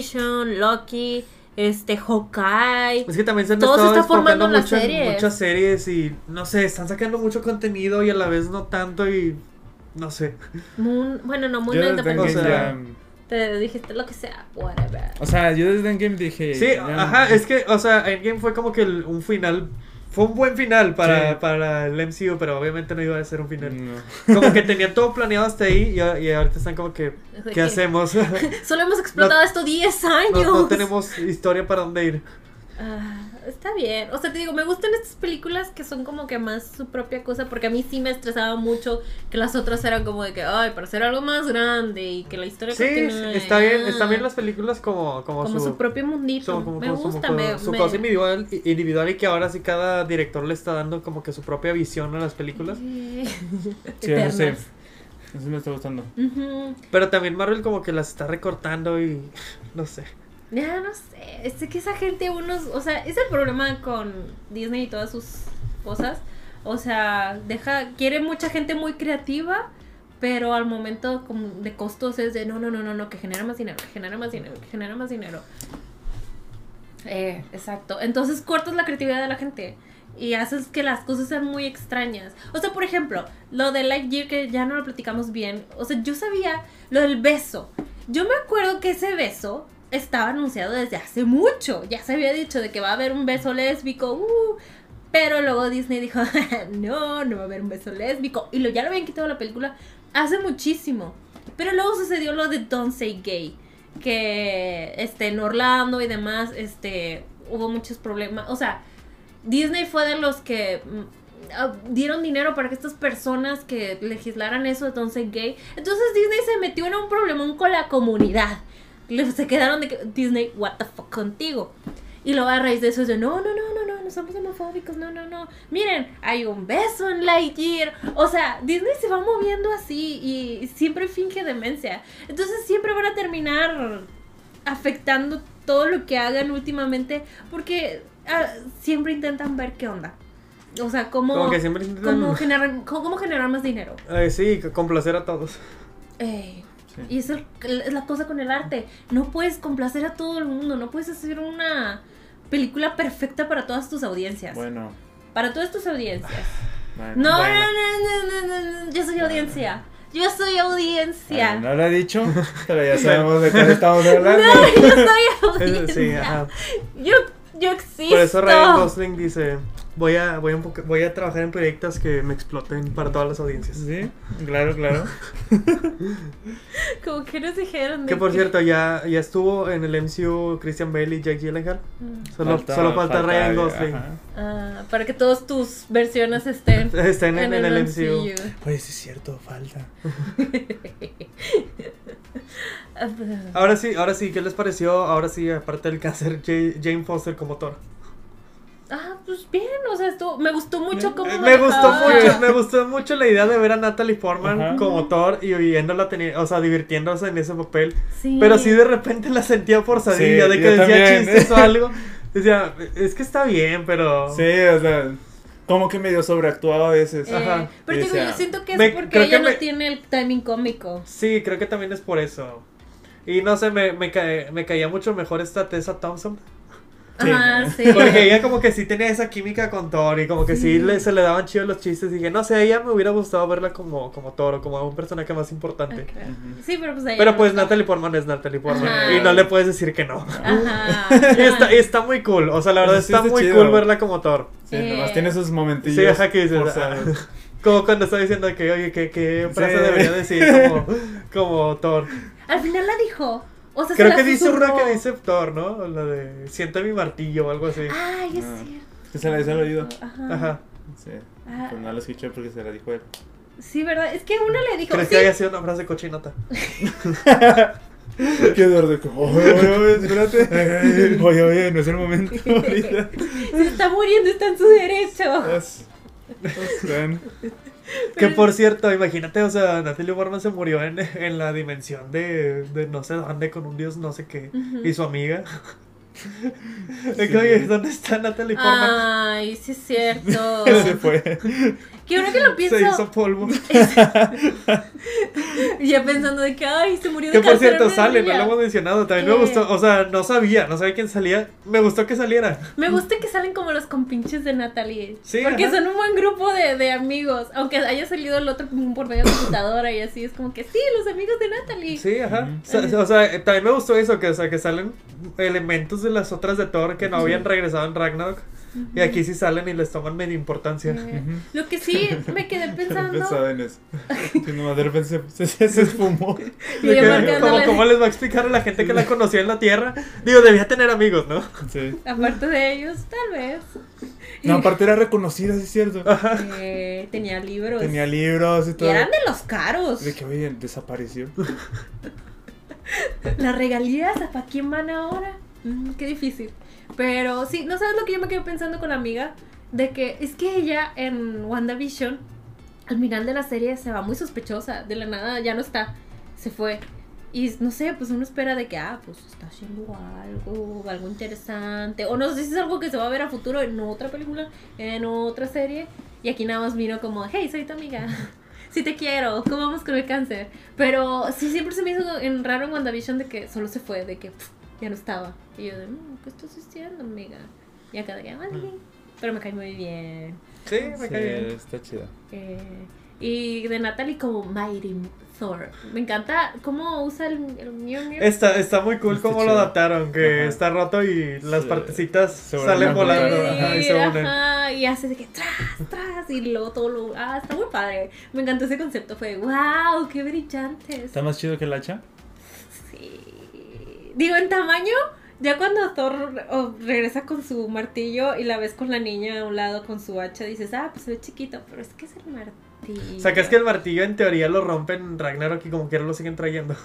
Speaker 1: WandaVision, Loki, este, Hawkeye.
Speaker 2: Es que también se han
Speaker 1: Todo se
Speaker 2: estado
Speaker 1: está formando
Speaker 2: enfocando
Speaker 1: en las
Speaker 2: mucho en
Speaker 1: series.
Speaker 2: muchas series y no sé, están sacando mucho contenido y a la vez no tanto y no sé.
Speaker 1: Moon- bueno, no, Moon
Speaker 3: Yo
Speaker 1: Knight
Speaker 3: desde
Speaker 1: tampoco.
Speaker 3: Endgame
Speaker 2: O sea,
Speaker 3: ya.
Speaker 1: Te dijiste lo que sea, whatever.
Speaker 3: O sea, yo desde Endgame dije.
Speaker 2: Sí,
Speaker 3: ya-
Speaker 2: ajá, es que, o sea, Endgame fue como que el- un final, fue un buen final para,
Speaker 3: Sí.
Speaker 2: para el MCU, pero obviamente no iba a ser un final.
Speaker 3: No.
Speaker 2: Como que tenía todo planeado hasta ahí y, a- y ahorita están como que, ¿qué
Speaker 1: que-
Speaker 2: hacemos?
Speaker 1: Solo hemos explotado
Speaker 2: No-
Speaker 1: esto 10
Speaker 2: no,
Speaker 1: años.
Speaker 2: no tenemos historia para dónde ir.
Speaker 1: Ah, está bien. O sea, te digo, me gustan estas películas que son como que más su propia cosa, porque a mí sí me estresaba mucho que las otras eran como de que, ay, para hacer algo más grande y que la historia
Speaker 2: Sí,
Speaker 1: continúe.
Speaker 2: está bien,
Speaker 1: Ah,
Speaker 2: están bien las películas como, como,
Speaker 1: Como su, propio mundito.
Speaker 2: Son como-
Speaker 1: me
Speaker 2: como su-
Speaker 1: gusta,
Speaker 2: como
Speaker 1: me,
Speaker 2: su
Speaker 1: me-
Speaker 2: cosa individual, individual y que ahora sí cada director le está dando como que su propia visión a las películas.
Speaker 3: Sí, eso sí.
Speaker 1: Eternas.
Speaker 3: Eso me está gustando.
Speaker 1: Ujú.
Speaker 2: Pero también Marvel como que las está recortando y no sé.
Speaker 1: Ya no sé, es que esa gente unos, o sea, es el problema con Disney y todas sus cosas. O sea, deja, quiere mucha gente muy creativa, pero al momento como de costos es de no, no, no, no, no, que genera más dinero, que genera más dinero, que genera más dinero. Eh, exacto. Entonces cortas la creatividad de la gente y haces que las cosas sean muy extrañas. O sea, por ejemplo, lo de Lightyear que ya no lo platicamos bien. O sea, yo sabía lo del beso. Yo me acuerdo que ese beso estaba anunciado desde hace mucho. Ya se había dicho de que va a haber un beso lésbico. ¡uh! pero luego Disney dijo, no, no va a haber un beso lésbico. Y lo, ya lo habían quitado de la película hace muchísimo. Pero luego sucedió lo de Don't Say Gay. Que este, en Orlando y demás este, hubo muchos problemas. O sea, Disney fue de los que mm, ah, dieron dinero para que estas personas que legislaran eso de Don't Say Gay. Entonces Disney se metió en un problemón con la comunidad. Le- Se quedaron de que Disney, what the fuck contigo. Y luego a raíz de eso es de, no, no, no, no, no, no somos homofóbicos, no, no, no. Miren, hay un beso en Lightyear. O sea, Disney se va moviendo así y siempre finge demencia. Entonces siempre van a terminar afectando todo lo que hagan últimamente porque ah, siempre intentan ver qué onda. O sea, cómo,
Speaker 2: Como que siempre intentan
Speaker 1: cómo generar, cómo- cómo generar más dinero.
Speaker 2: eh, sí, complacer a todos.
Speaker 1: Ey,
Speaker 3: Sí.
Speaker 1: Eh, Y es, el- es la cosa con el arte. No puedes complacer a todo el mundo. No puedes hacer una película perfecta para todas tus audiencias.
Speaker 3: Bueno,
Speaker 1: Para todas tus audiencias.
Speaker 3: bueno.
Speaker 1: No,
Speaker 3: bueno.
Speaker 1: no, no, no, no, no, no, Yo soy audiencia. Yo soy audiencia.
Speaker 3: Bueno, no lo ha dicho, pero ya sabemos de cuál estamos hablando.
Speaker 1: No, yo soy
Speaker 2: Eh,
Speaker 1: audiencia.
Speaker 2: Sí, ajá.
Speaker 1: Yo, yo existo.
Speaker 2: Por eso Ryan Gosling dice, voy a, voy, a un poco- voy a trabajar en proyectos que me exploten para todas las audiencias.
Speaker 3: Sí, claro, claro.
Speaker 1: Como que nos dijeron. de
Speaker 2: Que por
Speaker 1: que-
Speaker 2: cierto, ya, ya estuvo en el MCU Christian Bale y Jack Gyllenhaal.
Speaker 1: Mm.
Speaker 2: Solo falta, solo falta, Ryan Gosling.
Speaker 3: ajá.
Speaker 1: Ah, para que todas tus versiones estén.
Speaker 2: Está en, en el MCU.
Speaker 3: Oye, Pues, sí es cierto, falta.
Speaker 1: MCU.
Speaker 2: Ahora sí, ahora sí, ¿qué les pareció? Ahora sí, aparte del cáncer, J- Jane Foster como Thor.
Speaker 1: Ah, pues bien, o sea, estuvo, me gustó mucho cómo
Speaker 2: Eh, Me gustó
Speaker 1: manejaba-
Speaker 2: mucho, me gustó mucho la idea de ver a Natalie Portman
Speaker 3: Ajá.
Speaker 2: como Thor y viéndola teni- o sea, divirtiéndose en ese papel.
Speaker 1: Sí.
Speaker 2: Pero sí de repente la sentía forzadilla,
Speaker 3: Mm. Sí,
Speaker 2: de que
Speaker 3: yo
Speaker 2: decía
Speaker 3: también.
Speaker 2: chistes o algo. Decía, es que está bien, pero
Speaker 3: Sí, o sea, como que medio sobreactuado a veces.
Speaker 1: Eh,
Speaker 2: Ajá.
Speaker 1: pero
Speaker 3: Y
Speaker 1: digo,
Speaker 3: decía,
Speaker 1: yo siento que es
Speaker 2: me-
Speaker 1: porque
Speaker 2: creo que
Speaker 1: ella no
Speaker 2: me-
Speaker 1: tiene el timing cómico.
Speaker 2: sí, creo que también es por eso. Y no sé, me, me, cae- me caía mucho mejor esta Tessa Thompson.
Speaker 3: Sí.
Speaker 1: Ajá, sí.
Speaker 2: Porque ella como que sí tenía esa química con Thor y como que sí, le, se le daban chidos los chistes. Y dije, no sé, ella me hubiera gustado verla como, como Thor o como un personaje más importante.
Speaker 1: Ok. Ah, Sí, pero pues a ella
Speaker 2: Pero
Speaker 1: le
Speaker 2: pues
Speaker 1: gusta.
Speaker 2: Natalie Portman es Natalie Portman
Speaker 1: Ajá.
Speaker 2: y no le puedes decir que no.
Speaker 1: Ajá.
Speaker 2: Y está,
Speaker 1: ajá.
Speaker 2: y está muy cool, o sea, la verdad
Speaker 3: Eso sí
Speaker 2: está
Speaker 3: está
Speaker 2: muy
Speaker 3: chido.
Speaker 2: cool verla como Thor.
Speaker 3: Sí,
Speaker 1: Eh.
Speaker 3: nomás tiene esos momentillos.
Speaker 2: Sí, ajá, que dices, ah.
Speaker 3: forzados.
Speaker 2: Como cuando está diciendo que, oye, que, que frase
Speaker 3: Sí.
Speaker 2: debería decir como, como Thor.
Speaker 1: Al final la dijo. O sea, se
Speaker 2: Creo
Speaker 1: la
Speaker 2: que dice
Speaker 1: susurró.
Speaker 2: una que dice Thor, ¿no? La de siente mi martillo o algo así.
Speaker 1: Ay, es
Speaker 3: Ah.
Speaker 1: cierto.
Speaker 3: Que se la dice al oído.
Speaker 1: Ajá.
Speaker 2: Ajá.
Speaker 3: Sí.
Speaker 1: Ah,
Speaker 3: Pues no lo escuché porque se la dijo él.
Speaker 1: sí, ¿verdad? Es que una le dijo.
Speaker 2: ¿Crees
Speaker 1: sí,
Speaker 2: que haya sido una frase cochinota?
Speaker 3: Qué dolor de co- Oye, oye, oye, espérate. Oye, oye, no es el momento ahorita.
Speaker 1: se está muriendo, está en su derecho.
Speaker 3: Es- es- bueno.
Speaker 2: Que por cierto, imagínate, o sea, Natalie Portman se murió en, en la dimensión de, de no sé dónde con un dios no sé qué y su amiga. De que, oye, ¿dónde está Natalie
Speaker 1: Ah,
Speaker 2: Portman?
Speaker 1: Ay, sí es cierto.
Speaker 3: Se fue.
Speaker 1: que ahora que lo pienso,
Speaker 2: se hizo polvo.
Speaker 1: ya pensando de que, ay, se murió de
Speaker 2: Que por
Speaker 1: cáncer
Speaker 2: cierto
Speaker 1: una
Speaker 2: sale, no lo
Speaker 1: niña.
Speaker 2: hemos mencionado. También me
Speaker 1: Eh.
Speaker 2: gustó, o sea, no sabía, no sabía quién salía. Me gustó que saliera.
Speaker 1: Me gusta que salen como los compinches de Natalie.
Speaker 2: Sí,
Speaker 1: porque
Speaker 2: ajá.
Speaker 1: son un buen grupo de, de amigos. Aunque haya salido el otro por medio de computadora y así. Es como que sí, los amigos de Natalie.
Speaker 2: Sí, ajá.
Speaker 3: Ujú.
Speaker 2: eh, O sea, o sea, también me gustó eso, que, o sea, que salen elementos de las otras de Thor que no habían regresado en Ragnarok. Y aquí sí salen y les toman medio importancia.
Speaker 1: Eh, Lo que sí me quedé
Speaker 3: No
Speaker 2: pues,
Speaker 1: pensando.
Speaker 3: pensaba en eso. Sí, nomás de repente se, se- se esfumó.
Speaker 1: y
Speaker 2: De
Speaker 1: yo
Speaker 2: que, como,
Speaker 1: marcándole-
Speaker 2: ¿Cómo les va a explicar a la gente que la conocía en la Tierra? Digo, debía tener amigos, ¿no?
Speaker 3: Sí.
Speaker 1: Aparte de ellos, tal vez.
Speaker 3: No, aparte era reconocida, sí es cierto.
Speaker 1: Eh, tenía libros.
Speaker 3: Tenía libros y
Speaker 1: Y
Speaker 3: todo.
Speaker 1: eran de los caros.
Speaker 3: De que, oye, desapareció.
Speaker 1: Las regalías, ¿para quién van ahora? Mm, qué difícil. Pero sí, ¿no sabes lo que yo me quedé pensando con la amiga? De que es que ella en WandaVision, al final de la serie, se va muy sospechosa. De la nada ya no está. Se fue. Y no sé, pues uno espera de que, ah, pues está haciendo algo, algo interesante. O nos dices algo que se va a ver a futuro en otra película, en otra serie. Y aquí nada más vino como, hey, soy tu amiga. Sí te quiero, ¿cómo vamos con el cáncer? Pero sí, siempre se me hizo en raro en WandaVision de que solo se fue, de que pf, ya no estaba. Y yo de, "Mm, ¿qué estás haciendo, amiga? Y acá de que, "Ah, sí". Pero me cae muy bien.
Speaker 2: Sí, me
Speaker 3: Sí,
Speaker 2: cae bien.
Speaker 3: está chida.
Speaker 1: Eh, y de Natalie como Mighty Thor. Me encanta cómo usa el, el Mjolnir.
Speaker 2: Está, está muy cool
Speaker 3: Está
Speaker 2: cómo lo
Speaker 3: chido.
Speaker 2: adaptaron, que
Speaker 3: Ajá.
Speaker 2: está roto y las
Speaker 3: Sí.
Speaker 2: partecitas
Speaker 3: Se
Speaker 2: salen
Speaker 3: unen.
Speaker 2: volando
Speaker 1: Sí,
Speaker 2: ajá, y se unen.
Speaker 1: ajá, y hace de que tras, tras, y luego todo lo. Ah, está muy padre. Me encantó ese concepto. Fue, wow, qué brillantes.
Speaker 3: ¿Está más chido que el hacha?
Speaker 1: Sí. Digo, en tamaño, ya cuando Thor oh, regresa con su martillo y la ves con la niña a un lado con su hacha, dices, ah, pues se ve chiquito, pero es que es el martillo.
Speaker 2: O sea, que es que el martillo en teoría lo rompen en Ragnarok y como quiera lo siguen trayendo.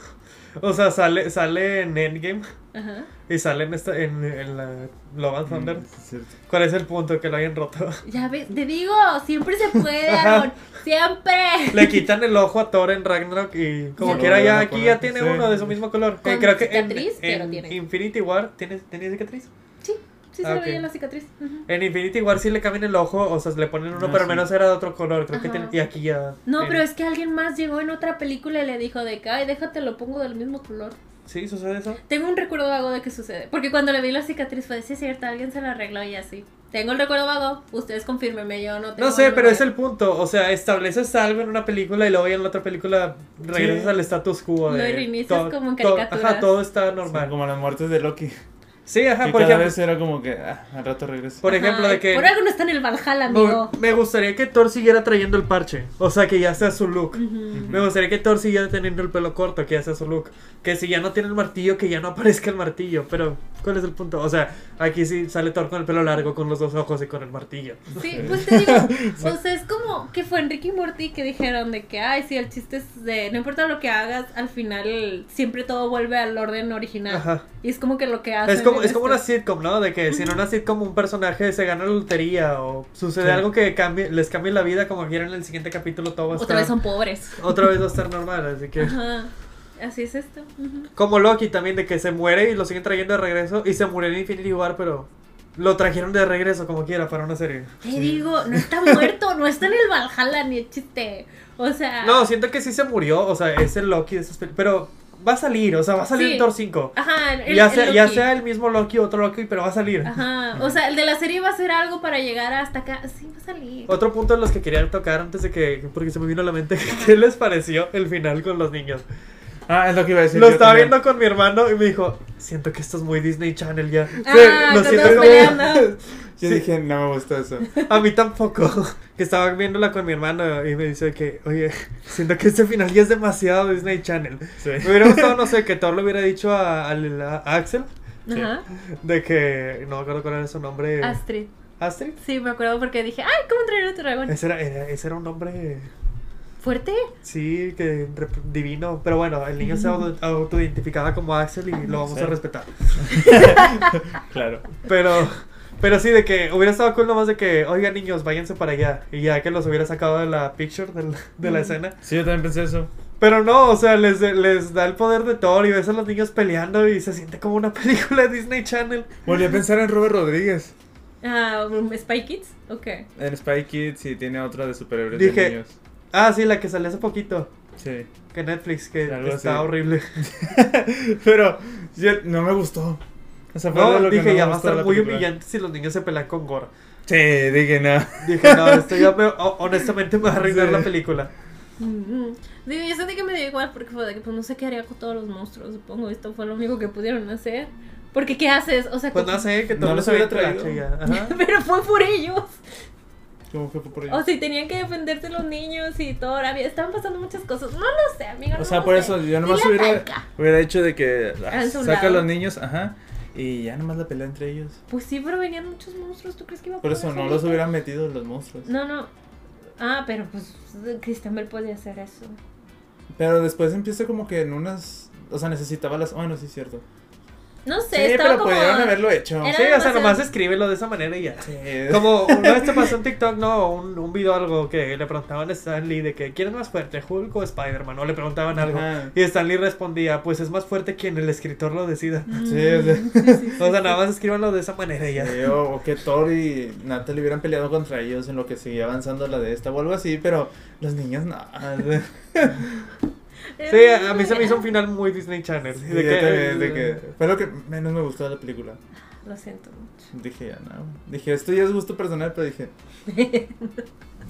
Speaker 2: O sea, sale, sale en Endgame
Speaker 1: Ajá.
Speaker 2: y sale en, esta, en, en la Love and Thunder.
Speaker 3: Mm, sí es cierto.
Speaker 2: ¿Cuál es el punto que lo hayan roto?
Speaker 1: Ya ves, te digo, siempre se puede, Aaron. Siempre.
Speaker 2: Le quitan el ojo a Thor en Ragnarok y como
Speaker 1: Sí.
Speaker 2: quiera
Speaker 3: Lo
Speaker 2: ya
Speaker 3: van a
Speaker 2: aquí
Speaker 3: poner,
Speaker 2: ya tiene
Speaker 3: sí.
Speaker 2: uno de su mismo color.
Speaker 1: Con
Speaker 2: Eh, creo que en,
Speaker 1: cicatriz, pero
Speaker 2: en
Speaker 1: tiene.
Speaker 2: Infinity War tiene, tenía cicatriz.
Speaker 1: Sí, sí se
Speaker 2: Ah,
Speaker 1: le
Speaker 2: ok.
Speaker 1: veía la cicatriz. Ujú.
Speaker 2: En Infinity War sí le cambian el ojo, o sea, le ponen uno,
Speaker 3: Ah,
Speaker 2: pero
Speaker 3: sí.
Speaker 2: menos era de otro color, creo que
Speaker 1: Ajá.
Speaker 2: tiene, y aquí ya.
Speaker 1: No,
Speaker 2: tiene.
Speaker 1: pero es que alguien más llegó en otra película y le dijo de que, ay, déjate, lo pongo del mismo color.
Speaker 2: Sí, sucede eso.
Speaker 1: Tengo un recuerdo vago de que sucede. Porque cuando le vi la cicatriz fue de, sí, es cierto, alguien se la arregló y así. Tengo el recuerdo vago, ustedes confírmenme, yo no tengo.
Speaker 2: No sé, pero
Speaker 1: memoria.
Speaker 2: es el punto. O sea, estableces algo en una película y luego ya en la otra película regresas
Speaker 3: Sí.
Speaker 2: al status quo.
Speaker 1: Lo
Speaker 2: de
Speaker 1: reinicias como en
Speaker 2: todo-
Speaker 1: caricaturas.
Speaker 2: Ajá, todo está
Speaker 3: Sí,
Speaker 2: normal.
Speaker 3: como las muertes de Loki.
Speaker 2: Sí,
Speaker 3: que
Speaker 2: ajá, por
Speaker 3: cada
Speaker 2: ejemplo.
Speaker 3: vez era como que, ah, al rato regreso.
Speaker 2: Por
Speaker 1: Ajá,
Speaker 2: ejemplo, de que.
Speaker 1: Por algo no está en el Valhalla,
Speaker 2: me-
Speaker 1: amigo.
Speaker 2: Me gustaría que Thor siguiera trayendo el parche. O sea, que ya sea su look.
Speaker 1: Ujú.
Speaker 2: Me gustaría que Thor siguiera teniendo el pelo corto, que ya sea su look. Que si ya no tiene el martillo, que ya no aparezca el martillo. Pero, ¿cuál es el punto? O sea, aquí sí sale Thor con el pelo largo, con los dos ojos y con el martillo.
Speaker 1: Sí, pues te digo, o sea, es como que fue Enrique y Morty que dijeron de que, ay, sí, el chiste es de, no importa lo que hagas, al final siempre todo vuelve al orden original.
Speaker 2: Ajá.
Speaker 1: Y es como que lo que hacen.
Speaker 2: Es como,
Speaker 1: en
Speaker 2: es como
Speaker 1: esto.
Speaker 2: una sitcom, ¿no? De que si en una sitcom un personaje se gana la lotería o sucede
Speaker 3: Sí.
Speaker 2: algo que cambie, les cambie la vida, como quieran en el siguiente capítulo todo va a estar...
Speaker 1: Otra vez son pobres.
Speaker 2: otra vez va a estar normal, así que...
Speaker 1: Ajá. Así es esto. Ujú.
Speaker 2: Como Loki también, de que se muere y lo siguen trayendo de regreso y se murió en Infinity War, pero lo trajeron de regreso como quiera para una serie.
Speaker 1: Te digo, no está muerto, no está en el Valhalla ni el chiste. O sea.
Speaker 2: No, siento que sí se murió, o sea, es el Loki de esas peli- pero va a salir, o sea, va a salir
Speaker 1: Sí.
Speaker 2: en Thor 5.
Speaker 1: Ajá, el,
Speaker 2: ya,
Speaker 1: el
Speaker 2: sea, ya
Speaker 1: Loki.
Speaker 2: sea el mismo Loki, otro Loki, pero va a salir.
Speaker 1: Ajá, o sea, el de la serie va a hacer algo para llegar hasta acá. Sí, va a salir.
Speaker 2: Otro punto en los que quería tocar antes de que, porque se me vino a la mente, ¿qué les pareció el final con los niños?
Speaker 3: Ah, es lo que iba a decir.
Speaker 2: Lo
Speaker 3: yo
Speaker 2: estaba
Speaker 3: también.
Speaker 2: viendo con mi hermano y me dijo, siento que esto es muy Disney Channel ya.
Speaker 1: Ah,
Speaker 2: lo
Speaker 1: con
Speaker 2: siento
Speaker 1: todos
Speaker 2: como-
Speaker 1: peleando.
Speaker 3: Yo
Speaker 2: Sí.
Speaker 3: dije, no me gustó eso.
Speaker 2: A mí tampoco. Que estaba viéndola con mi hermano y me dice que, oye, siento que este final ya es demasiado Disney Channel.
Speaker 3: Sí.
Speaker 2: Me hubiera gustado, no sé, que Thor le hubiera dicho a, al- a Axel
Speaker 1: Ajá.
Speaker 2: de que, no me acuerdo cuál era su nombre.
Speaker 1: Astrid.
Speaker 2: Astrid.
Speaker 1: Sí, me acuerdo porque dije, ay, ¿cómo entrenar a tu dragón?
Speaker 2: Ese era, era- ese era un nombre,
Speaker 1: ¿Fuerte?
Speaker 2: sí, que rep- divino. Pero bueno, el niño se auto- autoidentificaba como Axel y lo vamos
Speaker 3: Sí.
Speaker 2: a respetar.
Speaker 3: Claro.
Speaker 2: Pero, pero sí, de que hubiera estado cool nomás de que, oigan niños, váyanse para allá. Y ya que los hubiera sacado de la picture, de la, de la escena.
Speaker 3: Sí, yo también pensé eso.
Speaker 2: Pero no, o sea, les, les da el poder de Thor y ves a los niños peleando y se siente como una película de Disney Channel.
Speaker 3: Volví a pensar en Robert Rodríguez.
Speaker 1: Ah, ¿Spy Kids? Ok.
Speaker 3: En Spy Kids y tiene otra de superhéroes
Speaker 2: Dije-
Speaker 3: de niños.
Speaker 2: Ah, sí, la que salió hace poquito.
Speaker 3: Sí.
Speaker 2: Que Netflix, que
Speaker 3: Algo
Speaker 2: está
Speaker 3: así.
Speaker 2: horrible.
Speaker 3: Pero yo- no me gustó. O sea, fue de
Speaker 2: No,
Speaker 3: lo que
Speaker 2: dije,
Speaker 3: no me
Speaker 2: ya va a
Speaker 3: gustó de la
Speaker 2: estar muy
Speaker 3: película.
Speaker 2: humillante si los niños se pelean con Gora.
Speaker 3: Sí, dije, no.
Speaker 2: Dije, no, esto ya me- ho- honestamente me va a arruinar
Speaker 3: Sí.
Speaker 2: la película.
Speaker 1: Mm, mm. Digo, yo sentí que me dio igual porque fue de que pues no sé qué haría con todos los monstruos, supongo. Esto fue lo único que pudieron hacer. Porque ¿qué haces? O sea,
Speaker 2: Pues
Speaker 1: como-
Speaker 2: no sé, que
Speaker 3: No
Speaker 2: todo
Speaker 3: los hubiera traído.
Speaker 1: pero fue por ellos.
Speaker 3: ¿Cómo que fue por ello?
Speaker 1: O si tenían que defenderse los niños y todo. Había, estaban pasando muchas cosas. No lo sé, amigo.
Speaker 3: O
Speaker 1: no
Speaker 3: sea,
Speaker 1: lo
Speaker 3: por
Speaker 1: sé.
Speaker 3: eso yo nomás
Speaker 1: Dile a
Speaker 3: hubiera,
Speaker 1: Taika.
Speaker 3: hubiera hecho de que ah,
Speaker 1: Hagan su
Speaker 3: saca a
Speaker 1: lado.
Speaker 3: los niños, ajá, y ya nomás la pelea entre ellos.
Speaker 1: Pues sí, pero venían muchos monstruos. ¿Tú crees que iba a
Speaker 3: Por
Speaker 1: poder
Speaker 3: eso no
Speaker 1: solita?
Speaker 3: los hubieran metido los monstruos.
Speaker 1: No, no. Ah, pero pues Christian Bell podía hacer eso.
Speaker 3: Pero después empieza como que en unas, o sea, necesitaba las, bueno, sí es cierto.
Speaker 1: No sé,
Speaker 3: Sí,
Speaker 1: estaba
Speaker 3: pero
Speaker 1: como.
Speaker 3: pudieron haberlo hecho.
Speaker 1: Era
Speaker 2: Sí, o sea,
Speaker 1: demasiado-
Speaker 2: nomás escríbelo de esa manera y ya.
Speaker 3: Sí.
Speaker 2: Como una vez te pasó en TikTok, ¿no? Un, un video algo que le preguntaban a Stan Lee de que ¿quién es más fuerte, Hulk o Spider-Man? O le preguntaban algo.
Speaker 3: Ajá.
Speaker 2: Y Stan Lee respondía, pues es más fuerte quien el escritor lo decida.
Speaker 1: Mm,
Speaker 3: Sí, o sea.
Speaker 2: O sea, nada más escríbanlo de esa manera y ya.
Speaker 3: Sí, o, o que Thor y Natalie hubieran peleado contra ellos en lo que seguía avanzando la de esta o algo así, pero los niños no.
Speaker 2: Sí, a a mí se me hizo un final muy Disney Channel.
Speaker 3: Sí,
Speaker 2: de
Speaker 3: yo
Speaker 2: que-
Speaker 3: también, de que- Fue lo que menos me gustó de la película.
Speaker 1: Lo siento mucho.
Speaker 3: Dije, ya no. Dije, esto ya es gusto personal, pero dije.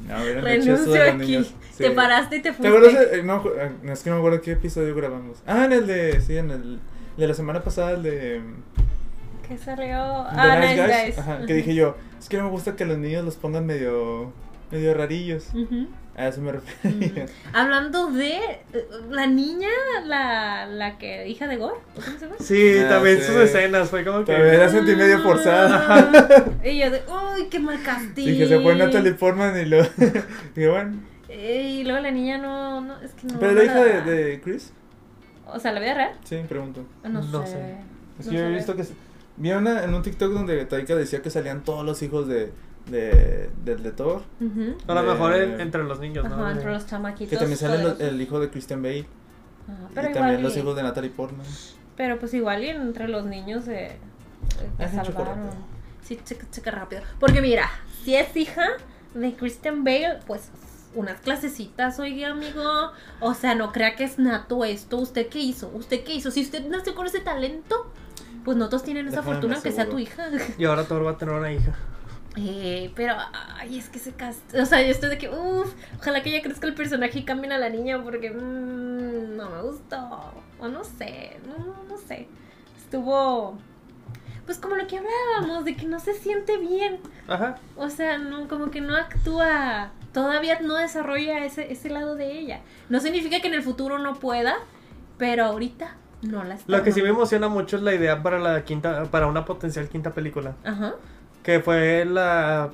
Speaker 3: No, hubieran hecho eso de
Speaker 1: Renuncio
Speaker 3: los
Speaker 1: aquí.
Speaker 3: niños. Sí.
Speaker 1: Te paraste y te
Speaker 3: ¿Te acuerdas?
Speaker 1: fuiste.
Speaker 3: de- eh, no, eh, no, es que no me acuerdo qué episodio grabamos. Ah, en el de. Sí, en el. De la semana pasada, el de. mm,
Speaker 1: Que salió.
Speaker 3: de
Speaker 1: Ah, Nice Guys.
Speaker 3: Ajá, que dije yo, es que no me gusta que los niños los pongan medio. medio rarillos.
Speaker 1: Ujú.
Speaker 3: A eso me refería.
Speaker 1: Mm. Hablando de eh, la niña, la, la que hija de Gore, ¿o ¿cómo se llama?
Speaker 2: Sí,
Speaker 3: Ah,
Speaker 2: también
Speaker 3: sí.
Speaker 2: sus escenas fue como
Speaker 3: Te verás.
Speaker 2: que...
Speaker 3: la sentí medio
Speaker 1: forzada. Y yo de, uy, qué mal casting.
Speaker 3: Dije, se fue Natalie Portman y lo. dije, bueno.
Speaker 1: Eh, Y luego la niña no, no es que no.
Speaker 3: Pero
Speaker 1: no
Speaker 3: la hija de,
Speaker 1: la-
Speaker 3: de Chris,
Speaker 1: O sea, la vida real.
Speaker 3: sí, pregunto.
Speaker 1: No,
Speaker 2: No
Speaker 1: sé.
Speaker 2: sé.
Speaker 3: Es
Speaker 1: No
Speaker 3: que yo he
Speaker 1: sabe.
Speaker 3: visto que. s- Vi una, en un TikTok donde Taika decía que salían todos los hijos de. de del de Thor.
Speaker 1: Ujú.
Speaker 2: A lo
Speaker 3: de-
Speaker 2: mejor en- entre los niños, ¿no?
Speaker 1: Ajá, entre los
Speaker 3: Que
Speaker 1: chamaquitos.
Speaker 3: también sale lo-
Speaker 1: poderosos.
Speaker 3: el hijo de Christian Bale.
Speaker 1: Ajá,
Speaker 3: Y
Speaker 1: pero
Speaker 3: también
Speaker 1: igual.
Speaker 3: los
Speaker 1: y-
Speaker 3: hijos de Natalie Portman.
Speaker 1: Pero pues igual y entre los niños se, se
Speaker 3: Ah, sí, checa
Speaker 1: salvaron.
Speaker 3: rápido.
Speaker 1: Sí, checa, checa rápido. Porque mira, si es hija de Christian Bale, pues unas clasecitas, oiga amigo. O sea, no crea que es nato esto. ¿Usted qué hizo? ¿Usted qué hizo? Si usted nació con ese talento, pues no todos tienen esa
Speaker 3: Déjame
Speaker 1: fortuna aunque sea tu
Speaker 3: aseguro.
Speaker 1: hija.
Speaker 2: Y ahora Thor va a tener una hija.
Speaker 1: Eh, pero, ay, es que se casta. O sea, yo estoy de que, uff, ojalá que ya crezca el personaje y cambien a la niña porque mm, no me gustó. O no sé, no, no, no sé. Estuvo. Pues como lo que hablábamos, de que no se siente bien.
Speaker 2: Ajá.
Speaker 1: O sea, no, como que no actúa. Todavía no desarrolla ese, ese lado de ella. No significa que en el futuro no pueda, pero ahorita no la está.
Speaker 2: Lo que sí me emociona mucho es la idea para la quinta, para una potencial quinta película.
Speaker 1: Ajá.
Speaker 2: Que fue la.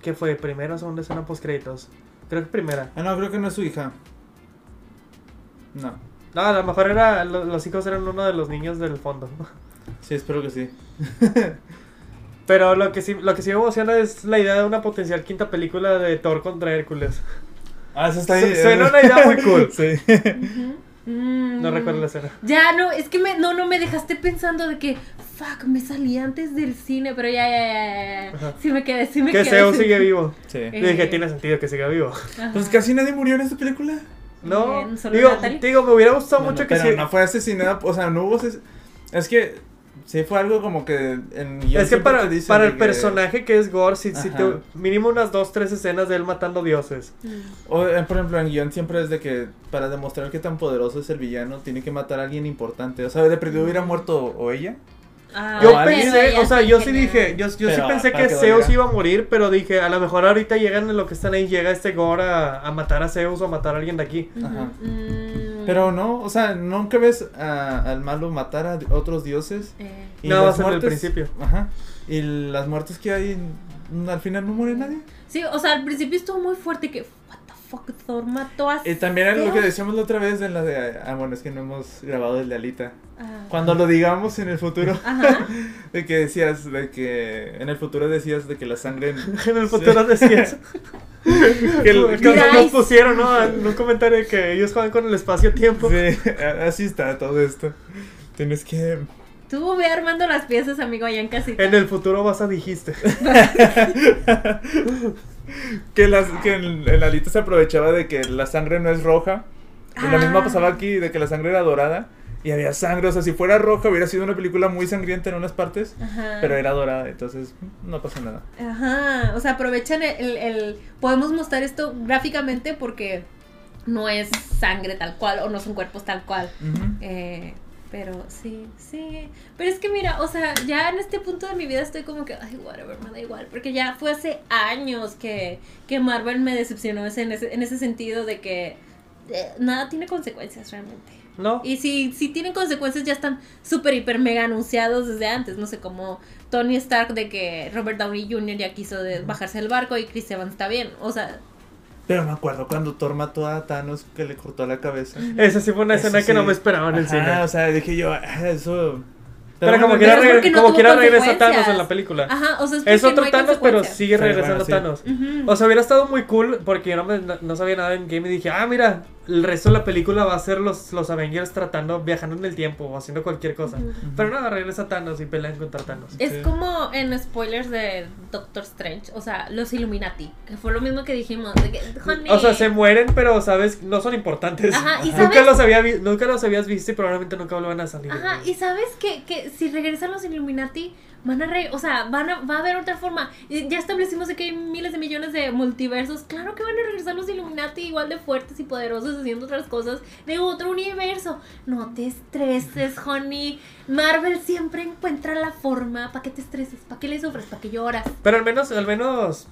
Speaker 2: Que fue primera o segunda escena post créditos. Creo que primera.
Speaker 3: Ah, no, creo que no es su hija. No.
Speaker 2: No, a lo mejor era. lo- Los hijos eran uno de los niños del fondo.
Speaker 3: Sí, espero que sí.
Speaker 2: Pero lo que sí, lo que sí me emociona es la idea de una potencial quinta película de Thor contra Hércules.
Speaker 3: Ah, eso está
Speaker 2: Su- suena una idea muy cool.
Speaker 3: Sí.
Speaker 1: Ujú. Mm.
Speaker 2: No recuerdo la escena.
Speaker 1: Ya, no, es que me, no, no me dejaste pensando de que, fuck, me salí antes del cine, pero ya, ya, ya, ya, ya.
Speaker 2: Ajá.
Speaker 1: Sí me quedé, sí me
Speaker 2: Que
Speaker 1: quedé.
Speaker 2: Zeus sigue vivo.
Speaker 3: Sí.
Speaker 2: Y
Speaker 1: Eh.
Speaker 2: dije, tiene sentido que siga vivo.
Speaker 1: Ajá.
Speaker 3: Pues casi nadie murió en esta película.
Speaker 2: No,
Speaker 1: Bien, solo
Speaker 2: digo,
Speaker 1: Natalie.
Speaker 2: digo, me hubiera gustado
Speaker 3: Bueno,
Speaker 2: mucho que
Speaker 3: pero
Speaker 2: sí.
Speaker 3: no fue asesinada, o sea, no hubo ases- Es que sí fue algo como que en
Speaker 2: Es
Speaker 3: guión
Speaker 2: que
Speaker 3: siempre
Speaker 2: para,
Speaker 3: te dicen
Speaker 2: para
Speaker 3: de
Speaker 2: el
Speaker 3: que-
Speaker 2: personaje que es Gore, si, si
Speaker 3: Ajá.
Speaker 2: te- mínimo unas dos, tres escenas de él matando dioses.
Speaker 1: Mm,
Speaker 3: o, eh, por ejemplo, en guión siempre es de que para demostrar qué tan poderoso es el villano tiene que matar a alguien importante. O sea, de perdido hubiera muerto o ella.
Speaker 1: ah,
Speaker 2: Yo
Speaker 1: pero
Speaker 2: pensé,
Speaker 1: ya
Speaker 2: o sea,
Speaker 1: sé
Speaker 2: yo
Speaker 1: que
Speaker 2: sí
Speaker 1: no.
Speaker 2: dije, yo, yo sí
Speaker 3: Pero,
Speaker 2: pensé
Speaker 3: para
Speaker 2: que
Speaker 3: que
Speaker 2: Zeus
Speaker 3: doliera.
Speaker 2: iba a morir, pero dije, a lo mejor ahorita llegan en lo que están ahí, llega este Gore a, a matar a Zeus o a matar a alguien de aquí.
Speaker 1: Ujú,
Speaker 3: Ajá.
Speaker 1: mm,
Speaker 3: Pero no, o sea, nunca ves a- al malo matar a di- otros dioses.
Speaker 1: eh,
Speaker 2: Nada
Speaker 3: las
Speaker 2: más en el principio.
Speaker 3: Ajá. Y las muertes que hay, n- al final no muere nadie.
Speaker 1: sí, o sea, al principio estuvo muy fuerte que, what the fuck, Thor mató a...
Speaker 2: Eh,
Speaker 3: Y también era lo que
Speaker 1: Zeus".
Speaker 3: decíamos la otra vez de la de. Ah, bueno, es que no hemos grabado el de Alita.
Speaker 1: Ah.
Speaker 3: Cuando lo digamos en el futuro,
Speaker 1: Ajá.
Speaker 3: de que decías, de que. En el futuro decías de que la sangre.
Speaker 2: En el futuro decías. que el- que
Speaker 1: Miráis.
Speaker 2: nos pusieron, ¿no? En un comentario de que ellos juegan con el espacio-tiempo.
Speaker 3: Sí, a- así está todo esto. Tienes que.
Speaker 1: Tú ve armando las piezas, amigo, allá en casita.
Speaker 2: En el futuro vas a dijiste.
Speaker 3: Que, las, que el, el Alita se aprovechaba de que la sangre no es roja. Y lo mismo
Speaker 1: Ah.
Speaker 3: pasaba aquí, de que la sangre era dorada. Y había sangre, o sea, si fuera roja hubiera sido una película muy sangrienta en unas partes.
Speaker 1: Ajá.
Speaker 3: Pero era dorada, entonces no pasa nada.
Speaker 1: Ajá, o sea, aprovechan el, el- el- Podemos mostrar esto gráficamente porque no es sangre tal cual o no son cuerpos tal cual.
Speaker 3: Ujú.
Speaker 1: Eh, Pero sí, sí. Pero es que mira, o sea, ya en este punto de mi vida estoy como que, ay, whatever, me da igual. Porque ya fue hace años que, que Marvel me decepcionó ese- en ese, en ese sentido de que eh, nada tiene consecuencias realmente.
Speaker 2: No.
Speaker 1: Y si, si tienen consecuencias ya están súper, hiper, mega anunciados desde antes. No sé, como Tony Stark de que Robert Downey Jr. ya quiso de- bajarse del barco y Chris Evans está bien. O sea,
Speaker 3: Pero me acuerdo cuando Thor mató a Thanos que le cortó la cabeza.
Speaker 2: Esa sí fue una
Speaker 3: Eso
Speaker 2: escena que
Speaker 3: sí.
Speaker 2: no me esperaba en el
Speaker 3: Ajá,
Speaker 2: cine.
Speaker 3: o sea, dije yo, "Ah, eso.
Speaker 2: Pero como
Speaker 1: Pero
Speaker 2: quiera,
Speaker 1: es porque
Speaker 2: regre-
Speaker 1: no
Speaker 2: como
Speaker 1: tuvo
Speaker 2: quiera regresa
Speaker 1: consecuencias.
Speaker 2: Thanos en la película.
Speaker 1: ajá, o sea, es,
Speaker 2: es
Speaker 1: porque
Speaker 2: otro
Speaker 1: no hay
Speaker 2: Thanos, pero
Speaker 1: consecuencias.
Speaker 2: sigue
Speaker 3: Sí, bueno,
Speaker 2: regresando
Speaker 3: sí.
Speaker 2: Thanos.
Speaker 1: Ujú.
Speaker 2: O sea, hubiera estado muy cool porque yo no, me- no- no sabía nada en game y dije, ah, mira, el resto de la película va a ser los, los Avengers tratando, viajando en el tiempo o haciendo cualquier cosa.
Speaker 1: Ujú.
Speaker 2: Pero nada, regresa Thanos y pelean contra Thanos.
Speaker 1: Es
Speaker 3: Sí.
Speaker 1: como en spoilers de Doctor Strange, o sea, los Illuminati, que fue lo mismo que dijimos. de que, "Honey".
Speaker 2: O sea, se mueren, pero sabes, no son importantes.
Speaker 1: Ajá, ¿y
Speaker 2: nunca,
Speaker 1: sabes?
Speaker 2: los había vi- nunca los habías visto y probablemente nunca vuelvan a salir.
Speaker 1: Ajá, y sabes que, que si regresan los Illuminati, van a re- o sea, van a, va a haber otra forma. Y Ya establecimos de que hay miles de millones de multiversos. Claro que van a regresar los Illuminati igual de fuertes y poderosos haciendo otras cosas de otro universo. No te estreses, honey. Marvel siempre encuentra la forma para que te estreses, para que le sufres, para que lloras.
Speaker 2: Pero al menos, al menos,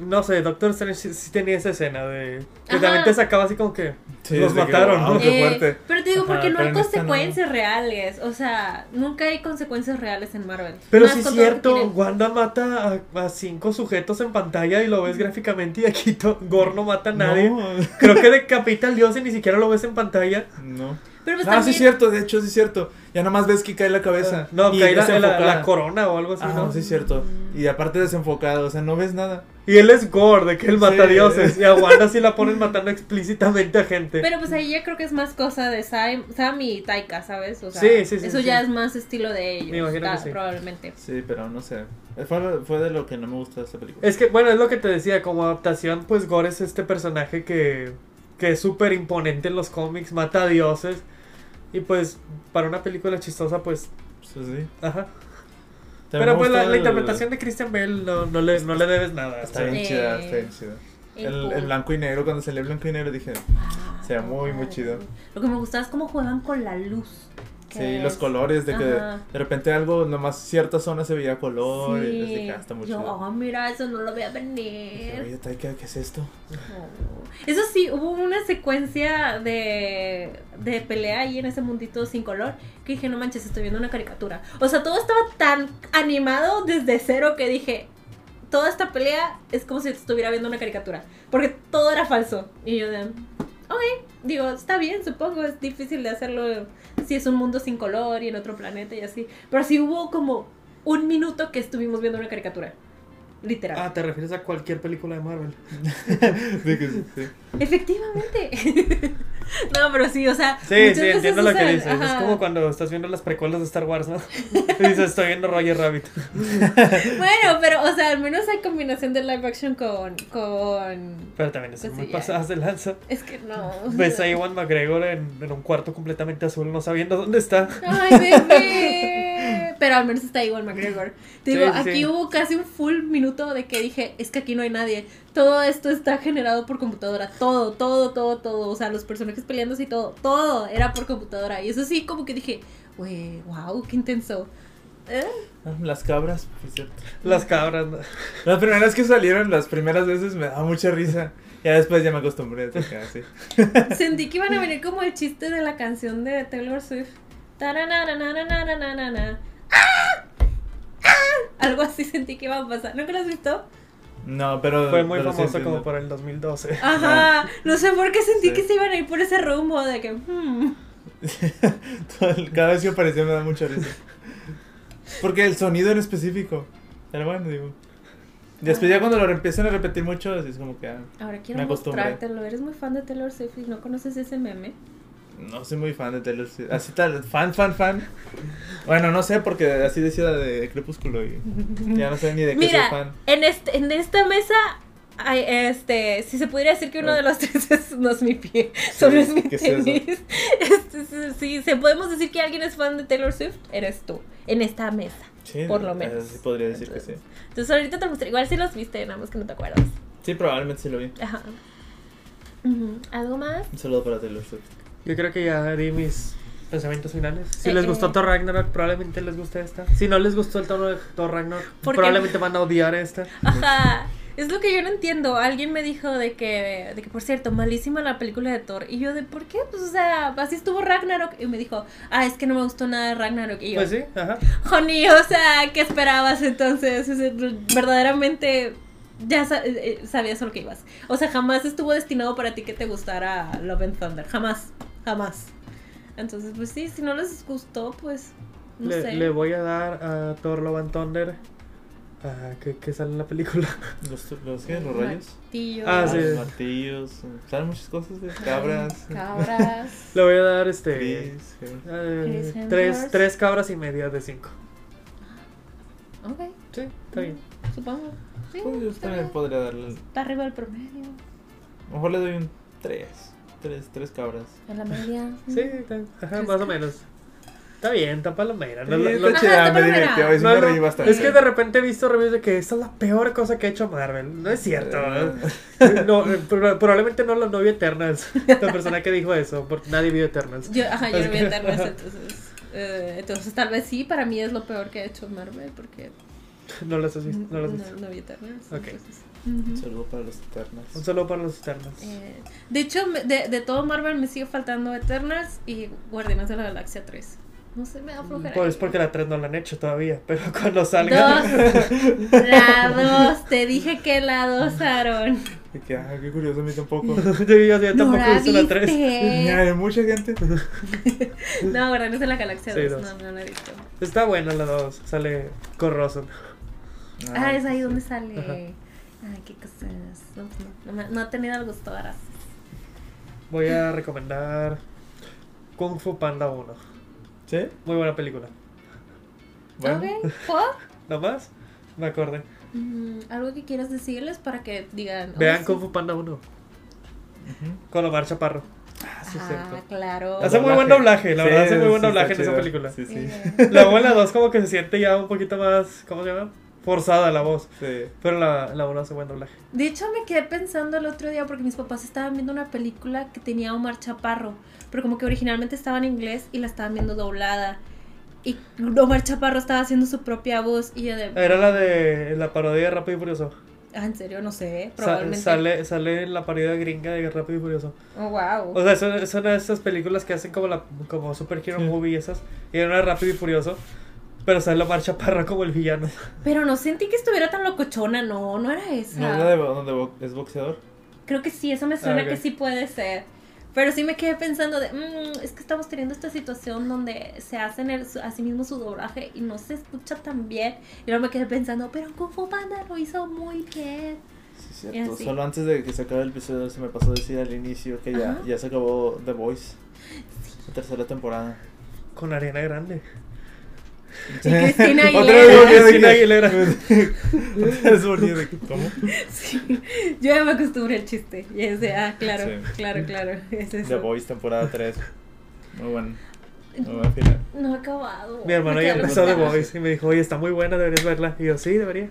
Speaker 2: no sé, Doctor Strange sí, sí tenía esa escena de... Que
Speaker 1: Ajá.
Speaker 2: también te sacaba así como que... los
Speaker 3: de que,
Speaker 2: mataron,
Speaker 3: "Wow,
Speaker 2: ¿no?
Speaker 3: qué
Speaker 1: Eh,
Speaker 3: fuerte.
Speaker 1: Pero te digo,
Speaker 3: Ajá,
Speaker 1: porque no
Speaker 3: pero
Speaker 1: hay
Speaker 3: en esta no.
Speaker 1: consecuencias reales. O sea, nunca hay consecuencias reales en Marvel.
Speaker 2: Pero
Speaker 1: Más
Speaker 2: sí es
Speaker 1: con todo lo que
Speaker 2: cierto,
Speaker 1: tienen.
Speaker 2: Wanda mata a, a cinco sujetos en pantalla y lo
Speaker 1: Mm.
Speaker 2: ves gráficamente y aquí to- Gore no mata a nadie. Creo que decapita al dios y ni siquiera lo ves en pantalla.
Speaker 3: No. no.
Speaker 1: Pero pues
Speaker 3: Ah, sí
Speaker 1: también-
Speaker 3: es cierto, de hecho sí es cierto. Ya nomás ves que cae la cabeza.
Speaker 2: Ah, No,
Speaker 3: Ah, Y
Speaker 2: cae la, la,
Speaker 3: desenfocada.
Speaker 2: la corona o algo así,
Speaker 3: Ah,
Speaker 2: ¿no?
Speaker 3: sí es cierto. Y aparte desenfocado, o sea, no ves nada.
Speaker 2: Y él es Gore, de que él mata
Speaker 3: Sí.
Speaker 2: dioses. Y a Wanda sí la ponen matando explícitamente a gente.
Speaker 1: Pero pues ahí ya creo que es más cosa de Sam, Sam y Taika, ¿sabes? O sea,
Speaker 2: Sí, sí, sí,
Speaker 1: eso
Speaker 2: sí.
Speaker 1: ya es más estilo de ellos.
Speaker 2: Me imagino
Speaker 1: ta-
Speaker 2: que sí.
Speaker 1: Probablemente.
Speaker 3: Sí, pero no sé. Fue, fue de lo que no me gustó de esta película.
Speaker 2: Es que, bueno, es lo que te decía, como adaptación, pues Gore es este personaje que, que es súper imponente en los cómics, mata a dioses. Y pues, para una película chistosa, pues,
Speaker 3: Pues, sí.
Speaker 2: ajá.
Speaker 3: También
Speaker 2: Pero
Speaker 3: me
Speaker 2: pues la,
Speaker 3: gustó
Speaker 2: la
Speaker 3: el-
Speaker 2: interpretación de Christian Bale no, no, le, no le debes nada.
Speaker 3: Está
Speaker 2: o sea.
Speaker 3: bien
Speaker 1: Sí.
Speaker 3: chida, está bien chida.
Speaker 1: Eh,
Speaker 3: El,
Speaker 1: cool.
Speaker 3: el blanco y negro, cuando salió el blanco y negro dije,
Speaker 1: Ah,
Speaker 3: se ve muy, muy chido.
Speaker 1: Lo que me gustaba es cómo juegan con la luz. que
Speaker 3: sí, los
Speaker 1: es-
Speaker 3: colores, de que
Speaker 1: Ajá.
Speaker 3: de repente algo, nomás cierta zona se veía color, y les
Speaker 1: Sí.
Speaker 3: dije, ah, está muy
Speaker 1: Yo,
Speaker 3: chido.
Speaker 1: oh, mira, eso no lo voy a
Speaker 3: Dije,
Speaker 1: venir.
Speaker 3: Oye, Taika, ¿qué es esto?
Speaker 1: Oh. Eso sí, hubo una secuencia de, de pelea ahí en ese mundito sin color que dije, no manches, estoy viendo una caricatura. O sea, todo estaba tan animado desde cero que dije, toda esta pelea es como si estuviera viendo una caricatura. Porque todo era falso. Y yo de, ok, digo, está bien, supongo, es difícil de hacerlo si es un mundo sin color y en otro planeta y así. Pero sí hubo como un minuto que estuvimos viendo una caricatura. Literal.
Speaker 2: Ah, te refieres a cualquier película de Marvel.
Speaker 3: De que sí, sí.
Speaker 1: Efectivamente. no, pero sí, o sea.
Speaker 2: Sí,
Speaker 1: muchas
Speaker 2: sí,
Speaker 1: veces
Speaker 2: entiendo lo que
Speaker 1: usan-
Speaker 2: dices. Es
Speaker 1: ajá.
Speaker 2: como cuando estás viendo las precuelas de Star Wars, ¿no? Y dices, estoy viendo Roger Rabbit.
Speaker 1: Bueno, pero, o sea, al menos hay combinación de live action con. con...
Speaker 2: Pero también están
Speaker 1: Pues
Speaker 2: muy
Speaker 1: sí, ya.
Speaker 2: pasadas de lanza.
Speaker 1: Es que no.
Speaker 2: Ves a Iwan McGregor en, en un cuarto completamente azul, no sabiendo dónde está.
Speaker 1: Ay, bebé. Pero al menos está igual McGregor. Te
Speaker 2: Sí,
Speaker 1: digo,
Speaker 2: sí,
Speaker 1: aquí
Speaker 2: sí.
Speaker 1: hubo casi un full minuto de que dije, es que aquí no hay nadie. Todo esto está generado por computadora. Todo, todo, todo, todo. O sea, los personajes peleándose y todo. Todo era por computadora. Y eso sí, como que dije, wey, wow, qué intenso. ¿Eh?
Speaker 3: Ah, Las cabras, por cierto.
Speaker 2: Las cabras. ¿no?
Speaker 3: Las primeras que salieron, las primeras veces me daba mucha risa. Ya después ya me acostumbré a Taika, así.
Speaker 1: Sentí que iban a venir como el chiste de la canción de Taylor Swift. Taranananananananana. ¡Ah! ¡Ah! Algo así sentí que iba a pasar. ¿Nunca lo has visto?
Speaker 3: No, pero...
Speaker 2: Fue muy
Speaker 3: pero sí
Speaker 2: famoso
Speaker 3: entiendo.
Speaker 2: como para el 2012.
Speaker 1: Ajá. No sé por qué sentí
Speaker 3: Sí.
Speaker 1: que se iban a ir por ese rumbo de que. hmm.
Speaker 3: Todo el- Cada vez que aparecía me da mucha risa. Porque el sonido en específico. Pero bueno, digo. Después ya cuando lo empiezan a repetir mucho, así es como que... ah,
Speaker 1: Ahora quiero
Speaker 3: Me acostumbré.
Speaker 1: mostrártelo. Eres muy fan de Taylor Swift y no conoces ese meme.
Speaker 3: No soy muy fan de Taylor Swift. Así tal, fan, fan, fan. Bueno, no sé, porque así decía de Crepúsculo y ya no sé ni de qué soy
Speaker 1: Mira,
Speaker 3: fan.
Speaker 1: en, este, en esta mesa. ay, este, si se pudiera decir que uno de los tres es, no es mi pie, solo es mi
Speaker 3: ¿qué es eso?
Speaker 1: tenis. Este, sí, sí, se podemos decir que alguien es fan de Taylor Swift, eres tú, en esta mesa.
Speaker 3: Sí,
Speaker 1: por lo menos.
Speaker 3: Sí, podría decir que sí.
Speaker 1: Entonces ahorita te mostré, igual si los viste, nada más que no te acuerdas.
Speaker 3: Sí, probablemente sí lo vi.
Speaker 1: Ajá. Ujú, ¿Algo más?
Speaker 3: Un saludo para Taylor Swift.
Speaker 2: Yo creo que ya di mis pensamientos finales. Si
Speaker 1: Eh,
Speaker 2: les
Speaker 1: eh.
Speaker 2: gustó Thor Ragnarok, probablemente les guste esta. Si no les gustó el tono de Thor Ragnarok,
Speaker 1: Porque-
Speaker 2: probablemente van a odiar esta.
Speaker 1: Ajá. Es lo que yo no entiendo. Alguien me dijo de que, de que por cierto, malísima la película de Thor. Y yo de, ¿por qué? Pues, o sea, así estuvo Ragnarok. Y me dijo, ah, es que no me gustó nada de Ragnarok. Y yo,
Speaker 2: Pues sí, ajá.
Speaker 1: Honey, o sea, ¿qué esperabas entonces? O sea, verdaderamente ya sa- eh, eh, sabías a lo que ibas. O sea, jamás estuvo destinado para ti que te gustara Love and Thunder. Jamás, jamás. Entonces, pues sí, si no les gustó, pues no
Speaker 2: le,
Speaker 1: sé.
Speaker 2: le voy a dar a Thor Love and Thunder. ah, que, que sale en la película.
Speaker 3: Los, los, ¿qué? los rayos.
Speaker 1: Martillo.
Speaker 2: Ah,
Speaker 3: Ah,
Speaker 2: sí.
Speaker 3: Los martillos. eh, Salen muchas cosas, güey. Cabras. eh,
Speaker 1: Cabras.
Speaker 2: Le voy a dar este.
Speaker 3: Chris, güey.
Speaker 2: eh,
Speaker 1: Chris Hemsworth.
Speaker 2: tres, tres cabras y media de cinco.
Speaker 1: ok,
Speaker 2: Sí, está bien.
Speaker 1: supongo. Sí,
Speaker 3: Pues yo
Speaker 1: está,
Speaker 3: también
Speaker 1: bien.
Speaker 3: podría darle. el-
Speaker 1: Está arriba del promedio.
Speaker 3: Mejor le doy un 3. 3, 3 cabras.
Speaker 1: En la media.
Speaker 2: Sí, está, ajá,
Speaker 1: Pues
Speaker 2: más o menos. Está bien, está palomera. No, lo-
Speaker 3: Sí,
Speaker 2: lo- ah,
Speaker 3: está
Speaker 1: Ajá,
Speaker 3: chida,
Speaker 1: está
Speaker 3: me
Speaker 1: palomera.
Speaker 3: divirtió. Es
Speaker 2: no,
Speaker 3: me
Speaker 2: no,
Speaker 3: reí bastante.
Speaker 2: es que de repente he visto reviews de que esta es la peor cosa que ha hecho Marvel. No es cierto.
Speaker 3: Eh,
Speaker 2: No, eh, pro- probablemente no, lo- no vio Eternals. La persona que dijo eso, porque nadie vio Eternals.
Speaker 1: Yo, ajá, yo
Speaker 2: Así
Speaker 1: no voy
Speaker 2: que-
Speaker 1: a Eternals, entonces. eh, entonces, tal vez sí, para mí es lo peor que ha hecho Marvel, porque
Speaker 2: No las has visto. No las has
Speaker 1: no,
Speaker 2: visto.
Speaker 1: no vi Eternals.
Speaker 2: Ok.
Speaker 1: entonces, ujú.
Speaker 3: Un saludo para los eternos.
Speaker 2: Un saludo para los Eternals.
Speaker 1: Eh, de hecho, me- de, de todo Marvel me sigue faltando Eternals y Guardianes de la Galaxia 3. No sé, me da flojera.
Speaker 2: Pues porque la 3 no la han hecho todavía, pero cuando salga.
Speaker 1: Dos. La 2. Te dije que la 2, Aaron.
Speaker 3: Y que, ah, qué curioso, a mí tampoco.
Speaker 2: yo, yo- yo
Speaker 1: No
Speaker 2: tampoco he
Speaker 1: la
Speaker 2: visto la 3.
Speaker 3: Mira,
Speaker 1: viste.
Speaker 3: hay mucha gente.
Speaker 1: No, Guardianes de la Galaxia
Speaker 2: Sí,
Speaker 1: 2.
Speaker 2: dos.
Speaker 1: No, no la he visto.
Speaker 2: Está buena la 2. Sale Corroso.
Speaker 1: Ah, es ahí
Speaker 3: sí.
Speaker 1: donde sale.
Speaker 2: Ajá.
Speaker 1: Ay, qué cosas. No, pues no, no, me- no he tenido el gusto ahora.
Speaker 2: Voy a recomendar Kung Fu Panda 1.
Speaker 3: ¿Sí?
Speaker 2: Muy buena película.
Speaker 3: Bueno.
Speaker 1: Ok, ¿puedo?
Speaker 2: ¿No más? Me acordé.
Speaker 3: Ah,
Speaker 1: Mm, ¿Algo que quieras decirles para que digan? oh,
Speaker 2: Vean
Speaker 1: sí.
Speaker 2: Kung Fu Panda 1
Speaker 3: Ujú.
Speaker 2: con Omar Chaparro.
Speaker 3: Ah, sí, es
Speaker 1: Ah,
Speaker 3: cierto.
Speaker 1: claro.
Speaker 2: Hace muy buen doblaje, la verdad, hace muy buen doblaje en
Speaker 3: está
Speaker 2: esa
Speaker 3: chido.
Speaker 2: película.
Speaker 3: Sí, sí.
Speaker 1: Eh,
Speaker 2: La buena 2 como que se siente ya un poquito más, ¿cómo se llama? Forzada la voz.
Speaker 3: Sí.
Speaker 2: Pero la, la 1 hace buen doblaje.
Speaker 1: De hecho, me quedé pensando el otro día porque mis papás estaban viendo una película que tenía a Omar Chaparro, pero como que originalmente estaba en inglés y la estaban viendo doblada. Y Omar Chaparro estaba haciendo su propia voz y yo
Speaker 3: Eh.
Speaker 1: de...
Speaker 2: Era la de la parodia de Rápido y Furioso.
Speaker 1: Ah, en serio, no sé,
Speaker 2: Sa-
Speaker 1: probablemente.
Speaker 2: sale, sale en la parodia gringa de Rápido y Furioso.
Speaker 1: Oh, wow.
Speaker 2: O sea, son, son esas películas que hacen como la como superhero
Speaker 3: Sí.
Speaker 2: movie y esas. Y era una Rápido y Furioso. Pero sale Omar Chaparro como el villano.
Speaker 1: Pero no sentí que estuviera tan locochona, no, no era esa.
Speaker 3: ¿No es la de bo- donde bo- es boxeador?
Speaker 1: Creo que sí, eso me suena
Speaker 2: ok.
Speaker 1: que sí puede ser. Pero sí me quedé pensando de, "Mm, es que estamos teniendo esta situación donde se hacen el- su- a sí mismo su doblaje y no se escucha tan bien. Y luego me quedé pensando, pero Kung Fu Panda lo hizo muy bien.
Speaker 3: Sí, es
Speaker 1: Es
Speaker 3: cierto.
Speaker 1: así.
Speaker 3: Solo antes de que se acabe el episodio se me pasó a decir al inicio que ya,
Speaker 1: Ajá.
Speaker 3: ya se acabó The Voice. La tercera temporada.
Speaker 2: Con Ariana Grande.
Speaker 1: Y Cristina
Speaker 3: Otra
Speaker 1: Aguilera.
Speaker 3: vez volvió de
Speaker 2: Cristina
Speaker 3: que-
Speaker 2: Aguilera.
Speaker 3: Otra vez volvió de que- ¿Cómo?
Speaker 1: Sí. Yo ya me acostumbré al chiste. Y es de, ah, claro,
Speaker 3: Sí.
Speaker 1: claro, claro. Es
Speaker 3: The
Speaker 1: eso.
Speaker 3: Voice temporada 3. Muy bueno. Muy buena final.
Speaker 1: No he acabado.
Speaker 2: Mi hermano
Speaker 1: Me
Speaker 2: ya
Speaker 1: quedé
Speaker 2: empezó The
Speaker 1: loca.
Speaker 2: Voice y me dijo, oye, está muy buena, deberías verla. Y yo, sí, debería.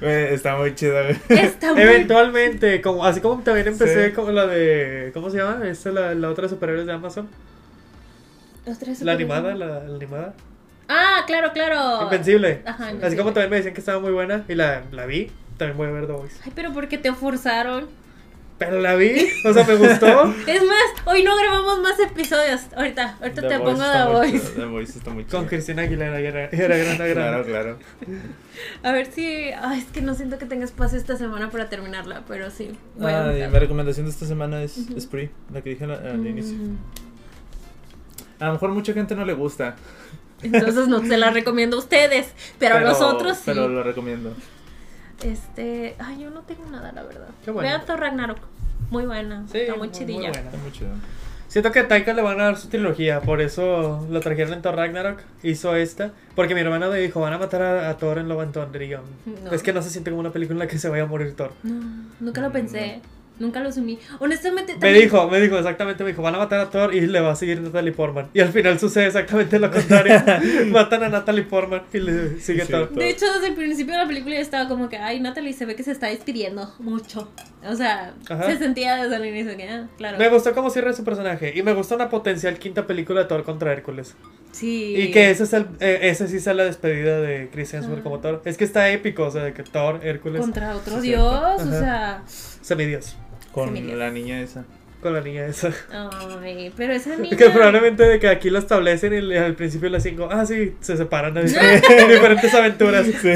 Speaker 3: Güey, está muy chida, güey.
Speaker 1: Está muy
Speaker 2: Eventualmente, como, así como también empecé
Speaker 3: Sí.
Speaker 2: como la de. ¿Cómo se llama? Esta la, la otra de superhéroes de Amazon.
Speaker 1: Otra vez
Speaker 2: La
Speaker 1: otra vez.
Speaker 2: animada, la, la animada.
Speaker 1: Ah, claro, claro.
Speaker 2: Invencible.
Speaker 1: Ajá,
Speaker 2: Así
Speaker 1: Invencible.
Speaker 2: como también me decían que estaba muy buena y la, la vi. También voy a ver The Voice.
Speaker 1: Ay, pero porque te forzaron.
Speaker 2: Pero la vi, o sea, me gustó.
Speaker 1: Es más, hoy no grabamos más episodios. Ahorita, ahorita te pongo
Speaker 3: The
Speaker 1: The
Speaker 3: Voice. está muy
Speaker 1: Voice.
Speaker 3: chida, The Voice está muy chida.
Speaker 2: Con Cristina Aguilera y era, y era gran, gran.
Speaker 3: Claro, claro.
Speaker 1: A ver si. Ay, es que no siento que tenga espacio esta semana para terminarla, pero sí. voy a
Speaker 3: Ah, y
Speaker 1: buscar.
Speaker 3: mi recomendación de esta semana es
Speaker 1: Ujú.
Speaker 3: Spree, la que dije al, al inicio.
Speaker 1: Mm,
Speaker 3: A lo mejor mucha gente no le gusta.
Speaker 1: Entonces no se la recomiendo a ustedes, pero, a nosotros sí.
Speaker 3: Pero lo recomiendo.
Speaker 1: Este. Ay, yo no tengo nada, la verdad.
Speaker 2: Qué bueno.
Speaker 1: Vean Thor Ragnarok. Muy buena.
Speaker 2: Sí,
Speaker 1: está muy,
Speaker 2: muy- muy
Speaker 1: chidilla.
Speaker 2: buena.
Speaker 3: Está muy chido.
Speaker 2: Siento que a Taika le van a dar su trilogía, por eso lo trajeron en Thor Ragnarok, hizo esta, porque mi hermano me dijo, van a matar a, a Thor en Love and Thunder", y yo,
Speaker 1: No.
Speaker 2: es que no se siente como una película en la que se vaya a morir Thor.
Speaker 1: No, nunca lo
Speaker 3: Mm,
Speaker 1: pensé. Nunca lo asumí. Honestamente,
Speaker 2: Me
Speaker 1: también-
Speaker 2: dijo, me dijo, exactamente, me dijo, van a matar a Thor y le va a seguir Natalie Portman. Y al final sucede exactamente lo contrario. Matan a Natalie Portman y le sigue
Speaker 3: Sí.
Speaker 2: Thor.
Speaker 1: De hecho, desde el principio de la película yo estaba como que, ay, Natalie se ve que se está despidiendo mucho. O sea,
Speaker 2: Ajá.
Speaker 1: se sentía desde el inicio que, ah, claro.
Speaker 2: Me gustó cómo cierra su personaje y me gusta una potencial quinta película de Thor contra Hércules.
Speaker 1: Sí.
Speaker 2: Y que ese es el, eh, ese sí sea la despedida de Chris Hemsworth
Speaker 1: Ah.
Speaker 2: como Thor. Es que está épico, o sea, de que Thor, Hércules,
Speaker 1: Contra otro
Speaker 3: Sí,
Speaker 1: dios,
Speaker 3: cierto.
Speaker 1: o sea.
Speaker 2: semidios,
Speaker 3: Con
Speaker 1: Sí, mira.
Speaker 3: la niña esa.
Speaker 2: con la niña esa.
Speaker 1: Ay, pero esa niña.
Speaker 2: Que probablemente de que aquí lo establecen y le- al principio las cinco, ah, sí, se separan de diferentes aventuras.
Speaker 3: Sí.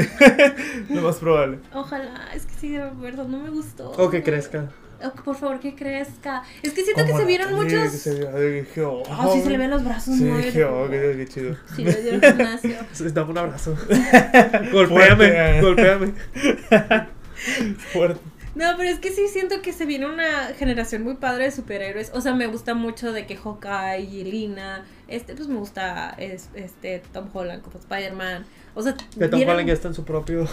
Speaker 3: Lo más probable.
Speaker 1: Ojalá, es que sí, de verdad, no me gustó.
Speaker 2: O que crezca.
Speaker 1: O que, por favor, que crezca. Es que siento
Speaker 3: Como
Speaker 1: que se
Speaker 3: la
Speaker 1: vieron
Speaker 3: niña
Speaker 1: muchos.
Speaker 3: que se vio- ay, dije, oh,
Speaker 1: Ah, sí, se le ven los brazos
Speaker 3: Sí,
Speaker 1: muy.
Speaker 3: dije, oh, qué, qué chido.
Speaker 1: Sí, le dio el gimnasio.
Speaker 2: Entonces, Dame un abrazo. golpéame,
Speaker 3: Fuerte.
Speaker 2: golpéame.
Speaker 3: Fuerte.
Speaker 1: No, pero es que sí siento que se viene una generación muy padre de superhéroes. O sea, me gusta mucho de que Hawkeye y Lina. Este, pues me gusta es- este Tom Holland como Spider-Man. O sea,
Speaker 2: Que Tom
Speaker 1: vienen-
Speaker 2: Holland ya está en su propio.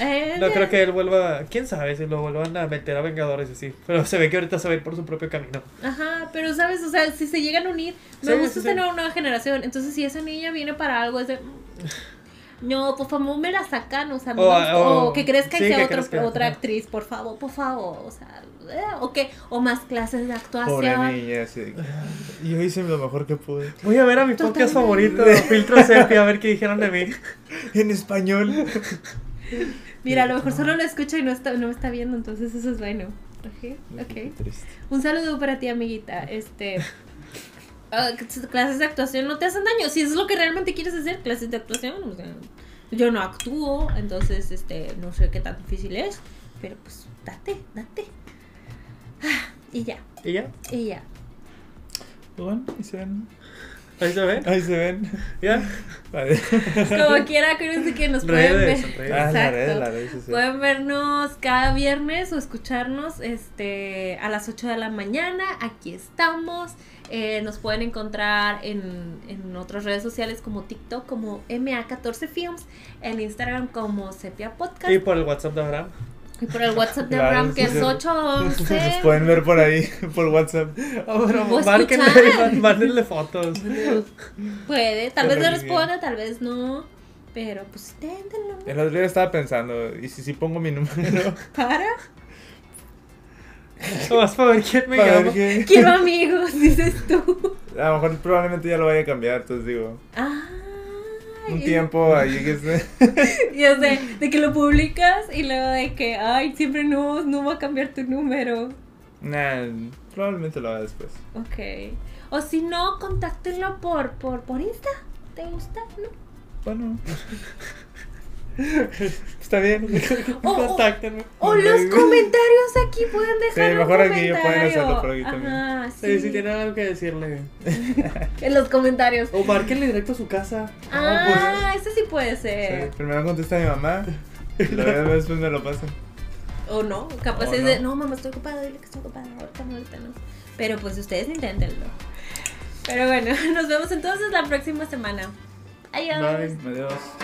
Speaker 1: Eh,
Speaker 2: No
Speaker 1: ya-
Speaker 2: creo que él vuelva. Quién sabe si lo vuelvan a meter a Vengadores y así. Pero se ve que ahorita se va a ir por su propio camino.
Speaker 1: Ajá, pero sabes, o sea, si se llegan a unir, me
Speaker 2: Sí,
Speaker 1: gusta
Speaker 2: sí,
Speaker 1: esta
Speaker 2: sí.
Speaker 1: nueva, nueva generación. Entonces, si esa niña viene para algo, es de. "Mm, No, por favor, me la sacan, o sea, no
Speaker 2: O-
Speaker 1: me gusta- o,
Speaker 2: o-
Speaker 1: que crezca
Speaker 2: sí,
Speaker 1: y sea
Speaker 2: que
Speaker 1: otra-
Speaker 2: crezca,
Speaker 1: otra
Speaker 2: ajá.
Speaker 1: actriz, por favor, por favor, o sea, eh, o que, o más clases de
Speaker 3: Pobre
Speaker 1: actuación.
Speaker 3: niña, así de que, Yo hice lo mejor que pude.
Speaker 2: Voy a ver a mi podcast favorito, Filtro Sepia, a ver qué dijeron de mí.
Speaker 3: En español.
Speaker 1: Mira, a lo mejor solo la escucha y no está, no me está viendo, entonces eso es bueno. Ok, ok.
Speaker 3: Triste.
Speaker 1: Un saludo para ti, amiguita. Este. ah, clases de actuación no te hacen daño. Si es lo que realmente quieres hacer, clases de actuación. o sea, yo no actúo, entonces este, no sé qué tan difícil es. Pero pues date, date. Ah, y ya,
Speaker 2: Y ya,
Speaker 1: y ya.
Speaker 3: Pues bueno, ahí se ven.
Speaker 2: ahí se ve.
Speaker 3: Ahí se ven.
Speaker 2: Ya.
Speaker 3: Vale.
Speaker 1: Como quiera, acuérdense que nos pueden
Speaker 2: Redes,
Speaker 1: ver.
Speaker 2: redes.
Speaker 3: Ah, la
Speaker 1: Exacto.
Speaker 3: red, la red, sí, sí.
Speaker 1: Pueden vernos cada viernes o escucharnos este, a las 8 de la mañana. Aquí estamos. Eh, nos pueden encontrar en, en otras redes sociales como TikTok, como MA14Films, en Instagram como Sepia Podcast
Speaker 2: Y
Speaker 1: y,
Speaker 2: por el WhatsApp de Abraham.
Speaker 1: por el WhatsApp de
Speaker 3: Claro,
Speaker 1: Abraham que
Speaker 3: sí,
Speaker 1: es
Speaker 3: sí. Nos
Speaker 1: 811.
Speaker 3: pueden ver por ahí, por WhatsApp.
Speaker 2: Ahora,
Speaker 1: Voy a
Speaker 2: márquenle,
Speaker 1: escuchar.
Speaker 2: má- mándenle fotos.
Speaker 1: Puede, tal
Speaker 3: Qué
Speaker 1: vez le
Speaker 3: religión.
Speaker 1: responda, tal vez no. Pero pues inténtenlo.
Speaker 3: El otro día estaba pensando, ¿y si, si pongo mi número?
Speaker 1: Para.
Speaker 2: Nomás para ver quién me
Speaker 3: Para
Speaker 2: llama.
Speaker 3: ver qué-
Speaker 1: Quiero amigos, dices tú.
Speaker 3: A lo mejor probablemente ya lo vaya a cambiar, entonces digo.
Speaker 1: Ah,
Speaker 3: Un tiempo ahí que se...
Speaker 1: Ya sé, de que lo publicas y luego de que, ay, siempre no, no va a cambiar tu número.
Speaker 3: Nah, probablemente lo haga después.
Speaker 1: Ok. O si no, contáctenlo por, por, por Insta. ¿Te gusta? ¿No?
Speaker 3: Bueno. Está bien.
Speaker 2: Oh,
Speaker 1: O, o-
Speaker 2: Contáctenme.
Speaker 1: o los comentarios aquí pueden dejar
Speaker 3: Sí,
Speaker 1: un
Speaker 3: mejor aquí,
Speaker 1: comentario.
Speaker 3: pueden hacerlo por aquí
Speaker 1: Ajá,
Speaker 2: Sí,
Speaker 1: sí.
Speaker 2: si tienen algo que decirle.
Speaker 1: En los comentarios.
Speaker 2: O márquenle directo a su casa.
Speaker 1: ah, ese sí puede
Speaker 3: Oh, pues. Sí,
Speaker 1: ser.
Speaker 3: primero contesta mi mamá. Y luego después me lo pasa.
Speaker 1: O no, capaz
Speaker 3: O
Speaker 1: es de,
Speaker 3: no.
Speaker 1: no, mamá, estoy ocupada, dile que estoy ocupada, ahorita no, ahorita no. Pero pues ustedes inténtenlo. Pero bueno, nos vemos entonces la próxima semana. Adiós.
Speaker 3: Adiós.